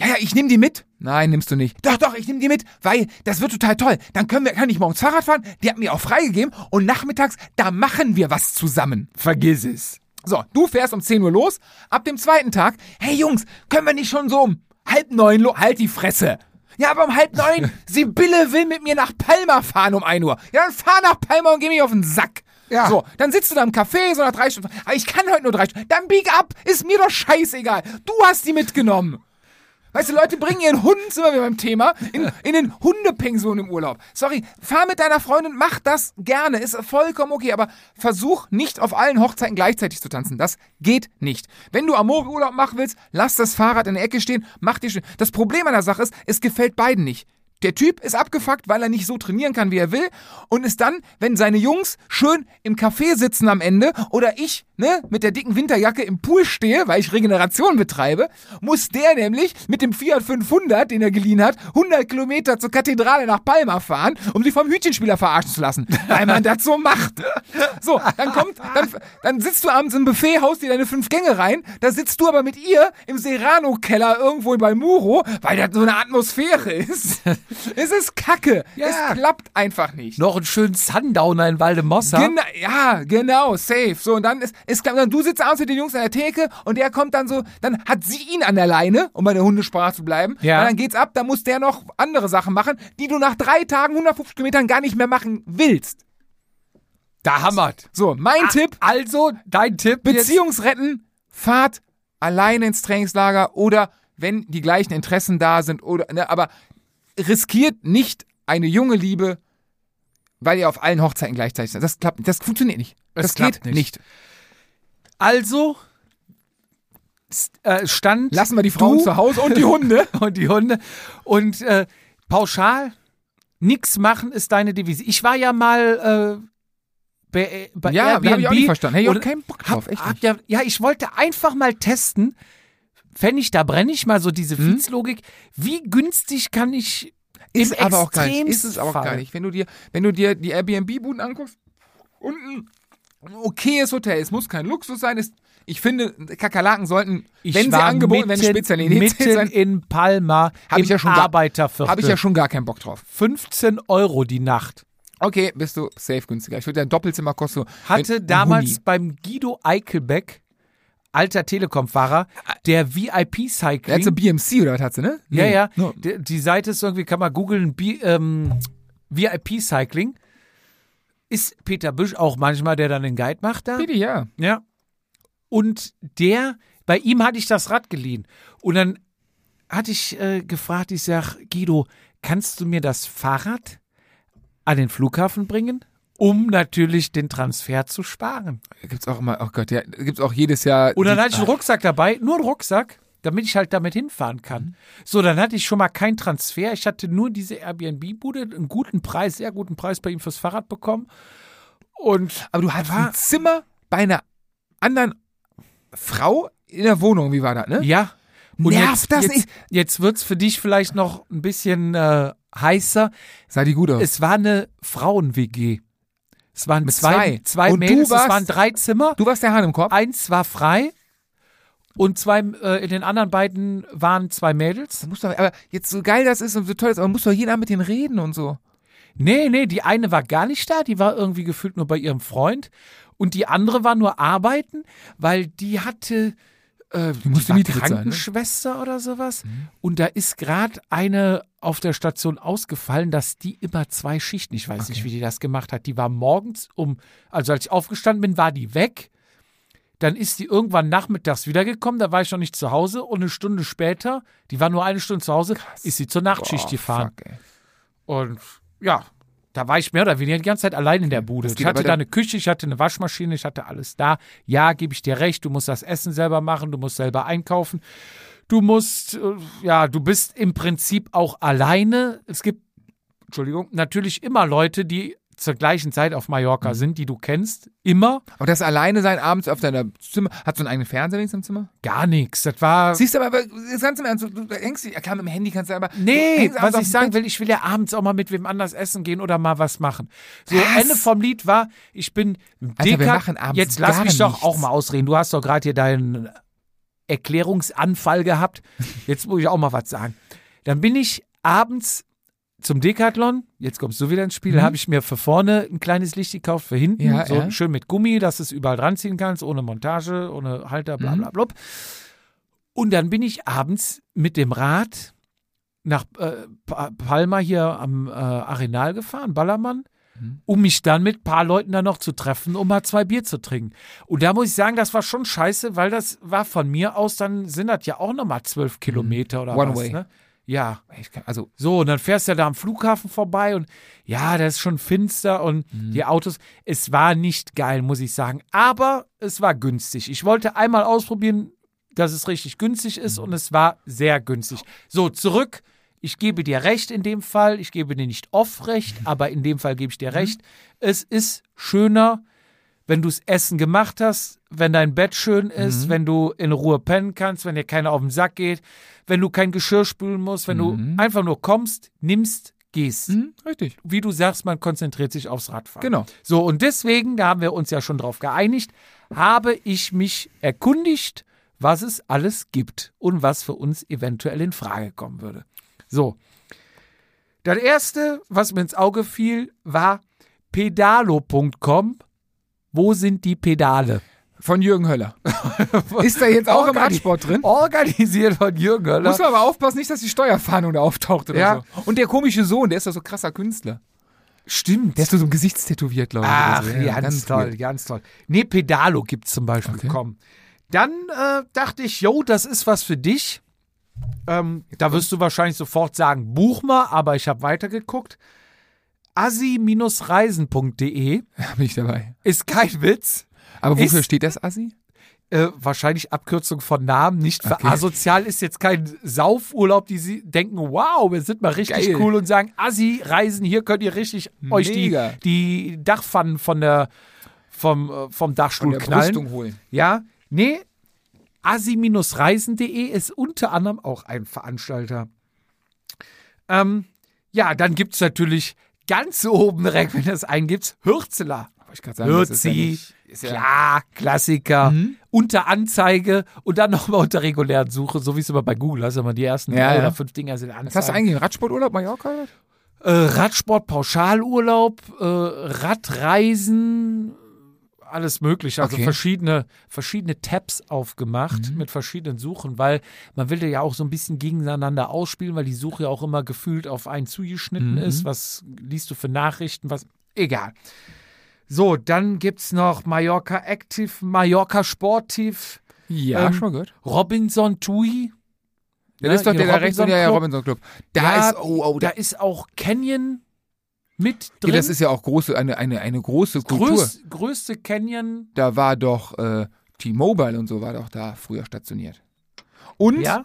[SPEAKER 3] Ja, ja, ich nehme die mit. Nein, nimmst du nicht. Doch, doch, ich nehme die mit, weil das wird total toll. Dann können wir, kann ich morgens Fahrrad fahren. Die hat mir auch freigegeben und nachmittags, da machen wir was zusammen.
[SPEAKER 2] Vergiss es.
[SPEAKER 3] So, du fährst um 10 Uhr los. Ab dem zweiten Tag, hey Jungs, können wir nicht schon so um halb neun los? Halt die Fresse. Ja, aber um halb neun, Sibylle will mit mir nach Palma fahren um 1 Uhr. Ja, dann fahr nach Palma und geh mich auf den Sack.
[SPEAKER 2] Ja.
[SPEAKER 3] So, dann sitzt du da im Café, so nach drei Stunden. Aber ich kann heute nur drei Stunden. Dann bieg ab, ist mir doch scheißegal. Du hast die mitgenommen. Weißt du, Leute bringen ihren Hund, sind wir wieder beim Thema, in, in den Hundepension im Urlaub. Sorry, fahr mit deiner Freundin, mach das gerne, ist vollkommen okay, aber versuch nicht auf allen Hochzeiten gleichzeitig zu tanzen. Das geht nicht. Wenn du Amore-Urlaub machen willst, lass das Fahrrad in der Ecke stehen, mach dir schön. Das Problem an der Sache ist, es gefällt beiden nicht. Der Typ ist abgefuckt, weil er nicht so trainieren kann, wie er will. Und ist dann, wenn seine Jungs schön im Café sitzen am Ende oder ich, ne, mit der dicken Winterjacke im Pool stehe, weil ich Regeneration betreibe, muss der nämlich mit dem Fiat 500, den er geliehen hat, 100 Kilometer zur Kathedrale nach Palma fahren, um sich vom Hütchenspieler verarschen zu lassen. Weil man das so macht. So, dann kommt, dann, dann sitzt du abends im Buffet, haust dir deine fünf Gänge rein, da sitzt du aber mit ihr im Serrano-Keller irgendwo bei Muro, weil das so eine Atmosphäre ist. es ist Kacke.
[SPEAKER 2] Ja.
[SPEAKER 3] Es klappt einfach nicht.
[SPEAKER 2] Noch einen schönen Sundowner in Waldemossa.
[SPEAKER 3] Gena ja, genau, safe. So, und dann ist, ist klar, dann du sitzt abends mit den Jungs an der Theke und der kommt dann so, dann hat sie ihn an der Leine, um bei der Hundesprache zu bleiben.
[SPEAKER 2] Ja.
[SPEAKER 3] Und dann geht's ab, dann muss der noch andere Sachen machen, die du nach drei Tagen, 150 Kilometern gar nicht mehr machen willst.
[SPEAKER 2] da hammert.
[SPEAKER 3] So, mein Tipp.
[SPEAKER 2] Also, dein Tipp
[SPEAKER 3] Beziehungsretten, fahrt alleine ins Trainingslager oder wenn die gleichen Interessen da sind oder ne, aber riskiert nicht eine junge Liebe, weil ihr auf allen Hochzeiten gleichzeitig seid. Das klappt nicht. Das funktioniert nicht.
[SPEAKER 2] Es
[SPEAKER 3] das geht
[SPEAKER 2] klappt nicht.
[SPEAKER 3] nicht.
[SPEAKER 2] jetzt. Also, st- äh, stand
[SPEAKER 3] Lassen wir die Frauen
[SPEAKER 2] Du-
[SPEAKER 3] zu Hause und die Hunde.
[SPEAKER 2] und die Hunde. Und äh, pauschal, nix machen ist deine Devise. Ich war ja mal äh, bei, äh, bei
[SPEAKER 3] ja,
[SPEAKER 2] Airbnb.
[SPEAKER 3] da hab ich auch nicht verstanden. Hey, ich hab
[SPEAKER 2] und
[SPEAKER 3] keinen Bock drauf.
[SPEAKER 2] Hab,
[SPEAKER 3] Echt
[SPEAKER 2] hab
[SPEAKER 3] nicht.
[SPEAKER 2] ja, ja, ich wollte einfach mal testen, wenn ich da brenne ich mal so
[SPEAKER 3] Hm?
[SPEAKER 2] diese Fietslogik, wie günstig kann ich
[SPEAKER 3] Ist
[SPEAKER 2] im
[SPEAKER 3] aber auch gar nicht. Ist es aber auch
[SPEAKER 2] Extremfall.
[SPEAKER 3] gar nicht. Wenn du dir, wenn du dir die Airbnb-Buden anguckst, unten ein okayes Hotel. Es muss kein Luxus sein. Es, ich finde, Kakerlaken sollten,
[SPEAKER 2] ich
[SPEAKER 3] wenn sie
[SPEAKER 2] war
[SPEAKER 3] angeboten
[SPEAKER 2] mitten,
[SPEAKER 3] werden, spezialisiert
[SPEAKER 2] mitten
[SPEAKER 3] sein.
[SPEAKER 2] in Palma
[SPEAKER 3] Hab
[SPEAKER 2] im
[SPEAKER 3] ich ja schon gar-
[SPEAKER 2] Arbeiterviertel.
[SPEAKER 3] Habe ich ja schon gar keinen Bock drauf.
[SPEAKER 2] 15 Euro die Nacht.
[SPEAKER 3] Okay, bist du safe günstiger. Ich würde dein Doppelzimmer kosten. so
[SPEAKER 2] Hatte
[SPEAKER 3] ein- ein
[SPEAKER 2] damals
[SPEAKER 3] Huni.
[SPEAKER 2] beim Guido Eichelbeck, alter Telekom-Fahrer, der
[SPEAKER 3] Ah. Der hat so
[SPEAKER 2] VIP-Cycling.
[SPEAKER 3] BMC oder was hat sie, ne?
[SPEAKER 2] Ja,
[SPEAKER 3] Nee.
[SPEAKER 2] ja.
[SPEAKER 3] No.
[SPEAKER 2] Die, die Seite ist irgendwie, kann man googeln, B- ähm, VIP-Cycling. Ist Peter Büsch auch manchmal, der dann den Guide macht da?
[SPEAKER 3] Bitte, ja.
[SPEAKER 2] Ja. Und der, bei ihm hatte ich das Rad geliehen. Und dann hatte ich äh, gefragt, ich sag, Guido, kannst du mir das Fahrrad an den Flughafen bringen? Um natürlich den Transfer zu sparen.
[SPEAKER 3] Da gibt's auch immer, oh Gott, ja, da gibt's auch jedes Jahr.
[SPEAKER 2] Und dann
[SPEAKER 3] die-
[SPEAKER 2] hatte ich einen Rucksack dabei, nur einen Rucksack, damit ich halt damit hinfahren
[SPEAKER 3] Mhm.
[SPEAKER 2] kann. So, dann hatte ich schon mal keinen Transfer. Ich hatte nur diese Airbnb-Bude, einen guten Preis, sehr guten Preis bei ihm fürs Fahrrad bekommen. Und
[SPEAKER 3] Aber du hattest
[SPEAKER 2] war-
[SPEAKER 3] ein Zimmer bei einer anderen Frau in der Wohnung. Wie war das, ne?
[SPEAKER 2] ja, und
[SPEAKER 3] Nervt
[SPEAKER 2] jetzt,
[SPEAKER 3] das
[SPEAKER 2] jetzt,
[SPEAKER 3] nicht?
[SPEAKER 2] Jetzt wird's für dich vielleicht noch ein bisschen äh, heißer.
[SPEAKER 3] Sah die gut aus.
[SPEAKER 2] Es war eine Frauen-WG. Es waren
[SPEAKER 3] Mit
[SPEAKER 2] zwei,
[SPEAKER 3] zwei.
[SPEAKER 2] zwei
[SPEAKER 3] Und du
[SPEAKER 2] Mädels, es
[SPEAKER 3] warst-
[SPEAKER 2] waren drei Zimmer.
[SPEAKER 3] du warst der Hahn im Korb.
[SPEAKER 2] Eins war frei und zwei äh, in den anderen beiden waren zwei Mädels.
[SPEAKER 3] Muss doch, aber jetzt so geil das ist und so toll das ist, aber musst doch jeden Abend mit denen reden und so.
[SPEAKER 2] Nee, nee, die eine war gar nicht da, die war irgendwie gefühlt nur bei ihrem Freund. Und die andere war nur arbeiten, weil die hatte äh, die
[SPEAKER 3] musste
[SPEAKER 2] war
[SPEAKER 3] Miete bezahlen, ne? Mhm.
[SPEAKER 2] Krankenschwester oder sowas. Und da ist gerade eine auf der Station ausgefallen, dass die immer zwei Schichten, ich weiß nicht, wie die das gemacht hat. Die war morgens um, also als ich aufgestanden bin, war die weg. Dann ist die irgendwann nachmittags wiedergekommen, da war ich noch nicht zu Hause. Und eine Stunde später, die war nur eine Stunde zu Hause, ist sie zur Nachtschicht
[SPEAKER 3] Boah,
[SPEAKER 2] gefahren.
[SPEAKER 3] fuck, ey.
[SPEAKER 2] Und ja, da war ich mehr oder weniger die ganze Zeit allein in der Bude.
[SPEAKER 3] Mhm. Das
[SPEAKER 2] Ich
[SPEAKER 3] geht
[SPEAKER 2] hatte
[SPEAKER 3] aber
[SPEAKER 2] da
[SPEAKER 3] dann-
[SPEAKER 2] eine Küche, ich hatte eine Waschmaschine, ich hatte alles da. Ja, gebe ich dir recht, du musst das Essen selber machen, du musst selber einkaufen. Du musst, äh, ja, du bist im Prinzip auch alleine. Es gibt
[SPEAKER 3] Entschuldigung.
[SPEAKER 2] natürlich immer Leute, die zur gleichen Zeit auf
[SPEAKER 3] Mhm.
[SPEAKER 2] Mallorca sind, die du kennst, immer
[SPEAKER 3] Aber das alleine sein abends auf deiner Zimmer. Hat so einen eigenen Fernseher wenigstens im Zimmer?
[SPEAKER 2] gar nichts. Das war.
[SPEAKER 3] Siehst du aber, aber ganz im Ernst, du- du hängst dich, ja klar, mit dem Handy kannst du aber. du
[SPEAKER 2] Nee,
[SPEAKER 3] hängst abends
[SPEAKER 2] was
[SPEAKER 3] auf
[SPEAKER 2] ich
[SPEAKER 3] dem
[SPEAKER 2] sagen
[SPEAKER 3] Bett.
[SPEAKER 2] will, ich will ja abends auch mal mit wem anders essen gehen oder mal was machen. So,
[SPEAKER 3] Was?
[SPEAKER 2] Ende vom Lied war, ich bin
[SPEAKER 3] wir
[SPEAKER 2] dicker.
[SPEAKER 3] machen abends
[SPEAKER 2] Jetzt lass
[SPEAKER 3] gar
[SPEAKER 2] mich doch
[SPEAKER 3] nichts.
[SPEAKER 2] auch mal ausreden. Du hast doch gerade hier deinen Erklärungsanfall gehabt. Jetzt muss ich auch mal was sagen. Dann bin ich abends zum Decathlon, jetzt kommst du wieder ins Spiel, Da habe ich mir für vorne ein kleines Licht gekauft, für hinten,
[SPEAKER 3] Mhm. Ja,
[SPEAKER 2] so
[SPEAKER 3] ja.
[SPEAKER 2] schön mit Gummi, dass du es überall ranziehen kannst, ohne Montage, ohne Halter,
[SPEAKER 3] Mhm.
[SPEAKER 2] bla bla blub. Und dann bin ich abends mit dem Rad nach äh, Pa- Palma hier am äh, Arenal gefahren, Ballermann,
[SPEAKER 3] Mhm.
[SPEAKER 2] um mich dann mit ein paar Leuten da noch zu treffen, um mal zwei Bier zu trinken. Und da muss ich sagen, das war schon scheiße, weil das war von mir aus, dann sind das ja auch nochmal zwölf Kilometer oder
[SPEAKER 3] Mhm. One
[SPEAKER 2] was.
[SPEAKER 3] way.
[SPEAKER 2] Ne? Ja.
[SPEAKER 3] Ich kann, also,
[SPEAKER 2] So, und dann fährst du da am Flughafen vorbei und ja, das ist schon finster und die Autos. Es war nicht geil, muss ich sagen, aber es war günstig. Ich wollte einmal ausprobieren, dass es richtig günstig ist und es war sehr günstig. So, zurück. Ich gebe dir recht in dem Fall. Ich gebe dir nicht oft recht, aber in dem Fall gebe ich dir recht. Es ist schöner, wenn du das Essen gemacht hast, wenn dein Bett schön ist, wenn du in Ruhe pennen kannst, wenn dir keiner auf den Sack geht, wenn du kein Geschirr spülen musst, wenn du einfach nur kommst, nimmst, gehst.
[SPEAKER 3] hm, richtig.
[SPEAKER 2] Wie du sagst, man konzentriert sich aufs Radfahren.
[SPEAKER 3] Genau.
[SPEAKER 2] So, und deswegen, da haben wir uns ja schon drauf geeinigt, habe ich mich erkundigt, was es alles gibt und was für uns eventuell in Frage kommen würde. So. Das erste, was mir ins Auge fiel, war pedalo.com. Wo sind die Pedale?
[SPEAKER 3] Von Jürgen Höller. ist da jetzt auch im
[SPEAKER 2] Organi-
[SPEAKER 3] Radsport drin?
[SPEAKER 2] Organisiert von Jürgen Oh, Höller.
[SPEAKER 3] Muss man aber aufpassen, nicht, dass die Steuerfahndung da auftaucht oder
[SPEAKER 2] Ja.
[SPEAKER 3] so. Und der komische Sohn, der ist doch so krasser Künstler.
[SPEAKER 2] Stimmt.
[SPEAKER 3] Der ist so ein Gesichtstätowiert, glaube ich.
[SPEAKER 2] Ach,
[SPEAKER 3] oder so.
[SPEAKER 2] ganz, toll,
[SPEAKER 3] weird.
[SPEAKER 2] ganz toll. Nee, Pedalo gibt es zum Beispiel.
[SPEAKER 3] Okay.
[SPEAKER 2] Komm. Dann äh, dachte ich, yo, das ist was für dich. Ähm, da wirst du wahrscheinlich sofort sagen, buch mal, aber ich habe weitergeguckt. assi-reisen.de
[SPEAKER 3] Da bin ich dabei.
[SPEAKER 2] ist kein Witz.
[SPEAKER 3] Aber wofür
[SPEAKER 2] Ist-
[SPEAKER 3] steht das, Assi?
[SPEAKER 2] Äh, wahrscheinlich Abkürzung von Namen, nicht für
[SPEAKER 3] Okay.
[SPEAKER 2] asozial, ist jetzt kein Saufurlaub, die sie denken, wow, wir sind mal richtig
[SPEAKER 3] Geil.
[SPEAKER 2] cool und sagen, Assi, reisen, hier könnt ihr richtig euch die,
[SPEAKER 3] Mega.
[SPEAKER 2] die Dachpfannen von der, vom, äh, vom Dachstuhl knallen.
[SPEAKER 3] holen.
[SPEAKER 2] Ja, nee, asi-reisen.de ist unter anderem auch ein Veranstalter. Ähm, ja, dann gibt es natürlich ganz oben direkt, wenn du das eingibst, Hürzeler.
[SPEAKER 3] Wollte ich gerade sagen, das ist ja
[SPEAKER 2] Hürzi,
[SPEAKER 3] nicht- ist ja- Mhm.
[SPEAKER 2] klar, Klassiker, unter Anzeige und dann nochmal unter regulären Suche, so wie es immer bei Google hast, immer die ersten
[SPEAKER 3] Ja,
[SPEAKER 2] drei
[SPEAKER 3] ja.
[SPEAKER 2] oder fünf Dinger sind Anzeigen.
[SPEAKER 3] Was hast du eigentlich? einen Radsporturlaub Mallorca?
[SPEAKER 2] äh, Radsport-Pauschalurlaub, äh, Radreisen, alles mögliche. Also
[SPEAKER 3] Okay. Mhm.
[SPEAKER 2] verschiedene, verschiedene Tabs aufgemacht mit verschiedenen Suchen, weil man will ja auch so ein bisschen gegeneinander ausspielen, weil die Suche ja auch immer gefühlt auf einen zugeschnitten
[SPEAKER 3] Mhm.
[SPEAKER 2] ist. Was liest du für Nachrichten, was, egal. So, dann gibt's noch Mallorca Active, Mallorca Sportiv,
[SPEAKER 3] Ja,
[SPEAKER 2] Ähm,
[SPEAKER 3] schon mal gehört.
[SPEAKER 2] Robinson Tui.
[SPEAKER 3] Ja,
[SPEAKER 2] ne,
[SPEAKER 3] das ist doch
[SPEAKER 2] hier
[SPEAKER 3] der da rechts,
[SPEAKER 2] Robinson
[SPEAKER 3] der
[SPEAKER 2] Club.
[SPEAKER 3] Robinson Club. Da
[SPEAKER 2] Ja,
[SPEAKER 3] ist, oh, oh,
[SPEAKER 2] Da
[SPEAKER 3] da,
[SPEAKER 2] ist auch Canyon mit drin.
[SPEAKER 3] ja, das ist ja auch große, eine, eine, eine große Kultur.
[SPEAKER 2] Größ, größte Canyon.
[SPEAKER 3] Da war doch äh, T-Mobile und so war doch da früher stationiert. Und
[SPEAKER 2] Ja.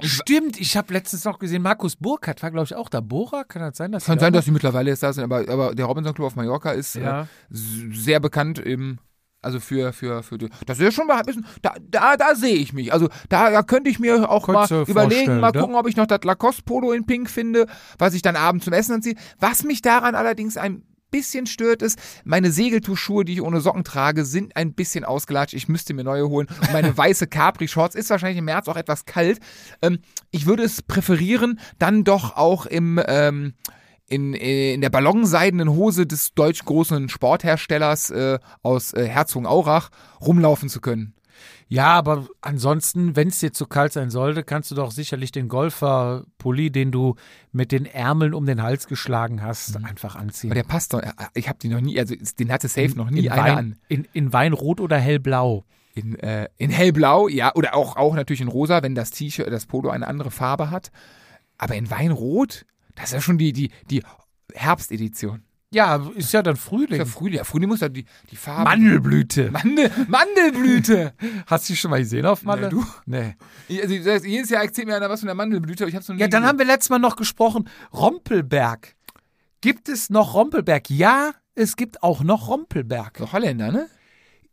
[SPEAKER 2] Stimmt, ich habe letztens noch gesehen, Markus Burkhardt war, glaube ich, auch da. Bora, kann das sein? Dass
[SPEAKER 3] kann
[SPEAKER 2] die da
[SPEAKER 3] sein,
[SPEAKER 2] auch-
[SPEAKER 3] dass sie mittlerweile jetzt da sind, aber, aber der Robinson Club auf Mallorca ist äh,
[SPEAKER 2] Ja.
[SPEAKER 3] s- sehr bekannt im. Also für, für, für die, das ist schon mal ein bisschen, da, da, da sehe ich mich. Also da, da könnte ich mir auch
[SPEAKER 2] Könntest
[SPEAKER 3] mal
[SPEAKER 2] du
[SPEAKER 3] überlegen,
[SPEAKER 2] vorstellen,
[SPEAKER 3] mal
[SPEAKER 2] ne?
[SPEAKER 3] gucken, ob ich noch das Lacoste-Polo in Pink finde, was ich dann abends zum Essen anziehe. Was mich daran allerdings ein bisschen stört, ist, meine Segeltuchschuhe, die ich ohne Socken trage, sind ein bisschen ausgelatscht. Ich müsste mir neue holen. Und meine weiße Capri-Shorts ist wahrscheinlich im März auch etwas kalt. Ähm, ich würde es präferieren, dann doch auch im, ähm, in, in der ballonseidenen Hose des deutsch großen Sportherstellers äh, aus äh, Herzogenaurach rumlaufen zu können.
[SPEAKER 2] Ja, aber ansonsten, wenn es dir zu kalt sein sollte, kannst du doch sicherlich den Golfer-Pulli, den du mit den Ärmeln um den Hals geschlagen hast, einfach anziehen.
[SPEAKER 3] Mhm. Aber der passt doch, äh, ich habe die noch nie, also den hatte safe noch nie
[SPEAKER 2] in,
[SPEAKER 3] einer
[SPEAKER 2] Wein,
[SPEAKER 3] an.
[SPEAKER 2] In, in Weinrot oder hellblau.
[SPEAKER 3] In, äh, in hellblau, ja, oder auch, auch natürlich in rosa, wenn das T-Shirt, das Polo eine andere Farbe hat. Aber in Weinrot, das ist ja schon die, die, die Herbstedition.
[SPEAKER 2] Ja, ist ja dann Frühling.
[SPEAKER 3] Ist Ja, Frühling, ja, Frühling muss ja die, die Farbe.
[SPEAKER 2] Mandelblüte.
[SPEAKER 3] Mandel, Mandelblüte!
[SPEAKER 2] Hast du die schon mal gesehen auf Mandel?
[SPEAKER 3] du?
[SPEAKER 2] Nee.
[SPEAKER 3] also, das heißt, jedes Jahr erzählt mir einer was von der Mandelblüte, aber ich hab's noch nie
[SPEAKER 2] Ja, dann
[SPEAKER 3] gesehen.
[SPEAKER 2] haben wir letztes Mal noch gesprochen. Rompelberg. Gibt es noch Rompelberg? Ja, es gibt auch noch Rompelberg.
[SPEAKER 3] So Holländer, ne?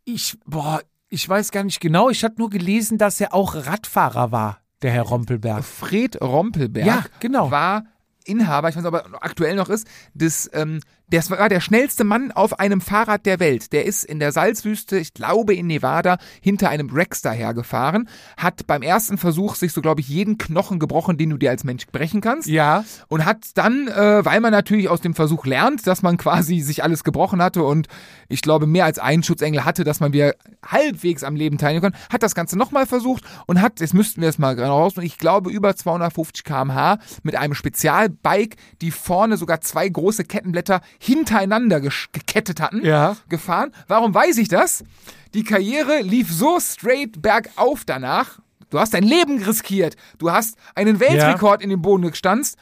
[SPEAKER 2] Ich, boah, ich weiß gar nicht genau. Ich habe nur gelesen, dass er auch Radfahrer war, der Herr Rompelberg.
[SPEAKER 3] Fred Rompelberg
[SPEAKER 2] Ja, genau.
[SPEAKER 3] war Inhaber, ich weiß nicht, ob er aktuell noch ist, des, ähm, das war der schnellste Mann auf einem Fahrrad der Welt. Der ist in der Salzwüste, ich glaube in Nevada, hinter einem Wreckster hergefahren, hat beim ersten Versuch sich so, glaube ich, jeden Knochen gebrochen, den du dir als Mensch brechen kannst.
[SPEAKER 2] Ja.
[SPEAKER 3] Und hat dann, äh, weil man natürlich aus dem Versuch lernt, dass man quasi sich alles gebrochen hatte und ich glaube mehr als einen Schutzengel hatte, dass man wieder halbwegs am Leben teilnehmen kann, hat das Ganze nochmal versucht und hat, jetzt müssten wir es mal genau raus, und ich glaube über 250 km/h mit einem Spezialbike, die vorne sogar zwei große Kettenblätter hintereinander gesch- gekettet hatten,
[SPEAKER 2] Ja.
[SPEAKER 3] gefahren. Warum weiß ich das? Die Karriere lief so straight bergauf danach. Du hast dein Leben riskiert. Du hast einen Weltrekord in den Boden gestanzt.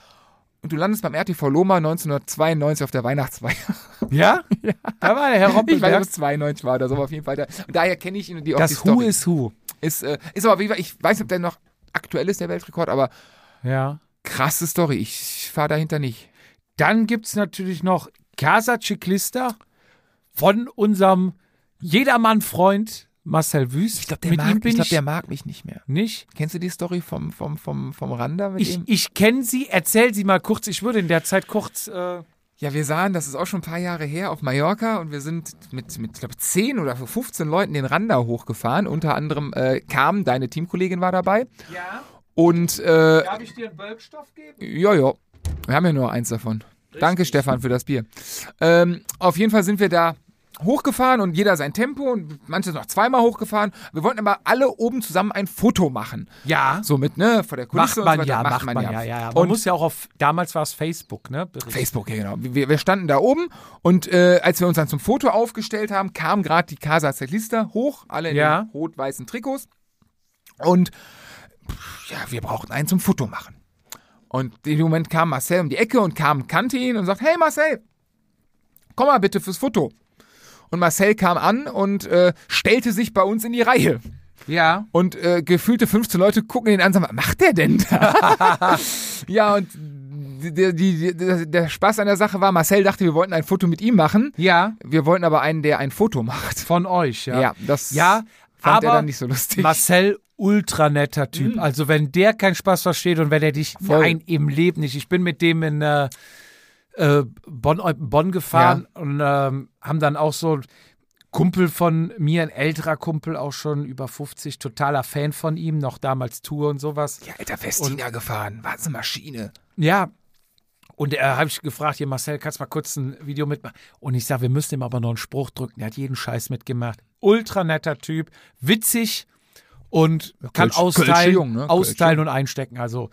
[SPEAKER 3] Und du landest beim RTV Loma 1992 auf der Weihnachtsfeier.
[SPEAKER 2] Ja? Da war der Herr
[SPEAKER 3] Ich weiß, ob
[SPEAKER 2] Rompelberg.
[SPEAKER 3] es 92 war oder so, aber auf jeden Fall. Da, und daher kenne ich ihn und die auch die
[SPEAKER 2] das Who
[SPEAKER 3] Story.
[SPEAKER 2] is Who.
[SPEAKER 3] ist, äh, ist aber, auf jeden Fall- ich weiß nicht, ob der noch aktuell ist, der Weltrekord, aber
[SPEAKER 2] Ja.
[SPEAKER 3] krasse Story. Ich fahre dahinter nicht.
[SPEAKER 2] Dann gibt es natürlich noch Casa Ciclista von unserem Jedermann-Freund Marcel Wüst. Ich Mit ihm bin ich,
[SPEAKER 3] mag mich nicht mehr.
[SPEAKER 2] nicht.
[SPEAKER 3] Kennst du die Story vom, vom, vom, vom Randa mit
[SPEAKER 2] Ich,
[SPEAKER 3] ihm?
[SPEAKER 2] ich kenne sie, erzähl sie mal kurz. Ich würde in der Zeit kurz. Äh,
[SPEAKER 3] Ja, wir sahen, das ist auch schon ein paar Jahre her, auf Mallorca und wir sind mit, mit ich glaube, 10 oder 15 Leuten den Randa hochgefahren. Unter anderem äh, Carmen, deine Teamkollegin, war dabei.
[SPEAKER 2] ja,
[SPEAKER 3] Und, äh, ja,
[SPEAKER 2] ich dir einen Wölbstoff geben?
[SPEAKER 3] ja, wir haben ja nur eins davon. Danke, Stefan, für das Bier. Ähm, auf jeden Fall sind wir da hochgefahren und jeder sein Tempo und manche sind noch zweimal hochgefahren. Wir wollten aber alle oben zusammen ein Foto machen.
[SPEAKER 2] Ja.
[SPEAKER 3] So mit, ne, vor der
[SPEAKER 2] Macht
[SPEAKER 3] Kulisse
[SPEAKER 2] man
[SPEAKER 3] und so
[SPEAKER 2] ja,
[SPEAKER 3] weiter.
[SPEAKER 2] macht man, ja, ja, ja. Man
[SPEAKER 3] Und
[SPEAKER 2] muss ja auch auf, damals war es Facebook, ne? Bericht.
[SPEAKER 3] Facebook, ja genau. Wir, wir standen da oben und äh, als wir uns dann zum Foto aufgestellt haben, kam gerade die Casa Ciclista hoch, alle in
[SPEAKER 2] Ja.
[SPEAKER 3] den rot-weißen Trikots. Und pff, ja, wir brauchten einen zum Foto machen. Und in dem Moment kam Marcel um die Ecke und kam, kannte ihn und sagt, hey Marcel, komm mal bitte fürs Foto. Und Marcel kam an und äh, stellte sich bei uns in die Reihe.
[SPEAKER 2] Ja.
[SPEAKER 3] Und äh, gefühlte 15 Leute gucken ihn an und sagen, was macht der denn da? ja, und die, die, die, der Spaß an der Sache war, Marcel dachte, wir wollten ein Foto mit ihm machen.
[SPEAKER 2] Ja.
[SPEAKER 3] Wir wollten aber einen, der ein Foto macht.
[SPEAKER 2] Von euch, ja.
[SPEAKER 3] Ja, das
[SPEAKER 2] Ja,
[SPEAKER 3] fand
[SPEAKER 2] aber
[SPEAKER 3] er dann nicht so lustig. Mhm.
[SPEAKER 2] Marcel, ultra netter Typ. Also, wenn der keinen Spaß versteht und wenn er dich.
[SPEAKER 3] Voll.
[SPEAKER 2] Nein, im Leben nicht. Ich bin mit dem in äh, äh, Bonn, Bonn gefahren und ähm, haben dann auch so. Kumpel von mir, ein älterer Kumpel, auch schon über 50, totaler Fan von ihm, noch damals Tour und sowas.
[SPEAKER 3] ja, alter Festina gefahren, war eine Maschine.
[SPEAKER 2] Ja. Und er habe ich gefragt, hier Marcel, kannst du mal kurz ein Video mitmachen? Und ich sage, wir müssen ihm aber noch einen Spruch drücken. Der hat jeden Scheiß mitgemacht. Ultra netter Typ, witzig und kann
[SPEAKER 3] Kölsch- Kölsche
[SPEAKER 2] austeilen,
[SPEAKER 3] Jung, ne?
[SPEAKER 2] austeilen und einstecken. Also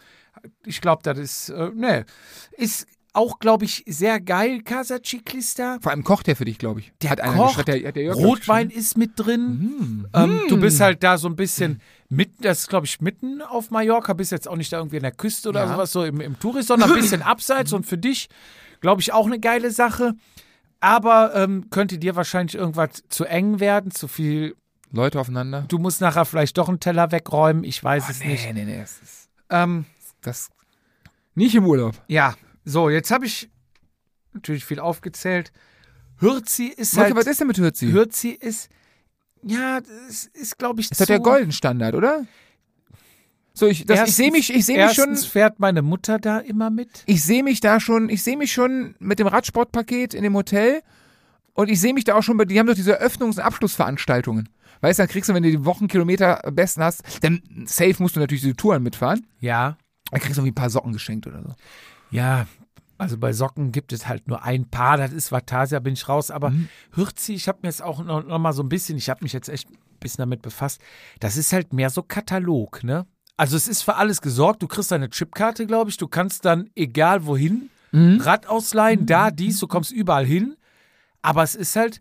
[SPEAKER 2] ich glaube, das ist, äh, ne, ist auch, glaube ich, sehr geil, Casa Ciclista.
[SPEAKER 3] Vor allem kocht der für dich, glaube ich.
[SPEAKER 2] Der
[SPEAKER 3] hat Hm. einer
[SPEAKER 2] kocht,
[SPEAKER 3] geschrieben, der, der Jörg, Mhm. glaub ich,
[SPEAKER 2] Rotwein ist mit drin. Ähm, du bist halt da so ein bisschen mitten, das ist glaube ich mitten auf Mallorca, bist jetzt auch nicht da irgendwie an der Küste oder
[SPEAKER 3] Ja.
[SPEAKER 2] sowas, so im, im Tourist, sondern ein bisschen abseits und für dich glaube ich auch eine geile Sache. Aber ähm, könnte dir wahrscheinlich irgendwas zu eng werden, zu viel.
[SPEAKER 3] geschrieben. Leute aufeinander.
[SPEAKER 2] Du musst nachher vielleicht doch einen Teller wegräumen, ich weiß es nicht.
[SPEAKER 3] Oh, nee, nee. Das, ist,
[SPEAKER 2] Ähm,
[SPEAKER 3] das nicht im Urlaub.
[SPEAKER 2] ja, so, jetzt habe ich natürlich viel aufgezählt. Hürzi ist
[SPEAKER 3] Warte, was
[SPEAKER 2] halt.
[SPEAKER 3] ist denn mit Hürzi?
[SPEAKER 2] Hürzi ist. Ja, das ist, glaube ich,
[SPEAKER 3] Ist das der
[SPEAKER 2] zu-
[SPEAKER 3] Goldenstandard, oder? So, ich, das, ich
[SPEAKER 2] Erstens-
[SPEAKER 3] sehe mich, ich sehe mich schon,
[SPEAKER 2] erstens fährt meine Mutter da immer mit.
[SPEAKER 3] ich sehe mich da schon, ich sehe mich schon mit dem Radsportpaket in dem Hotel und ich sehe mich da auch schon bei, die haben doch diese Öffnungs- und Abschlussveranstaltungen. Weißt du, dann kriegst du, wenn du die Wochenkilometer am besten hast, dann safe musst du natürlich diese Touren mitfahren.
[SPEAKER 2] Ja.
[SPEAKER 3] Dann kriegst du irgendwie ein paar Socken geschenkt oder so.
[SPEAKER 2] Ja. Also bei Socken gibt es halt nur ein Paar, das ist Vatasia, bin ich raus. Aber
[SPEAKER 3] Mhm.
[SPEAKER 2] Hürzi, ich habe mir jetzt auch noch, noch mal so ein bisschen, ich habe mich jetzt echt ein bisschen damit befasst, das ist halt mehr so Katalog, ne? Also es ist für alles gesorgt, du kriegst deine Chipkarte, glaube ich, du kannst dann egal wohin,
[SPEAKER 3] Mhm.
[SPEAKER 2] Rad ausleihen, da, dies, du kommst überall hin. Aber es ist halt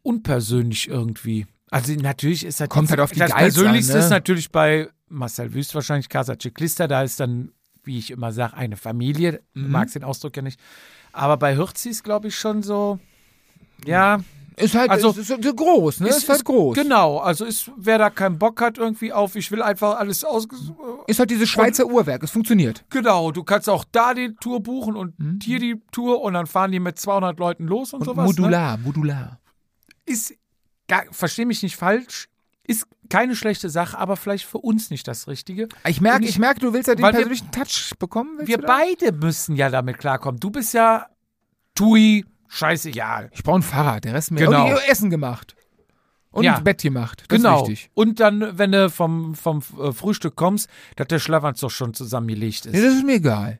[SPEAKER 2] unpersönlich irgendwie. Also natürlich ist das
[SPEAKER 3] Kommt halt auf die
[SPEAKER 2] das
[SPEAKER 3] Guides an,
[SPEAKER 2] Persönlichste
[SPEAKER 3] ne?
[SPEAKER 2] ist natürlich bei Marcel Wüst wahrscheinlich Casa Ciclista, da ist dann, wie ich immer sage, eine Familie.
[SPEAKER 3] Mhm.
[SPEAKER 2] Du magst den Ausdruck ja nicht. Aber bei Hürzi ist, glaube ich, schon so, ja,
[SPEAKER 3] Ist halt
[SPEAKER 2] Also-
[SPEAKER 3] ist, ist, ist groß, ne? Ist, halt groß.
[SPEAKER 2] Genau, also ist, wer da keinen Bock hat irgendwie auf, ich will einfach alles aus.
[SPEAKER 3] Ist halt dieses Schweizer Uhrwerk, es funktioniert.
[SPEAKER 2] Genau, du kannst auch da die Tour buchen und hier die Tour und dann fahren die mit 200 Leuten los und,
[SPEAKER 3] Mhm. Und
[SPEAKER 2] sowas. Ne?
[SPEAKER 3] modular, modular.
[SPEAKER 2] Ist, gar- versteh mich nicht falsch, ist keine schlechte Sache, aber vielleicht für uns nicht das Richtige.
[SPEAKER 3] Ich merke,
[SPEAKER 2] Und
[SPEAKER 3] ich, merke, du willst ja den
[SPEAKER 2] weil wir-
[SPEAKER 3] persönlichen Touch bekommen. willst
[SPEAKER 2] Wir
[SPEAKER 3] du da?
[SPEAKER 2] beide müssen ja damit klarkommen. Du bist ja Tui, scheißegal.
[SPEAKER 3] Ich brauche ein Fahrrad, der Rest mir.
[SPEAKER 2] Genau.
[SPEAKER 3] Und ich hab Essen gemacht. Und
[SPEAKER 2] Ja.
[SPEAKER 3] ein Bett gemacht. Das
[SPEAKER 2] Genau.
[SPEAKER 3] Ist wichtig.
[SPEAKER 2] Und dann, wenn du vom, vom äh, Frühstück kommst, dass der Schlafanz doch schon zusammengelegt ist.
[SPEAKER 3] Nee, das ist mir egal.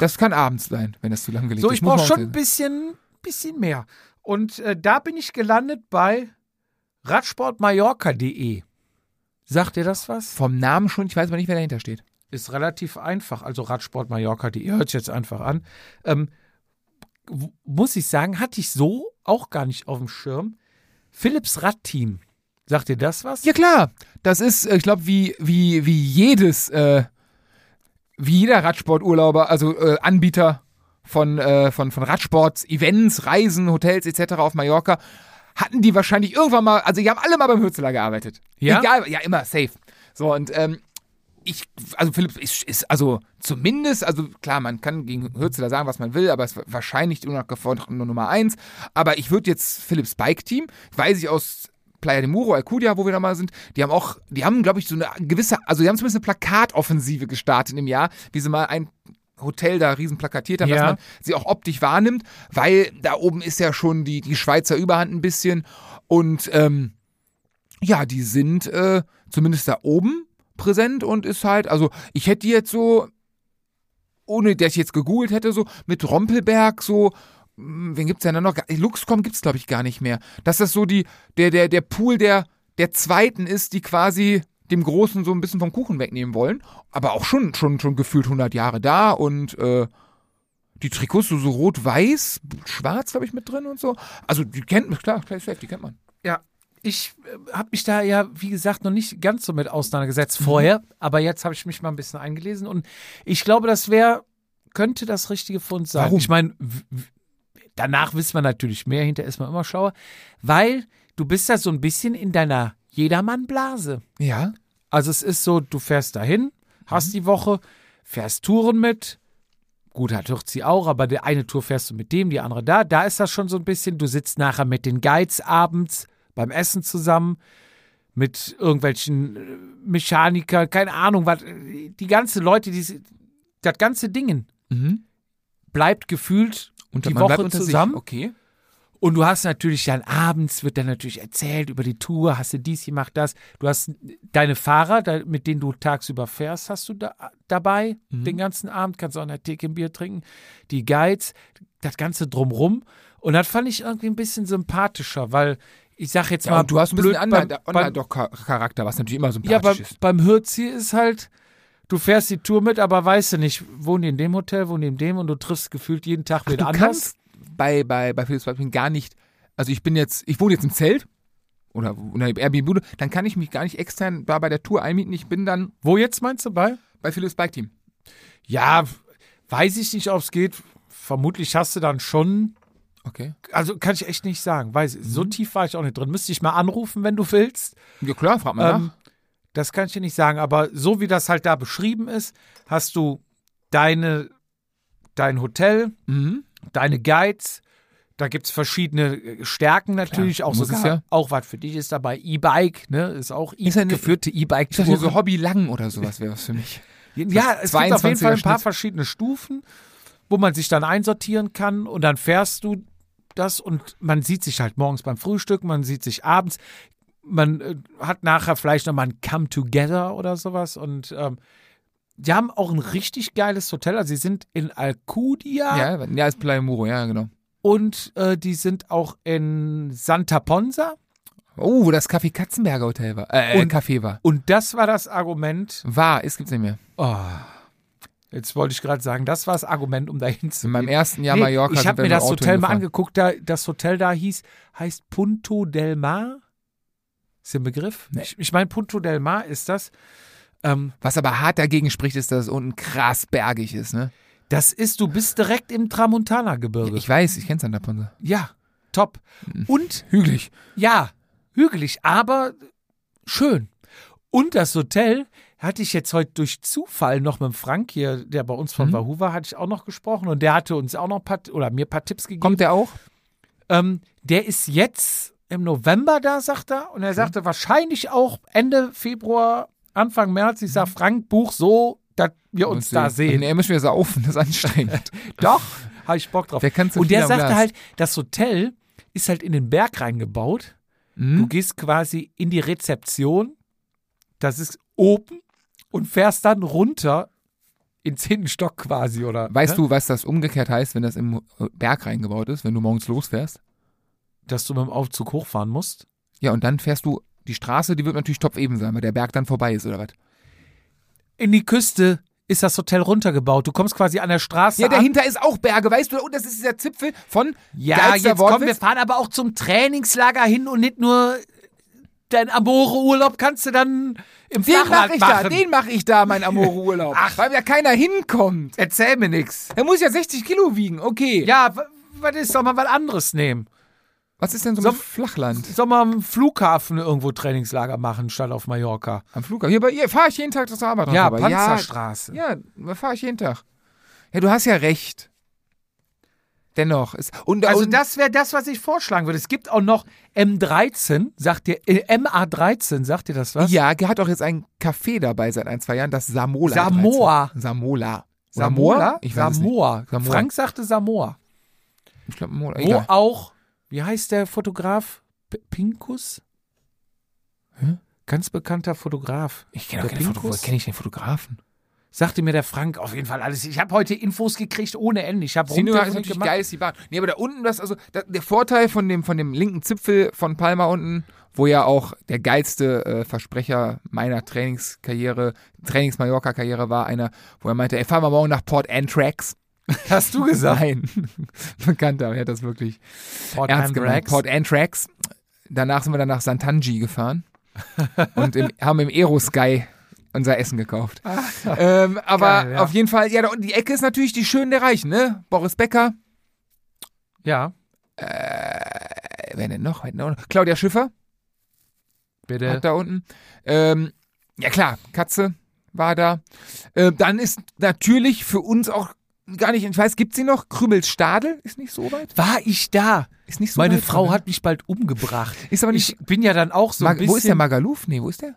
[SPEAKER 3] Das kann abends sein, wenn das zu lang gelegt
[SPEAKER 2] So,
[SPEAKER 3] ist.
[SPEAKER 2] ich
[SPEAKER 3] Muss
[SPEAKER 2] brauche
[SPEAKER 3] morgens
[SPEAKER 2] schon ein
[SPEAKER 3] sein.
[SPEAKER 2] bisschen, bisschen mehr. Und äh, da bin ich gelandet bei radsportmallorca.de. Sagt dir das was?
[SPEAKER 3] Vom Namen schon, ich weiß aber nicht, wer dahinter steht.
[SPEAKER 2] Ist relativ einfach. Also radsportmallorca.de hört sich jetzt einfach an. Ähm, w- muss ich sagen, hatte ich so auch gar nicht auf dem Schirm. Philips Radteam. Sagt dir das was?
[SPEAKER 3] Ja klar, das ist, äh, ich glaube, wie, wie, wie jedes, äh, wie jeder Radsporturlauber, also äh, Anbieter von, äh, von, von Radsports, Events, Reisen, Hotels etc. auf Mallorca, hatten die wahrscheinlich irgendwann mal, also die haben alle mal beim Hürzeler gearbeitet.
[SPEAKER 2] Ja?
[SPEAKER 3] Egal, ja immer, safe. So und ähm, ich, also Philipp ist, ist also zumindest, also klar, man kann gegen Hürzeler sagen, was man will, aber es ist wahrscheinlich die unangefochtene Nummer eins. Aber ich würde jetzt Philips Bike Team, weiß ich aus Playa de Muro, Alcudia, wo wir da mal sind, die haben auch, die haben, glaube ich, so eine gewisse, also die haben zumindest eine Plakatoffensive gestartet im Jahr, wie sie mal ein Hotel da riesen plakatiert haben, dass
[SPEAKER 2] Ja.
[SPEAKER 3] man sie auch optisch wahrnimmt, weil da oben ist ja schon die, die Schweizer Überhand ein bisschen und ähm, ja, die sind äh, zumindest da oben präsent und ist halt, also ich hätte die jetzt so, ohne dass ich jetzt gegoogelt hätte, so mit Rompelberg so, mh, wen gibt's denn da noch? Ga- Luxcom gibt's glaube ich gar nicht mehr. Dass das so die, der, der, der Pool der, der Zweiten ist, die quasi dem Großen so ein bisschen vom Kuchen wegnehmen wollen, aber auch schon, schon, schon gefühlt 100 Jahre da und äh, die Trikots so, so rot-weiß, schwarz glaube ich mit drin und so. Also die kennt man, klar, klar, safe, die kennt man.
[SPEAKER 2] Ja, ich habe mich da ja, wie gesagt, noch nicht ganz so mit auseinandergesetzt vorher, aber jetzt habe ich mich mal ein bisschen eingelesen und ich glaube, das wäre, könnte das Richtige für uns sein.
[SPEAKER 3] Warum?
[SPEAKER 2] Ich meine, w- w- danach wissen wir natürlich mehr, hinterher ist man immer schlauer, weil du bist ja so ein bisschen in deiner Jedermann-Blase.
[SPEAKER 3] Ja.
[SPEAKER 2] Also es ist so, du fährst dahin, hast
[SPEAKER 3] Mhm.
[SPEAKER 2] die Woche, fährst Touren mit. Gut, hat Hürzi auch, aber die eine Tour fährst du mit dem, die andere da. Da ist das schon so ein bisschen, du sitzt nachher mit den Guides abends beim Essen zusammen, mit irgendwelchen äh, Mechanikern, keine Ahnung, was. Die ganzen Leute, die, das ganze Dingen
[SPEAKER 3] Mhm.
[SPEAKER 2] bleibt gefühlt
[SPEAKER 3] Und
[SPEAKER 2] die
[SPEAKER 3] man bleibt
[SPEAKER 2] Woche
[SPEAKER 3] unter
[SPEAKER 2] zusammen.
[SPEAKER 3] Sich. Okay.
[SPEAKER 2] Und du hast natürlich dann abends wird dann natürlich erzählt über die Tour, hast du dies gemacht, das. Du hast deine Fahrer, da- mit denen du tagsüber fährst, hast du da, dabei
[SPEAKER 3] Mhm.
[SPEAKER 2] den ganzen Abend, kannst auch an der Theke ein Bier trinken, die Guides, das Ganze drumrum. Und das fand ich irgendwie ein bisschen sympathischer, weil ich sag jetzt
[SPEAKER 3] Ja,
[SPEAKER 2] mal,
[SPEAKER 3] und du hast ein
[SPEAKER 2] blöd,
[SPEAKER 3] bisschen
[SPEAKER 2] beim-
[SPEAKER 3] Under-
[SPEAKER 2] beim-
[SPEAKER 3] Underdog-Charakter, was natürlich immer sympathisch
[SPEAKER 2] ja, beim,
[SPEAKER 3] ist.
[SPEAKER 2] beim Hürzi ist halt, du fährst die Tour mit, aber weißt du nicht, wohnen die in dem Hotel, wohnen die in dem und du triffst gefühlt jeden Tag
[SPEAKER 3] Du
[SPEAKER 2] wieder anders.
[SPEAKER 3] kannst bei, bei, bei Philips Beispiel gar nicht, also ich bin jetzt, ich wohne jetzt im Zelt oder in einer Airbnb, dann kann ich mich gar nicht extern da bei der Tour einmieten. Ich bin dann
[SPEAKER 2] Wo jetzt meinst du bei?
[SPEAKER 3] bei Philips Bike Team.
[SPEAKER 2] Ja, weiß ich nicht, ob es geht. Vermutlich hast du dann schon.
[SPEAKER 3] Okay.
[SPEAKER 2] Also kann ich echt nicht sagen. Weiß,
[SPEAKER 3] Mhm.
[SPEAKER 2] So tief war ich auch nicht drin. Müsste ich mal anrufen, wenn du willst.
[SPEAKER 3] Ja klar, frag mal
[SPEAKER 2] Ähm, das kann ich dir nicht sagen. Aber so wie das halt da beschrieben ist, hast du deine, dein Hotel,
[SPEAKER 3] nach. Mhm.
[SPEAKER 2] deine Guides. Da gibt es verschiedene äh, Stärken natürlich, auch
[SPEAKER 3] muss es
[SPEAKER 2] sogar,
[SPEAKER 3] ja.
[SPEAKER 2] auch was für dich ist dabei. E-Bike, ne, ist auch e
[SPEAKER 3] Ist ja eine-
[SPEAKER 2] geführte
[SPEAKER 3] Ich dachte, so
[SPEAKER 2] E-Bike-Tour.
[SPEAKER 3] Hobby lang oder sowas wäre das für mich.
[SPEAKER 2] Ja, es gibt auf jeden
[SPEAKER 3] 22er
[SPEAKER 2] Fall ein paar
[SPEAKER 3] Schnitt.
[SPEAKER 2] verschiedene Stufen, wo man sich dann einsortieren kann und dann fährst du das und man sieht sich halt morgens beim Frühstück, man sieht sich abends, man äh, hat nachher vielleicht nochmal ein Come Together oder sowas und ähm, die haben auch ein richtig geiles Hotel, also sie sind in Alcudia
[SPEAKER 3] Ja, ja ist Playa Muro, ja, genau.
[SPEAKER 2] und äh, die sind auch in Santa Ponsa
[SPEAKER 3] Oh, wo das Café Katzenberger Hotel war. Äh,
[SPEAKER 2] Und-
[SPEAKER 3] Café war.
[SPEAKER 2] und das war das Argument,
[SPEAKER 3] War, ist gibt's nicht mehr.
[SPEAKER 2] oh, jetzt wollte ich gerade sagen, das war das Argument, um dahin zu
[SPEAKER 3] In meinem
[SPEAKER 2] gehen.
[SPEAKER 3] ersten Jahr
[SPEAKER 2] Nee,
[SPEAKER 3] Mallorca
[SPEAKER 2] Ich
[SPEAKER 3] sind
[SPEAKER 2] habe
[SPEAKER 3] wir
[SPEAKER 2] mir
[SPEAKER 3] mit dem
[SPEAKER 2] das
[SPEAKER 3] Auto
[SPEAKER 2] Hotel mal
[SPEAKER 3] hingefahren.
[SPEAKER 2] angeguckt, da, das Hotel da hieß, heißt Punto del Mar. Ist der ein Begriff?
[SPEAKER 3] Nee.
[SPEAKER 2] Ich, ich meine, Punto del Mar ist das. Ähm,
[SPEAKER 3] Was aber hart dagegen spricht, ist, dass es unten krass bergig ist, ne?
[SPEAKER 2] das ist, du bist direkt im Tramontana-Gebirge.
[SPEAKER 3] Ich weiß, ich kenn's an der Ponse.
[SPEAKER 2] Ja. top. Und
[SPEAKER 3] Hm. Hügelig.
[SPEAKER 2] ja, hügelig, aber schön. Und das Hotel hatte ich jetzt heute durch Zufall noch mit dem Frank hier, der bei uns von
[SPEAKER 3] Hm.
[SPEAKER 2] mhm. war, hatte ich auch noch gesprochen und der hatte uns auch noch ein paar, oder mir ein paar Tipps gegeben.
[SPEAKER 3] Kommt der auch?
[SPEAKER 2] Ähm, der ist jetzt im November da, sagt er. Und
[SPEAKER 3] Mhm.
[SPEAKER 2] er sagte wahrscheinlich auch Ende Februar, Anfang März. Ich sag,
[SPEAKER 3] Mhm.
[SPEAKER 2] Frank, buch so, dass wir uns da sehen.
[SPEAKER 3] Nee, müssen wir saufen, das ist anstrengend.
[SPEAKER 2] Doch, habe ich Bock drauf.
[SPEAKER 3] Der kann zu
[SPEAKER 2] Und der
[SPEAKER 3] viel am
[SPEAKER 2] sagte
[SPEAKER 3] Glas.
[SPEAKER 2] halt, das Hotel ist halt in den Berg reingebaut.
[SPEAKER 3] Mhm.
[SPEAKER 2] Du gehst quasi in die Rezeption, das ist oben und fährst dann runter in zehnten Stock quasi, oder? ne?
[SPEAKER 3] Weißt du, was das umgekehrt heißt, wenn das im äh, Berg reingebaut ist, wenn du morgens losfährst?
[SPEAKER 2] Dass du mit dem Aufzug hochfahren musst.
[SPEAKER 3] Ja, und dann fährst du, die Straße, die wird natürlich top eben sein, weil der Berg dann vorbei ist, oder was?
[SPEAKER 2] In die Küste ist das Hotel runtergebaut. Du kommst quasi an der Straße
[SPEAKER 3] Ja,
[SPEAKER 2] an.
[SPEAKER 3] dahinter ist auch Berge, weißt du? Und das ist dieser Zipfel von
[SPEAKER 2] Ja,
[SPEAKER 3] geilster
[SPEAKER 2] jetzt komm, wir
[SPEAKER 3] Wortwitz.
[SPEAKER 2] fahren aber auch zum Trainingslager hin und nicht nur dein Amore-Urlaub kannst du dann im
[SPEAKER 3] Den mach
[SPEAKER 2] Flachland
[SPEAKER 3] ich
[SPEAKER 2] machen.
[SPEAKER 3] da, den mach ich da, mein Amore-Urlaub.
[SPEAKER 2] Ach.
[SPEAKER 3] Weil da keiner hinkommt.
[SPEAKER 2] Erzähl mir nix.
[SPEAKER 3] Er muss ja 60 Kilo wiegen, okay.
[SPEAKER 2] Ja, w- was ist, soll man was anderes nehmen?
[SPEAKER 3] Was ist denn so,
[SPEAKER 2] So-
[SPEAKER 3] mit Flachland?
[SPEAKER 2] Soll man am Flughafen irgendwo Trainingslager machen, statt auf Mallorca?
[SPEAKER 3] Am Flughafen. Hier, bei- hier fahre ich jeden Tag das Arbeit
[SPEAKER 2] ja,
[SPEAKER 3] aber.
[SPEAKER 2] Panzerstraße.
[SPEAKER 3] Ja, da fahre ich jeden Tag. Ja, du hast ja recht. Dennoch. Ist, und,
[SPEAKER 2] Also
[SPEAKER 3] und,
[SPEAKER 2] das wäre das, was ich vorschlagen würde. Es gibt auch noch M13, sagt dir, äh, MA13, sagt dir das was?
[SPEAKER 3] Ja, der hat auch jetzt ein Café dabei seit ein, zwei Jahren, das Samola.
[SPEAKER 2] Samoa.
[SPEAKER 3] 13. Samola. Oder
[SPEAKER 2] Samoa?
[SPEAKER 3] Mola? Ich weiß es nicht.
[SPEAKER 2] Samoa.
[SPEAKER 3] Samoa.
[SPEAKER 2] Frank sagte Samoa.
[SPEAKER 3] Ah, Ich glaube, Mola.
[SPEAKER 2] Wo
[SPEAKER 3] Egal.
[SPEAKER 2] auch, wie heißt der Fotograf? P Pinkus? Ganz bekannter Fotograf.
[SPEAKER 3] Ich kenne
[SPEAKER 2] Der Pinkus?
[SPEAKER 3] Fotografen. Kenne ich den Fotografen?
[SPEAKER 2] Sagte mir der Frank auf jeden Fall alles. Ich habe heute Infos gekriegt ohne Ende. Ich habe
[SPEAKER 3] Sinua ist natürlich geil, ist die Bahn. Nee, aber da unten, das, also, da, der Vorteil von dem, von dem linken Zipfel von Palma unten, wo ja auch der geilste äh, Versprecher meiner Trainingskarriere, Trainings-Mallorca-Karriere war, einer, wo er meinte, ey, fahren wir morgen nach Port Antrax.
[SPEAKER 2] Hast du gesagt?
[SPEAKER 3] Nein, bekannter, er hat das wirklich
[SPEAKER 2] Port
[SPEAKER 3] ernst gemeint.
[SPEAKER 2] Andrax.
[SPEAKER 3] Port Antrax. Danach sind wir dann nach Santanji gefahren und im, haben im Aerosky unser Essen gekauft. ähm, aber
[SPEAKER 2] Ah, Geil, ja.
[SPEAKER 3] auf jeden Fall, ja, da unten die Ecke ist natürlich die Schönen der Reichen, ne? Boris Becker,
[SPEAKER 2] Ja,
[SPEAKER 3] äh, wer denn noch? Wer denn noch? Claudia Schiffer
[SPEAKER 2] bitte.
[SPEAKER 3] hat da unten. Ähm, ja klar, Katze war da. Ähm, dann ist natürlich für uns auch gar nicht, ich weiß, gibt sie noch? Krümels Stadel ist nicht so weit.
[SPEAKER 2] War ich da?
[SPEAKER 3] Ist nicht so
[SPEAKER 2] Meine
[SPEAKER 3] weit
[SPEAKER 2] Frau
[SPEAKER 3] von-
[SPEAKER 2] hat mich bald umgebracht.
[SPEAKER 3] Ist aber nicht
[SPEAKER 2] Ich bin ja dann auch so ein
[SPEAKER 3] Mag-
[SPEAKER 2] bisschen.
[SPEAKER 3] wo ist der Magaluf? Nee, wo ist der?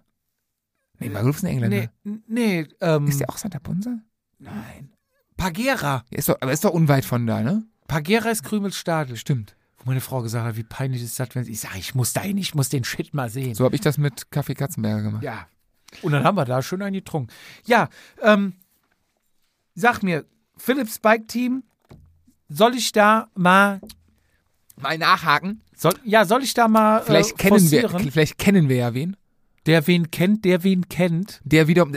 [SPEAKER 3] Nee, Magaluf ist ein Engländer.
[SPEAKER 2] Nee, nee ähm,
[SPEAKER 3] Ist der auch Santa Ponsa? Nein.
[SPEAKER 2] Pagera.
[SPEAKER 3] Der Ist doch, aber ist doch unweit von da, ne?
[SPEAKER 2] Pagera ist Krümelstadel.
[SPEAKER 3] Stimmt.
[SPEAKER 2] Wo meine Frau gesagt hat, wie peinlich ist das, wenn sie. Ich sage, ich muss dahin, ich muss den Shit mal sehen.
[SPEAKER 3] So habe ich das mit Kaffee Katzenberger gemacht.
[SPEAKER 2] Ja. Und dann haben wir da schön einen getrunken. Ja, ähm, sag mir, Philips Bike Team, soll ich da mal,
[SPEAKER 3] Mal nachhaken.
[SPEAKER 2] soll, ja, soll ich da mal
[SPEAKER 3] Vielleicht,
[SPEAKER 2] äh,
[SPEAKER 3] kennen wir,
[SPEAKER 2] forcieren?
[SPEAKER 3] vielleicht kennen wir ja wen.
[SPEAKER 2] Der wen kennt, der wen kennt.
[SPEAKER 3] Der wiederum.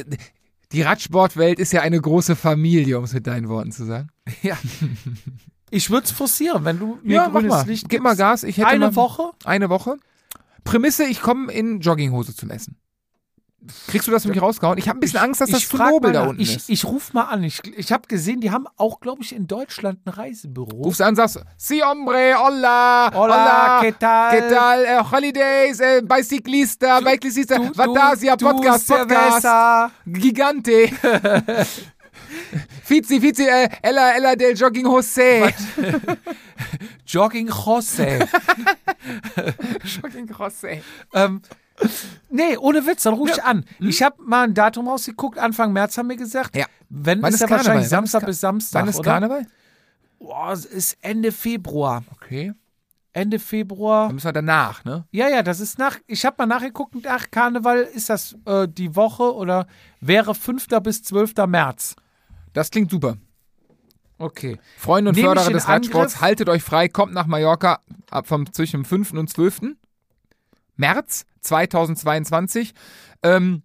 [SPEAKER 3] Die Radsportwelt ist ja eine große Familie, um es mit deinen Worten zu sagen.
[SPEAKER 2] Ich würde es forcieren, wenn du mir
[SPEAKER 3] ja, mach
[SPEAKER 2] grünes
[SPEAKER 3] mal.
[SPEAKER 2] Licht
[SPEAKER 3] Gib mal
[SPEAKER 2] gibst.
[SPEAKER 3] Gas. Ich hätte
[SPEAKER 2] Eine
[SPEAKER 3] mal,
[SPEAKER 2] Woche?
[SPEAKER 3] Eine Woche. Prämisse, ich komme in Jogginghose zum Essen. Kriegst du das für mich rausgehauen? Ich habe ein bisschen Angst, dass das zu
[SPEAKER 2] frag
[SPEAKER 3] nobel
[SPEAKER 2] mal
[SPEAKER 3] da
[SPEAKER 2] nach.
[SPEAKER 3] unten
[SPEAKER 2] ich,
[SPEAKER 3] ist.
[SPEAKER 2] Ich ruf mal an. Ich, ich habe gesehen, die haben auch, glaube ich, in Deutschland ein Reisebüro.
[SPEAKER 3] Rufst an, sagst, si hombre, hola,
[SPEAKER 2] Hola, ¿qué tal?
[SPEAKER 3] ¿Qué tal? Eh, holidays, eh, biciclista, biciclista, Vatasia,
[SPEAKER 2] du,
[SPEAKER 3] Podcast,
[SPEAKER 2] du,
[SPEAKER 3] Podcast,
[SPEAKER 2] Cerveza.
[SPEAKER 3] Gigante. Fizi, Fizi, eh, Ella, Ella del Jogging Jose.
[SPEAKER 2] Jogging Jose.
[SPEAKER 3] Jogging Jose.
[SPEAKER 2] Ähm, nee, ohne Witz, dann ruf ich an. Ich habe mal ein Datum rausgeguckt, Anfang März haben wir gesagt.
[SPEAKER 3] Hm? Ja.
[SPEAKER 2] Wenn
[SPEAKER 3] Wann
[SPEAKER 2] ist
[SPEAKER 3] ist
[SPEAKER 2] ja
[SPEAKER 3] Karneval? Wann
[SPEAKER 2] wahrscheinlich
[SPEAKER 3] ist
[SPEAKER 2] Samstag
[SPEAKER 3] Ka-
[SPEAKER 2] bis Samstag,
[SPEAKER 3] Wann ist
[SPEAKER 2] oder?
[SPEAKER 3] Karneval?
[SPEAKER 2] Boah, es ist Ende Februar.
[SPEAKER 3] Okay.
[SPEAKER 2] Ende
[SPEAKER 3] Dann
[SPEAKER 2] Februar.
[SPEAKER 3] müssen wir danach, ne?
[SPEAKER 2] Ja, ja, das ist nach. Ich habe mal nachgeguckt, nach Karneval ist das äh, die Woche oder wäre 5. bis 12. März.
[SPEAKER 3] Das klingt super.
[SPEAKER 2] Okay.
[SPEAKER 3] Freunde und
[SPEAKER 2] Nehme ich
[SPEAKER 3] Förderer
[SPEAKER 2] in
[SPEAKER 3] des Radsports,
[SPEAKER 2] Angriff?
[SPEAKER 3] haltet euch frei, kommt nach Mallorca ab vom zwischen dem 5. und 12. März 2022. Ähm,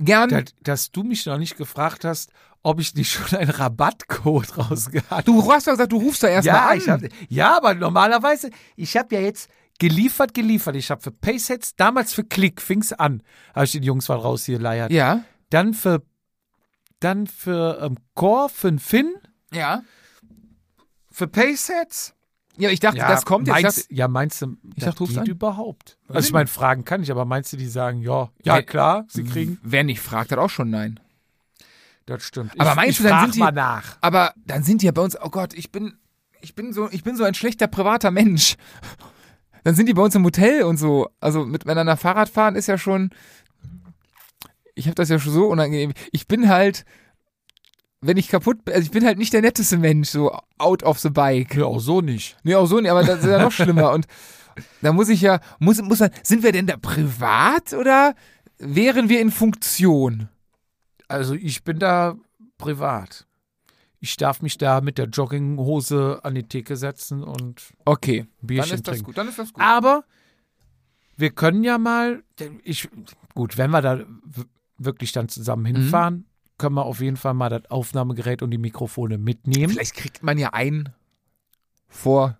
[SPEAKER 3] gern.
[SPEAKER 2] Dass, dass du mich noch nicht gefragt hast, ob ich nicht schon einen Rabattcode rausgehabt
[SPEAKER 3] du hast ja gesagt, du rufst da
[SPEAKER 2] Ja,
[SPEAKER 3] erstmal
[SPEAKER 2] ich
[SPEAKER 3] an.
[SPEAKER 2] hab, ja, aber normalerweise, ich habe ja jetzt geliefert, geliefert. Ich habe für Paysets, damals für Klick, fing's an, habe ich den Jungs mal rausgeleiert.
[SPEAKER 3] ja,
[SPEAKER 2] Dann für, dann für ähm, Core, für den Finn,
[SPEAKER 3] ja.
[SPEAKER 2] für Paysets,
[SPEAKER 3] Ja, ich dachte, das kommt jetzt.
[SPEAKER 2] meinst,
[SPEAKER 3] Das,
[SPEAKER 2] Ja, meinst du, ich
[SPEAKER 3] dachte,
[SPEAKER 2] das
[SPEAKER 3] ruf's
[SPEAKER 2] geht
[SPEAKER 3] an.
[SPEAKER 2] überhaupt?
[SPEAKER 3] ich
[SPEAKER 2] also ich meine, fragen kann ich, aber meinst du, die sagen, ja, ja
[SPEAKER 3] Nee.
[SPEAKER 2] klar, sie kriegen?
[SPEAKER 3] wer nicht fragt, hat auch schon Nein.
[SPEAKER 2] Das stimmt.
[SPEAKER 3] Aber
[SPEAKER 2] ich,
[SPEAKER 3] meinst
[SPEAKER 2] ich
[SPEAKER 3] du, dann
[SPEAKER 2] frag
[SPEAKER 3] sind die-
[SPEAKER 2] mal nach.
[SPEAKER 3] Aber dann sind die ja bei uns, oh Gott, ich bin, ich bin so, ich bin so ein schlechter privater Mensch. Dann sind die bei uns im Hotel und so. Also miteinander Fahrrad fahren ist ja schon. Ich habe das ja schon so unangenehm. Ich bin halt, wenn ich kaputt bin, also ich bin halt nicht der netteste Mensch, so out of the bike.
[SPEAKER 2] Ja, auch so nicht.
[SPEAKER 3] Nee, auch so nicht, aber das ist ja noch schlimmer. Und da muss ich ja, muss, muss dann, sind wir denn da privat oder wären wir in Funktion?
[SPEAKER 2] Also ich bin da privat. Ich darf mich da mit der Jogginghose an die Theke setzen und
[SPEAKER 3] Okay,
[SPEAKER 2] ein
[SPEAKER 3] dann
[SPEAKER 2] Bierchen
[SPEAKER 3] ist das
[SPEAKER 2] trinken.
[SPEAKER 3] gut, dann ist das gut.
[SPEAKER 2] Aber wir können ja mal, denn ich, gut, wenn wir da w- wirklich dann zusammen
[SPEAKER 3] Mhm.
[SPEAKER 2] hinfahren, können wir auf jeden Fall mal das Aufnahmegerät und die Mikrofone mitnehmen.
[SPEAKER 3] Vielleicht kriegt man ja einen vor.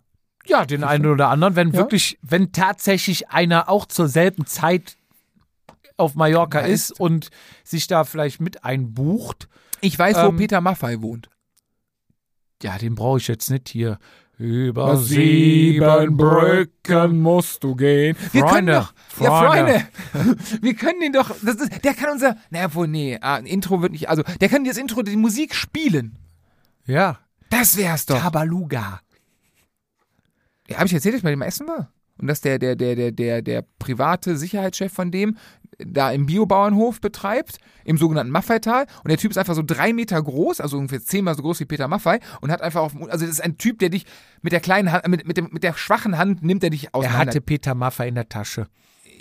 [SPEAKER 2] Ja, den einen oder anderen, wenn
[SPEAKER 3] Ja.
[SPEAKER 2] wirklich, wenn tatsächlich einer auch zur selben Zeit auf Mallorca
[SPEAKER 3] Da
[SPEAKER 2] ist, und sich da vielleicht mit einbucht.
[SPEAKER 3] Ich weiß, wo
[SPEAKER 2] Ähm,
[SPEAKER 3] Peter Maffei wohnt.
[SPEAKER 2] Ja, den brauche ich jetzt nicht hier. Über
[SPEAKER 3] musst du gehen. Wir können
[SPEAKER 2] Freunde,
[SPEAKER 3] doch, ja
[SPEAKER 2] Freunde.
[SPEAKER 3] Freunde, wir können den doch, das ist, der kann unser, naja, wohl, nee, ah, ein Intro wird nicht, also, der kann das Intro, die Musik spielen.
[SPEAKER 2] Ja,
[SPEAKER 3] Das wär's doch.
[SPEAKER 2] Tabaluga.
[SPEAKER 3] Ja, habe ich erzählt, dass ich bei dem Essen war? Und dass der, der, der, der, der, der private Sicherheitschef von dem da im Biobauernhof betreibt, im sogenannten Maffeital. Und der Typ ist einfach so drei Meter groß, also ungefähr zehnmal so groß wie Peter Maffei und hat einfach auf dem, also das ist ein Typ, der dich mit der kleinen Hand, mit, mit, dem, mit der schwachen Hand nimmt er dich
[SPEAKER 2] Er
[SPEAKER 3] auseinander.
[SPEAKER 2] hatte Peter Maffay in der Tasche.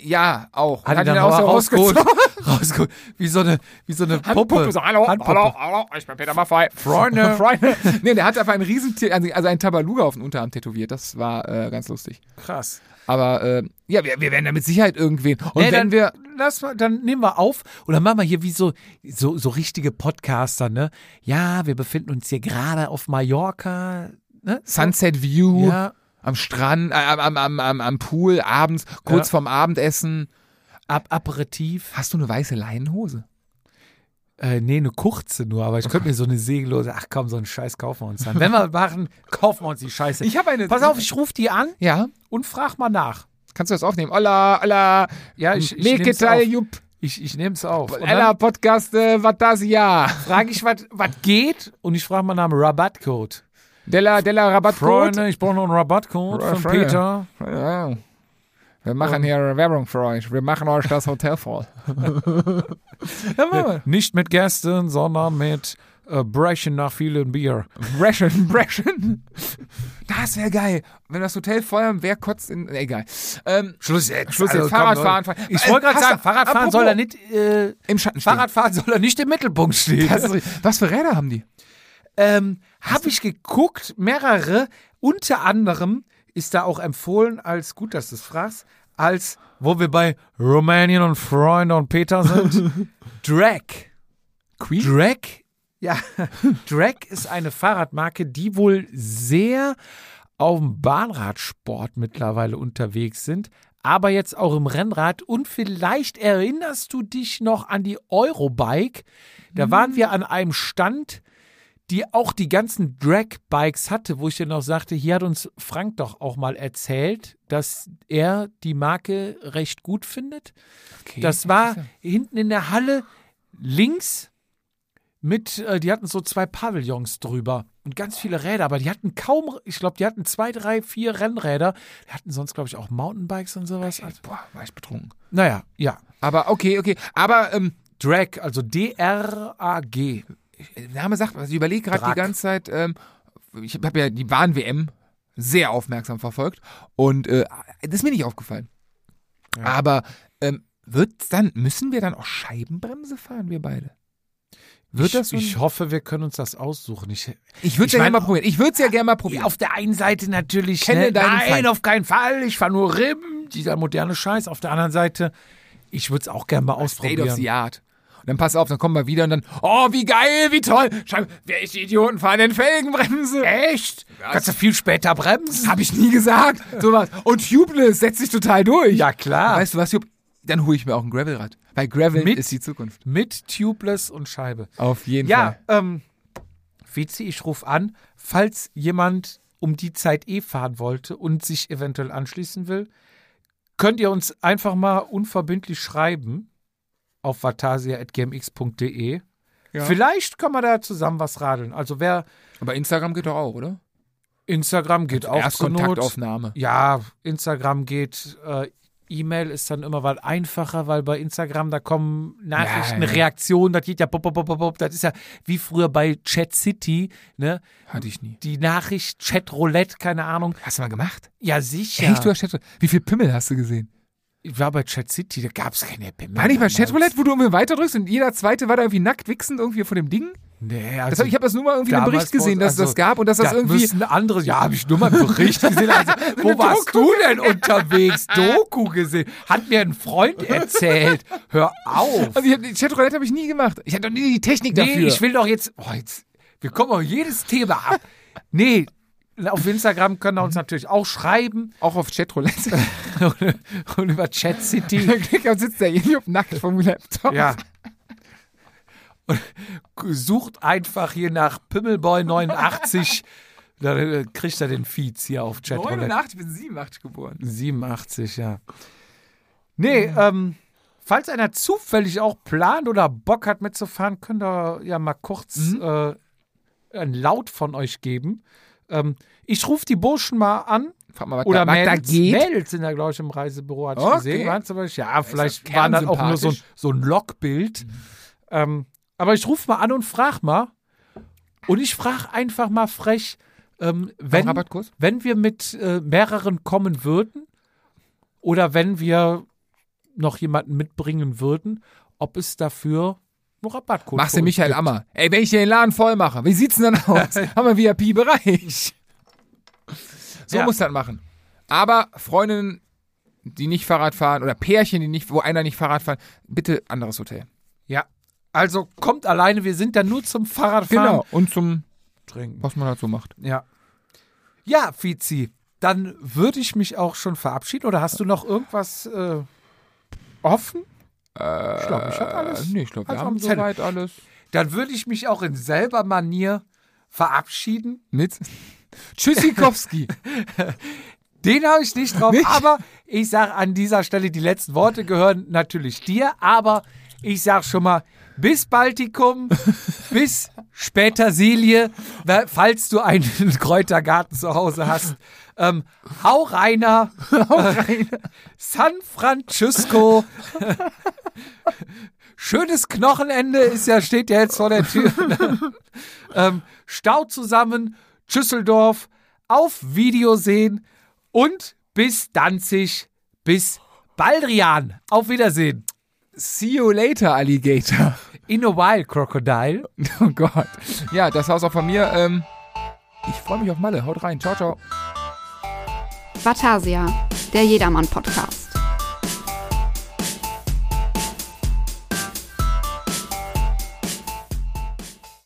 [SPEAKER 3] ja, auch.
[SPEAKER 2] Hat,
[SPEAKER 3] Und
[SPEAKER 2] er dann
[SPEAKER 3] ihn auch so
[SPEAKER 2] rausgeholt.
[SPEAKER 3] rausgezogen.
[SPEAKER 2] rausgeholt. Wie so eine, wie so eine Puppe.
[SPEAKER 3] so, hallo,
[SPEAKER 2] Handpuppe.
[SPEAKER 3] hallo, hallo, ich bin Peter Maffei.
[SPEAKER 2] Freunde.
[SPEAKER 3] Freunde. Nee, der hat einfach einen riesen, also einen Tabaluga auf den Unterarm tätowiert. Das war äh, ganz lustig.
[SPEAKER 2] Krass.
[SPEAKER 3] Aber äh, ja, wir, wir werden da mit Sicherheit irgendwen. Und
[SPEAKER 2] Nee,
[SPEAKER 3] wenn
[SPEAKER 2] dann,
[SPEAKER 3] wir.
[SPEAKER 2] lass mal, dann nehmen wir auf oder machen wir hier wie so, so, so richtige Podcaster, ne? Ja, wir befinden uns hier gerade auf Mallorca, ne?
[SPEAKER 3] Sunset View
[SPEAKER 2] Ja,
[SPEAKER 3] am Strand, äh, am, am, am, am, am Pool, abends, kurz
[SPEAKER 2] Ja.
[SPEAKER 3] vorm Abendessen.
[SPEAKER 2] ab Aperitif.
[SPEAKER 3] Hast du eine weiße Leinenhose?
[SPEAKER 2] Äh, nee, eine kurze nur, aber ich könnte mir so eine segellose, ach komm, so einen Scheiß kaufen wir uns dann. Wenn wir machen, kaufen wir uns die Scheiße.
[SPEAKER 3] habe eine.
[SPEAKER 2] Pass auf, ich rufe die an
[SPEAKER 3] Ja,
[SPEAKER 2] und frag mal nach.
[SPEAKER 3] kannst du das aufnehmen? Olla, olla.
[SPEAKER 2] Ja, ich, ich nehm's
[SPEAKER 3] Meketal,
[SPEAKER 2] auf.
[SPEAKER 3] Jupp.
[SPEAKER 2] Ich, ich nehm's auf. Und
[SPEAKER 3] Ella,
[SPEAKER 2] dann
[SPEAKER 3] Podcast, äh, Vatasia.
[SPEAKER 2] frage ich, was was geht und ich frage mal nach dem Rabattcode.
[SPEAKER 3] Della, Della, Rabattcode.
[SPEAKER 2] Freunde, ich brauche noch einen Rabattcode
[SPEAKER 3] Fre-
[SPEAKER 2] von
[SPEAKER 3] Freunde.
[SPEAKER 2] Peter.
[SPEAKER 3] Ja. Wir machen
[SPEAKER 2] Ähm.
[SPEAKER 3] hier Werbung für euch. Wir machen euch das Hotel voll. ja, machen
[SPEAKER 2] Nicht mit Gästen, sondern mit äh, Brechen nach vielen Bier.
[SPEAKER 3] wir. Breschen, breschen. Das wäre geil. Wenn das Hotel voll haben, wer kotzt in. nee, Egal. Ähm,
[SPEAKER 2] Schluss jetzt. also
[SPEAKER 3] Schluss jetzt. Fahrradfahren, fahren.
[SPEAKER 2] Ich wollte gerade
[SPEAKER 3] Hast du-
[SPEAKER 2] sagen, Fahrradfahren
[SPEAKER 3] apropos-
[SPEAKER 2] soll er nicht. Äh,
[SPEAKER 3] Im Schatten stehen.
[SPEAKER 2] Fahrradfahren soll er nicht im Mittelpunkt stehen.
[SPEAKER 3] Das ist richtig. Was für Räder haben die?
[SPEAKER 2] Ähm, Habe ich geguckt, mehrere. Unter anderem ist da auch empfohlen, als gut, dass du es fragst, als wo wir bei Rumänien und Freunde und Peter sind. Drag.
[SPEAKER 3] Queen?
[SPEAKER 2] Drag? Ja, Drag ist eine Fahrradmarke, die wohl sehr auf dem Bahnradsport mittlerweile unterwegs sind, aber jetzt auch im Rennrad. Und vielleicht erinnerst du dich noch an die Eurobike. Da waren wir an einem Stand, die auch die ganzen Drag-Bikes hatte, wo ich dir noch sagte, hier hat uns Frank doch auch mal erzählt, dass er die Marke recht gut findet.
[SPEAKER 3] Okay.
[SPEAKER 2] Das war hinten in der Halle links mit, äh, die hatten so zwei Pavillons drüber und ganz viele Räder, aber die hatten kaum, ich glaube, die hatten zwei, drei, vier Rennräder. Die hatten sonst, glaube ich, auch Mountainbikes und sowas. Also,
[SPEAKER 3] Boah, war ich betrunken.
[SPEAKER 2] naja, ja.
[SPEAKER 3] Aber okay, okay. Aber ähm,
[SPEAKER 2] Drag, also D-R-A-G.
[SPEAKER 3] der Name sagt, was. ich überlege gerade die
[SPEAKER 2] Drag.
[SPEAKER 3] ganze Zeit, ähm, ich habe ja die Bahn-WM sehr aufmerksam verfolgt und äh, das ist mir nicht aufgefallen. Aber ähm, wird's dann, müssen wir dann auch Scheibenbremse fahren, wir beide? Wird
[SPEAKER 2] ich,
[SPEAKER 3] das so ein-
[SPEAKER 2] ich hoffe, wir können uns das aussuchen. Ich,
[SPEAKER 3] Ich würde
[SPEAKER 2] Ich
[SPEAKER 3] ja
[SPEAKER 2] mein- Ah,
[SPEAKER 3] gerne mal probieren. Ich würde es ja gerne mal probieren.
[SPEAKER 2] auf der einen Seite natürlich.
[SPEAKER 3] Kenne
[SPEAKER 2] ne?
[SPEAKER 3] deinen
[SPEAKER 2] Nein,
[SPEAKER 3] Feind.
[SPEAKER 2] auf keinen Fall. Ich fahre nur Rim, dieser moderne Scheiß. Auf der anderen Seite, ich würde es auch gerne mal
[SPEAKER 3] State of the
[SPEAKER 2] ausprobieren.
[SPEAKER 3] Art. Und dann pass auf, dann kommen wir wieder und dann, oh, wie geil, wie toll. Scheiben, welche Idioten fahren denn Felgenbremse? Echt?
[SPEAKER 2] Kannst du viel später bremsen?
[SPEAKER 3] Habe ich nie gesagt. Sowas. Und Tubeless setzt sich total durch.
[SPEAKER 2] Ja, klar.
[SPEAKER 3] Weißt du was, Jupp? Dann hole ich mir auch ein Gravelrad. Weil Gravel
[SPEAKER 2] Mit-
[SPEAKER 3] ist die Zukunft.
[SPEAKER 2] Mit Tubeless und Scheibe.
[SPEAKER 3] Auf jeden
[SPEAKER 2] Ja,
[SPEAKER 3] Fall.
[SPEAKER 2] ähm, Vizi, ich rufe an, falls jemand um die Zeit eh fahren wollte und sich eventuell anschließen will, könnt ihr uns einfach mal unverbindlich schreiben auf vatasia.gmx.de.
[SPEAKER 3] Ja.
[SPEAKER 2] Vielleicht kann man da zusammen was radeln. Also wer
[SPEAKER 3] Aber Instagram geht doch auch, oder? Also
[SPEAKER 2] Instagram geht auch zur Not.
[SPEAKER 3] Erstkontaktaufnahme.
[SPEAKER 2] Ja, Instagram geht. Äh, E-Mail ist dann immer mal einfacher, weil bei Instagram, da kommen Nachrichten,
[SPEAKER 3] Nein.
[SPEAKER 2] Reaktionen, das geht ja pop, pop, pop, pop, pop. Das ist ja wie früher bei Chat City, ne?
[SPEAKER 3] Hatte ich nie.
[SPEAKER 2] Die Nachricht, Chat Roulette, keine Ahnung.
[SPEAKER 3] Hast du mal gemacht?
[SPEAKER 2] Ja, sicher.
[SPEAKER 3] Echt, du hast Chatroulette. Wie viel Pimmel hast du gesehen?
[SPEAKER 2] ich war bei Chat City, da gab es keine Pimmel.
[SPEAKER 3] War nicht bei
[SPEAKER 2] damals.
[SPEAKER 3] Chatroulette, wo du irgendwie weiterdrückst und jeder zweite war da irgendwie nackt wichsend irgendwie von dem Ding?
[SPEAKER 2] Nee,
[SPEAKER 3] Das
[SPEAKER 2] also
[SPEAKER 3] hab, ich habe das nur mal irgendwie in einem
[SPEAKER 2] damals
[SPEAKER 3] Bericht gesehen, dass es
[SPEAKER 2] also,
[SPEAKER 3] das gab und dass das irgendwie.
[SPEAKER 2] müssen andere, ja, habe ich nur mal einen Bericht gesehen. Also, wo warst du denn unterwegs? Doku gesehen. Hat mir ein Freund erzählt. Hör auf.
[SPEAKER 3] Also ich hab, Chatroulette habe ich nie gemacht. Ich hatte doch nie die Technik
[SPEAKER 2] Nee,
[SPEAKER 3] dafür.
[SPEAKER 2] ich will doch jetzt, oh, jetzt, wir kommen auf jedes Thema ab. Nee, auf Instagram können wir uns natürlich auch schreiben
[SPEAKER 3] auch auf Chatroulette.
[SPEAKER 2] und über Chat City.
[SPEAKER 3] Der Klicker sitzt da irgendwie auf nackt vom Laptop.
[SPEAKER 2] Ja. Und sucht einfach hier nach Pimmelboy89, dann äh, kriegt er den Feed hier auf Chat Roulette.
[SPEAKER 3] 89 bin 87 geboren.
[SPEAKER 2] 87, ja. Nee,
[SPEAKER 3] Mhm.
[SPEAKER 2] ähm, falls einer zufällig auch plant oder Bock hat mitzufahren, könnt ihr ja mal kurz
[SPEAKER 3] Mhm.
[SPEAKER 2] äh, ein Laut von euch geben. Ähm, ich rufe die Burschen mal an.
[SPEAKER 3] Frag mal, was
[SPEAKER 2] Oder
[SPEAKER 3] da, was da
[SPEAKER 2] Mädels,
[SPEAKER 3] geht.
[SPEAKER 2] Mädels sind ja, glaube ich, im Reisebüro, hatte
[SPEAKER 3] Okay.
[SPEAKER 2] ich gesehen. Waren zum Beispiel, ja, vielleicht
[SPEAKER 3] doch
[SPEAKER 2] waren das auch nur so ein,
[SPEAKER 3] kernsympathisch. Mhm.
[SPEAKER 2] so ein Lockbild. Ähm, aber ich rufe mal an und frage mal. Und ich frage einfach mal frech, ähm, wenn,
[SPEAKER 3] Rabattkurs?
[SPEAKER 2] wenn wir mit äh, mehreren kommen würden oder wenn wir noch jemanden mitbringen würden, ob es dafür einen Rabattcode
[SPEAKER 3] Machst du
[SPEAKER 2] für uns
[SPEAKER 3] Michael
[SPEAKER 2] gibt.
[SPEAKER 3] Ammer. Ey, wenn ich hier den Laden voll mache, wie sieht's denn dann aus? Haben wir VIP-Bereich. So
[SPEAKER 2] Ja.
[SPEAKER 3] muss das machen. Aber Freundinnen, die nicht Fahrrad fahren oder Pärchen, die nicht, wo einer nicht Fahrrad fahren, bitte anderes Hotel.
[SPEAKER 2] Ja. Also kommt alleine, wir sind da nur zum Fahrradfahren.
[SPEAKER 3] Genau. Und zum,
[SPEAKER 2] Trinken.
[SPEAKER 3] was man dazu macht.
[SPEAKER 2] Ja. Ja, Fizi, dann würde ich mich auch schon verabschieden. Oder hast du noch irgendwas äh, offen? ich glaube, ich habe alles.
[SPEAKER 3] Äh, nee, ich glaube, wir
[SPEAKER 2] Also am
[SPEAKER 3] haben
[SPEAKER 2] Zettel.
[SPEAKER 3] soweit alles.
[SPEAKER 2] Dann würde ich mich auch in selber Manier verabschieden.
[SPEAKER 3] Mit Tschüssikowski.
[SPEAKER 2] Den habe ich nicht drauf.
[SPEAKER 3] Nicht?
[SPEAKER 2] Aber ich sage an dieser Stelle, die letzten Worte gehören natürlich dir. Aber ich sage schon mal, bis Baltikum, bis später Silie, weil- falls du einen Kräutergarten zu Hause hast. Ähm, hau reiner. San Francisco. Schönes Knochenende ist ja, steht ja jetzt vor der Tür. ähm, Stau zusammen, Schüsseldorf, auf Video sehen und bis Danzig, bis Baldrian. Auf Wiedersehen.
[SPEAKER 3] See you later, Alligator.
[SPEAKER 2] In a while, Crocodile.
[SPEAKER 3] Oh Gott. Ja, das war's auch von mir. Ähm, ich freue mich auf Malle. Haut rein. Ciao, ciao.
[SPEAKER 1] Vatasia, der Jedermann-Podcast.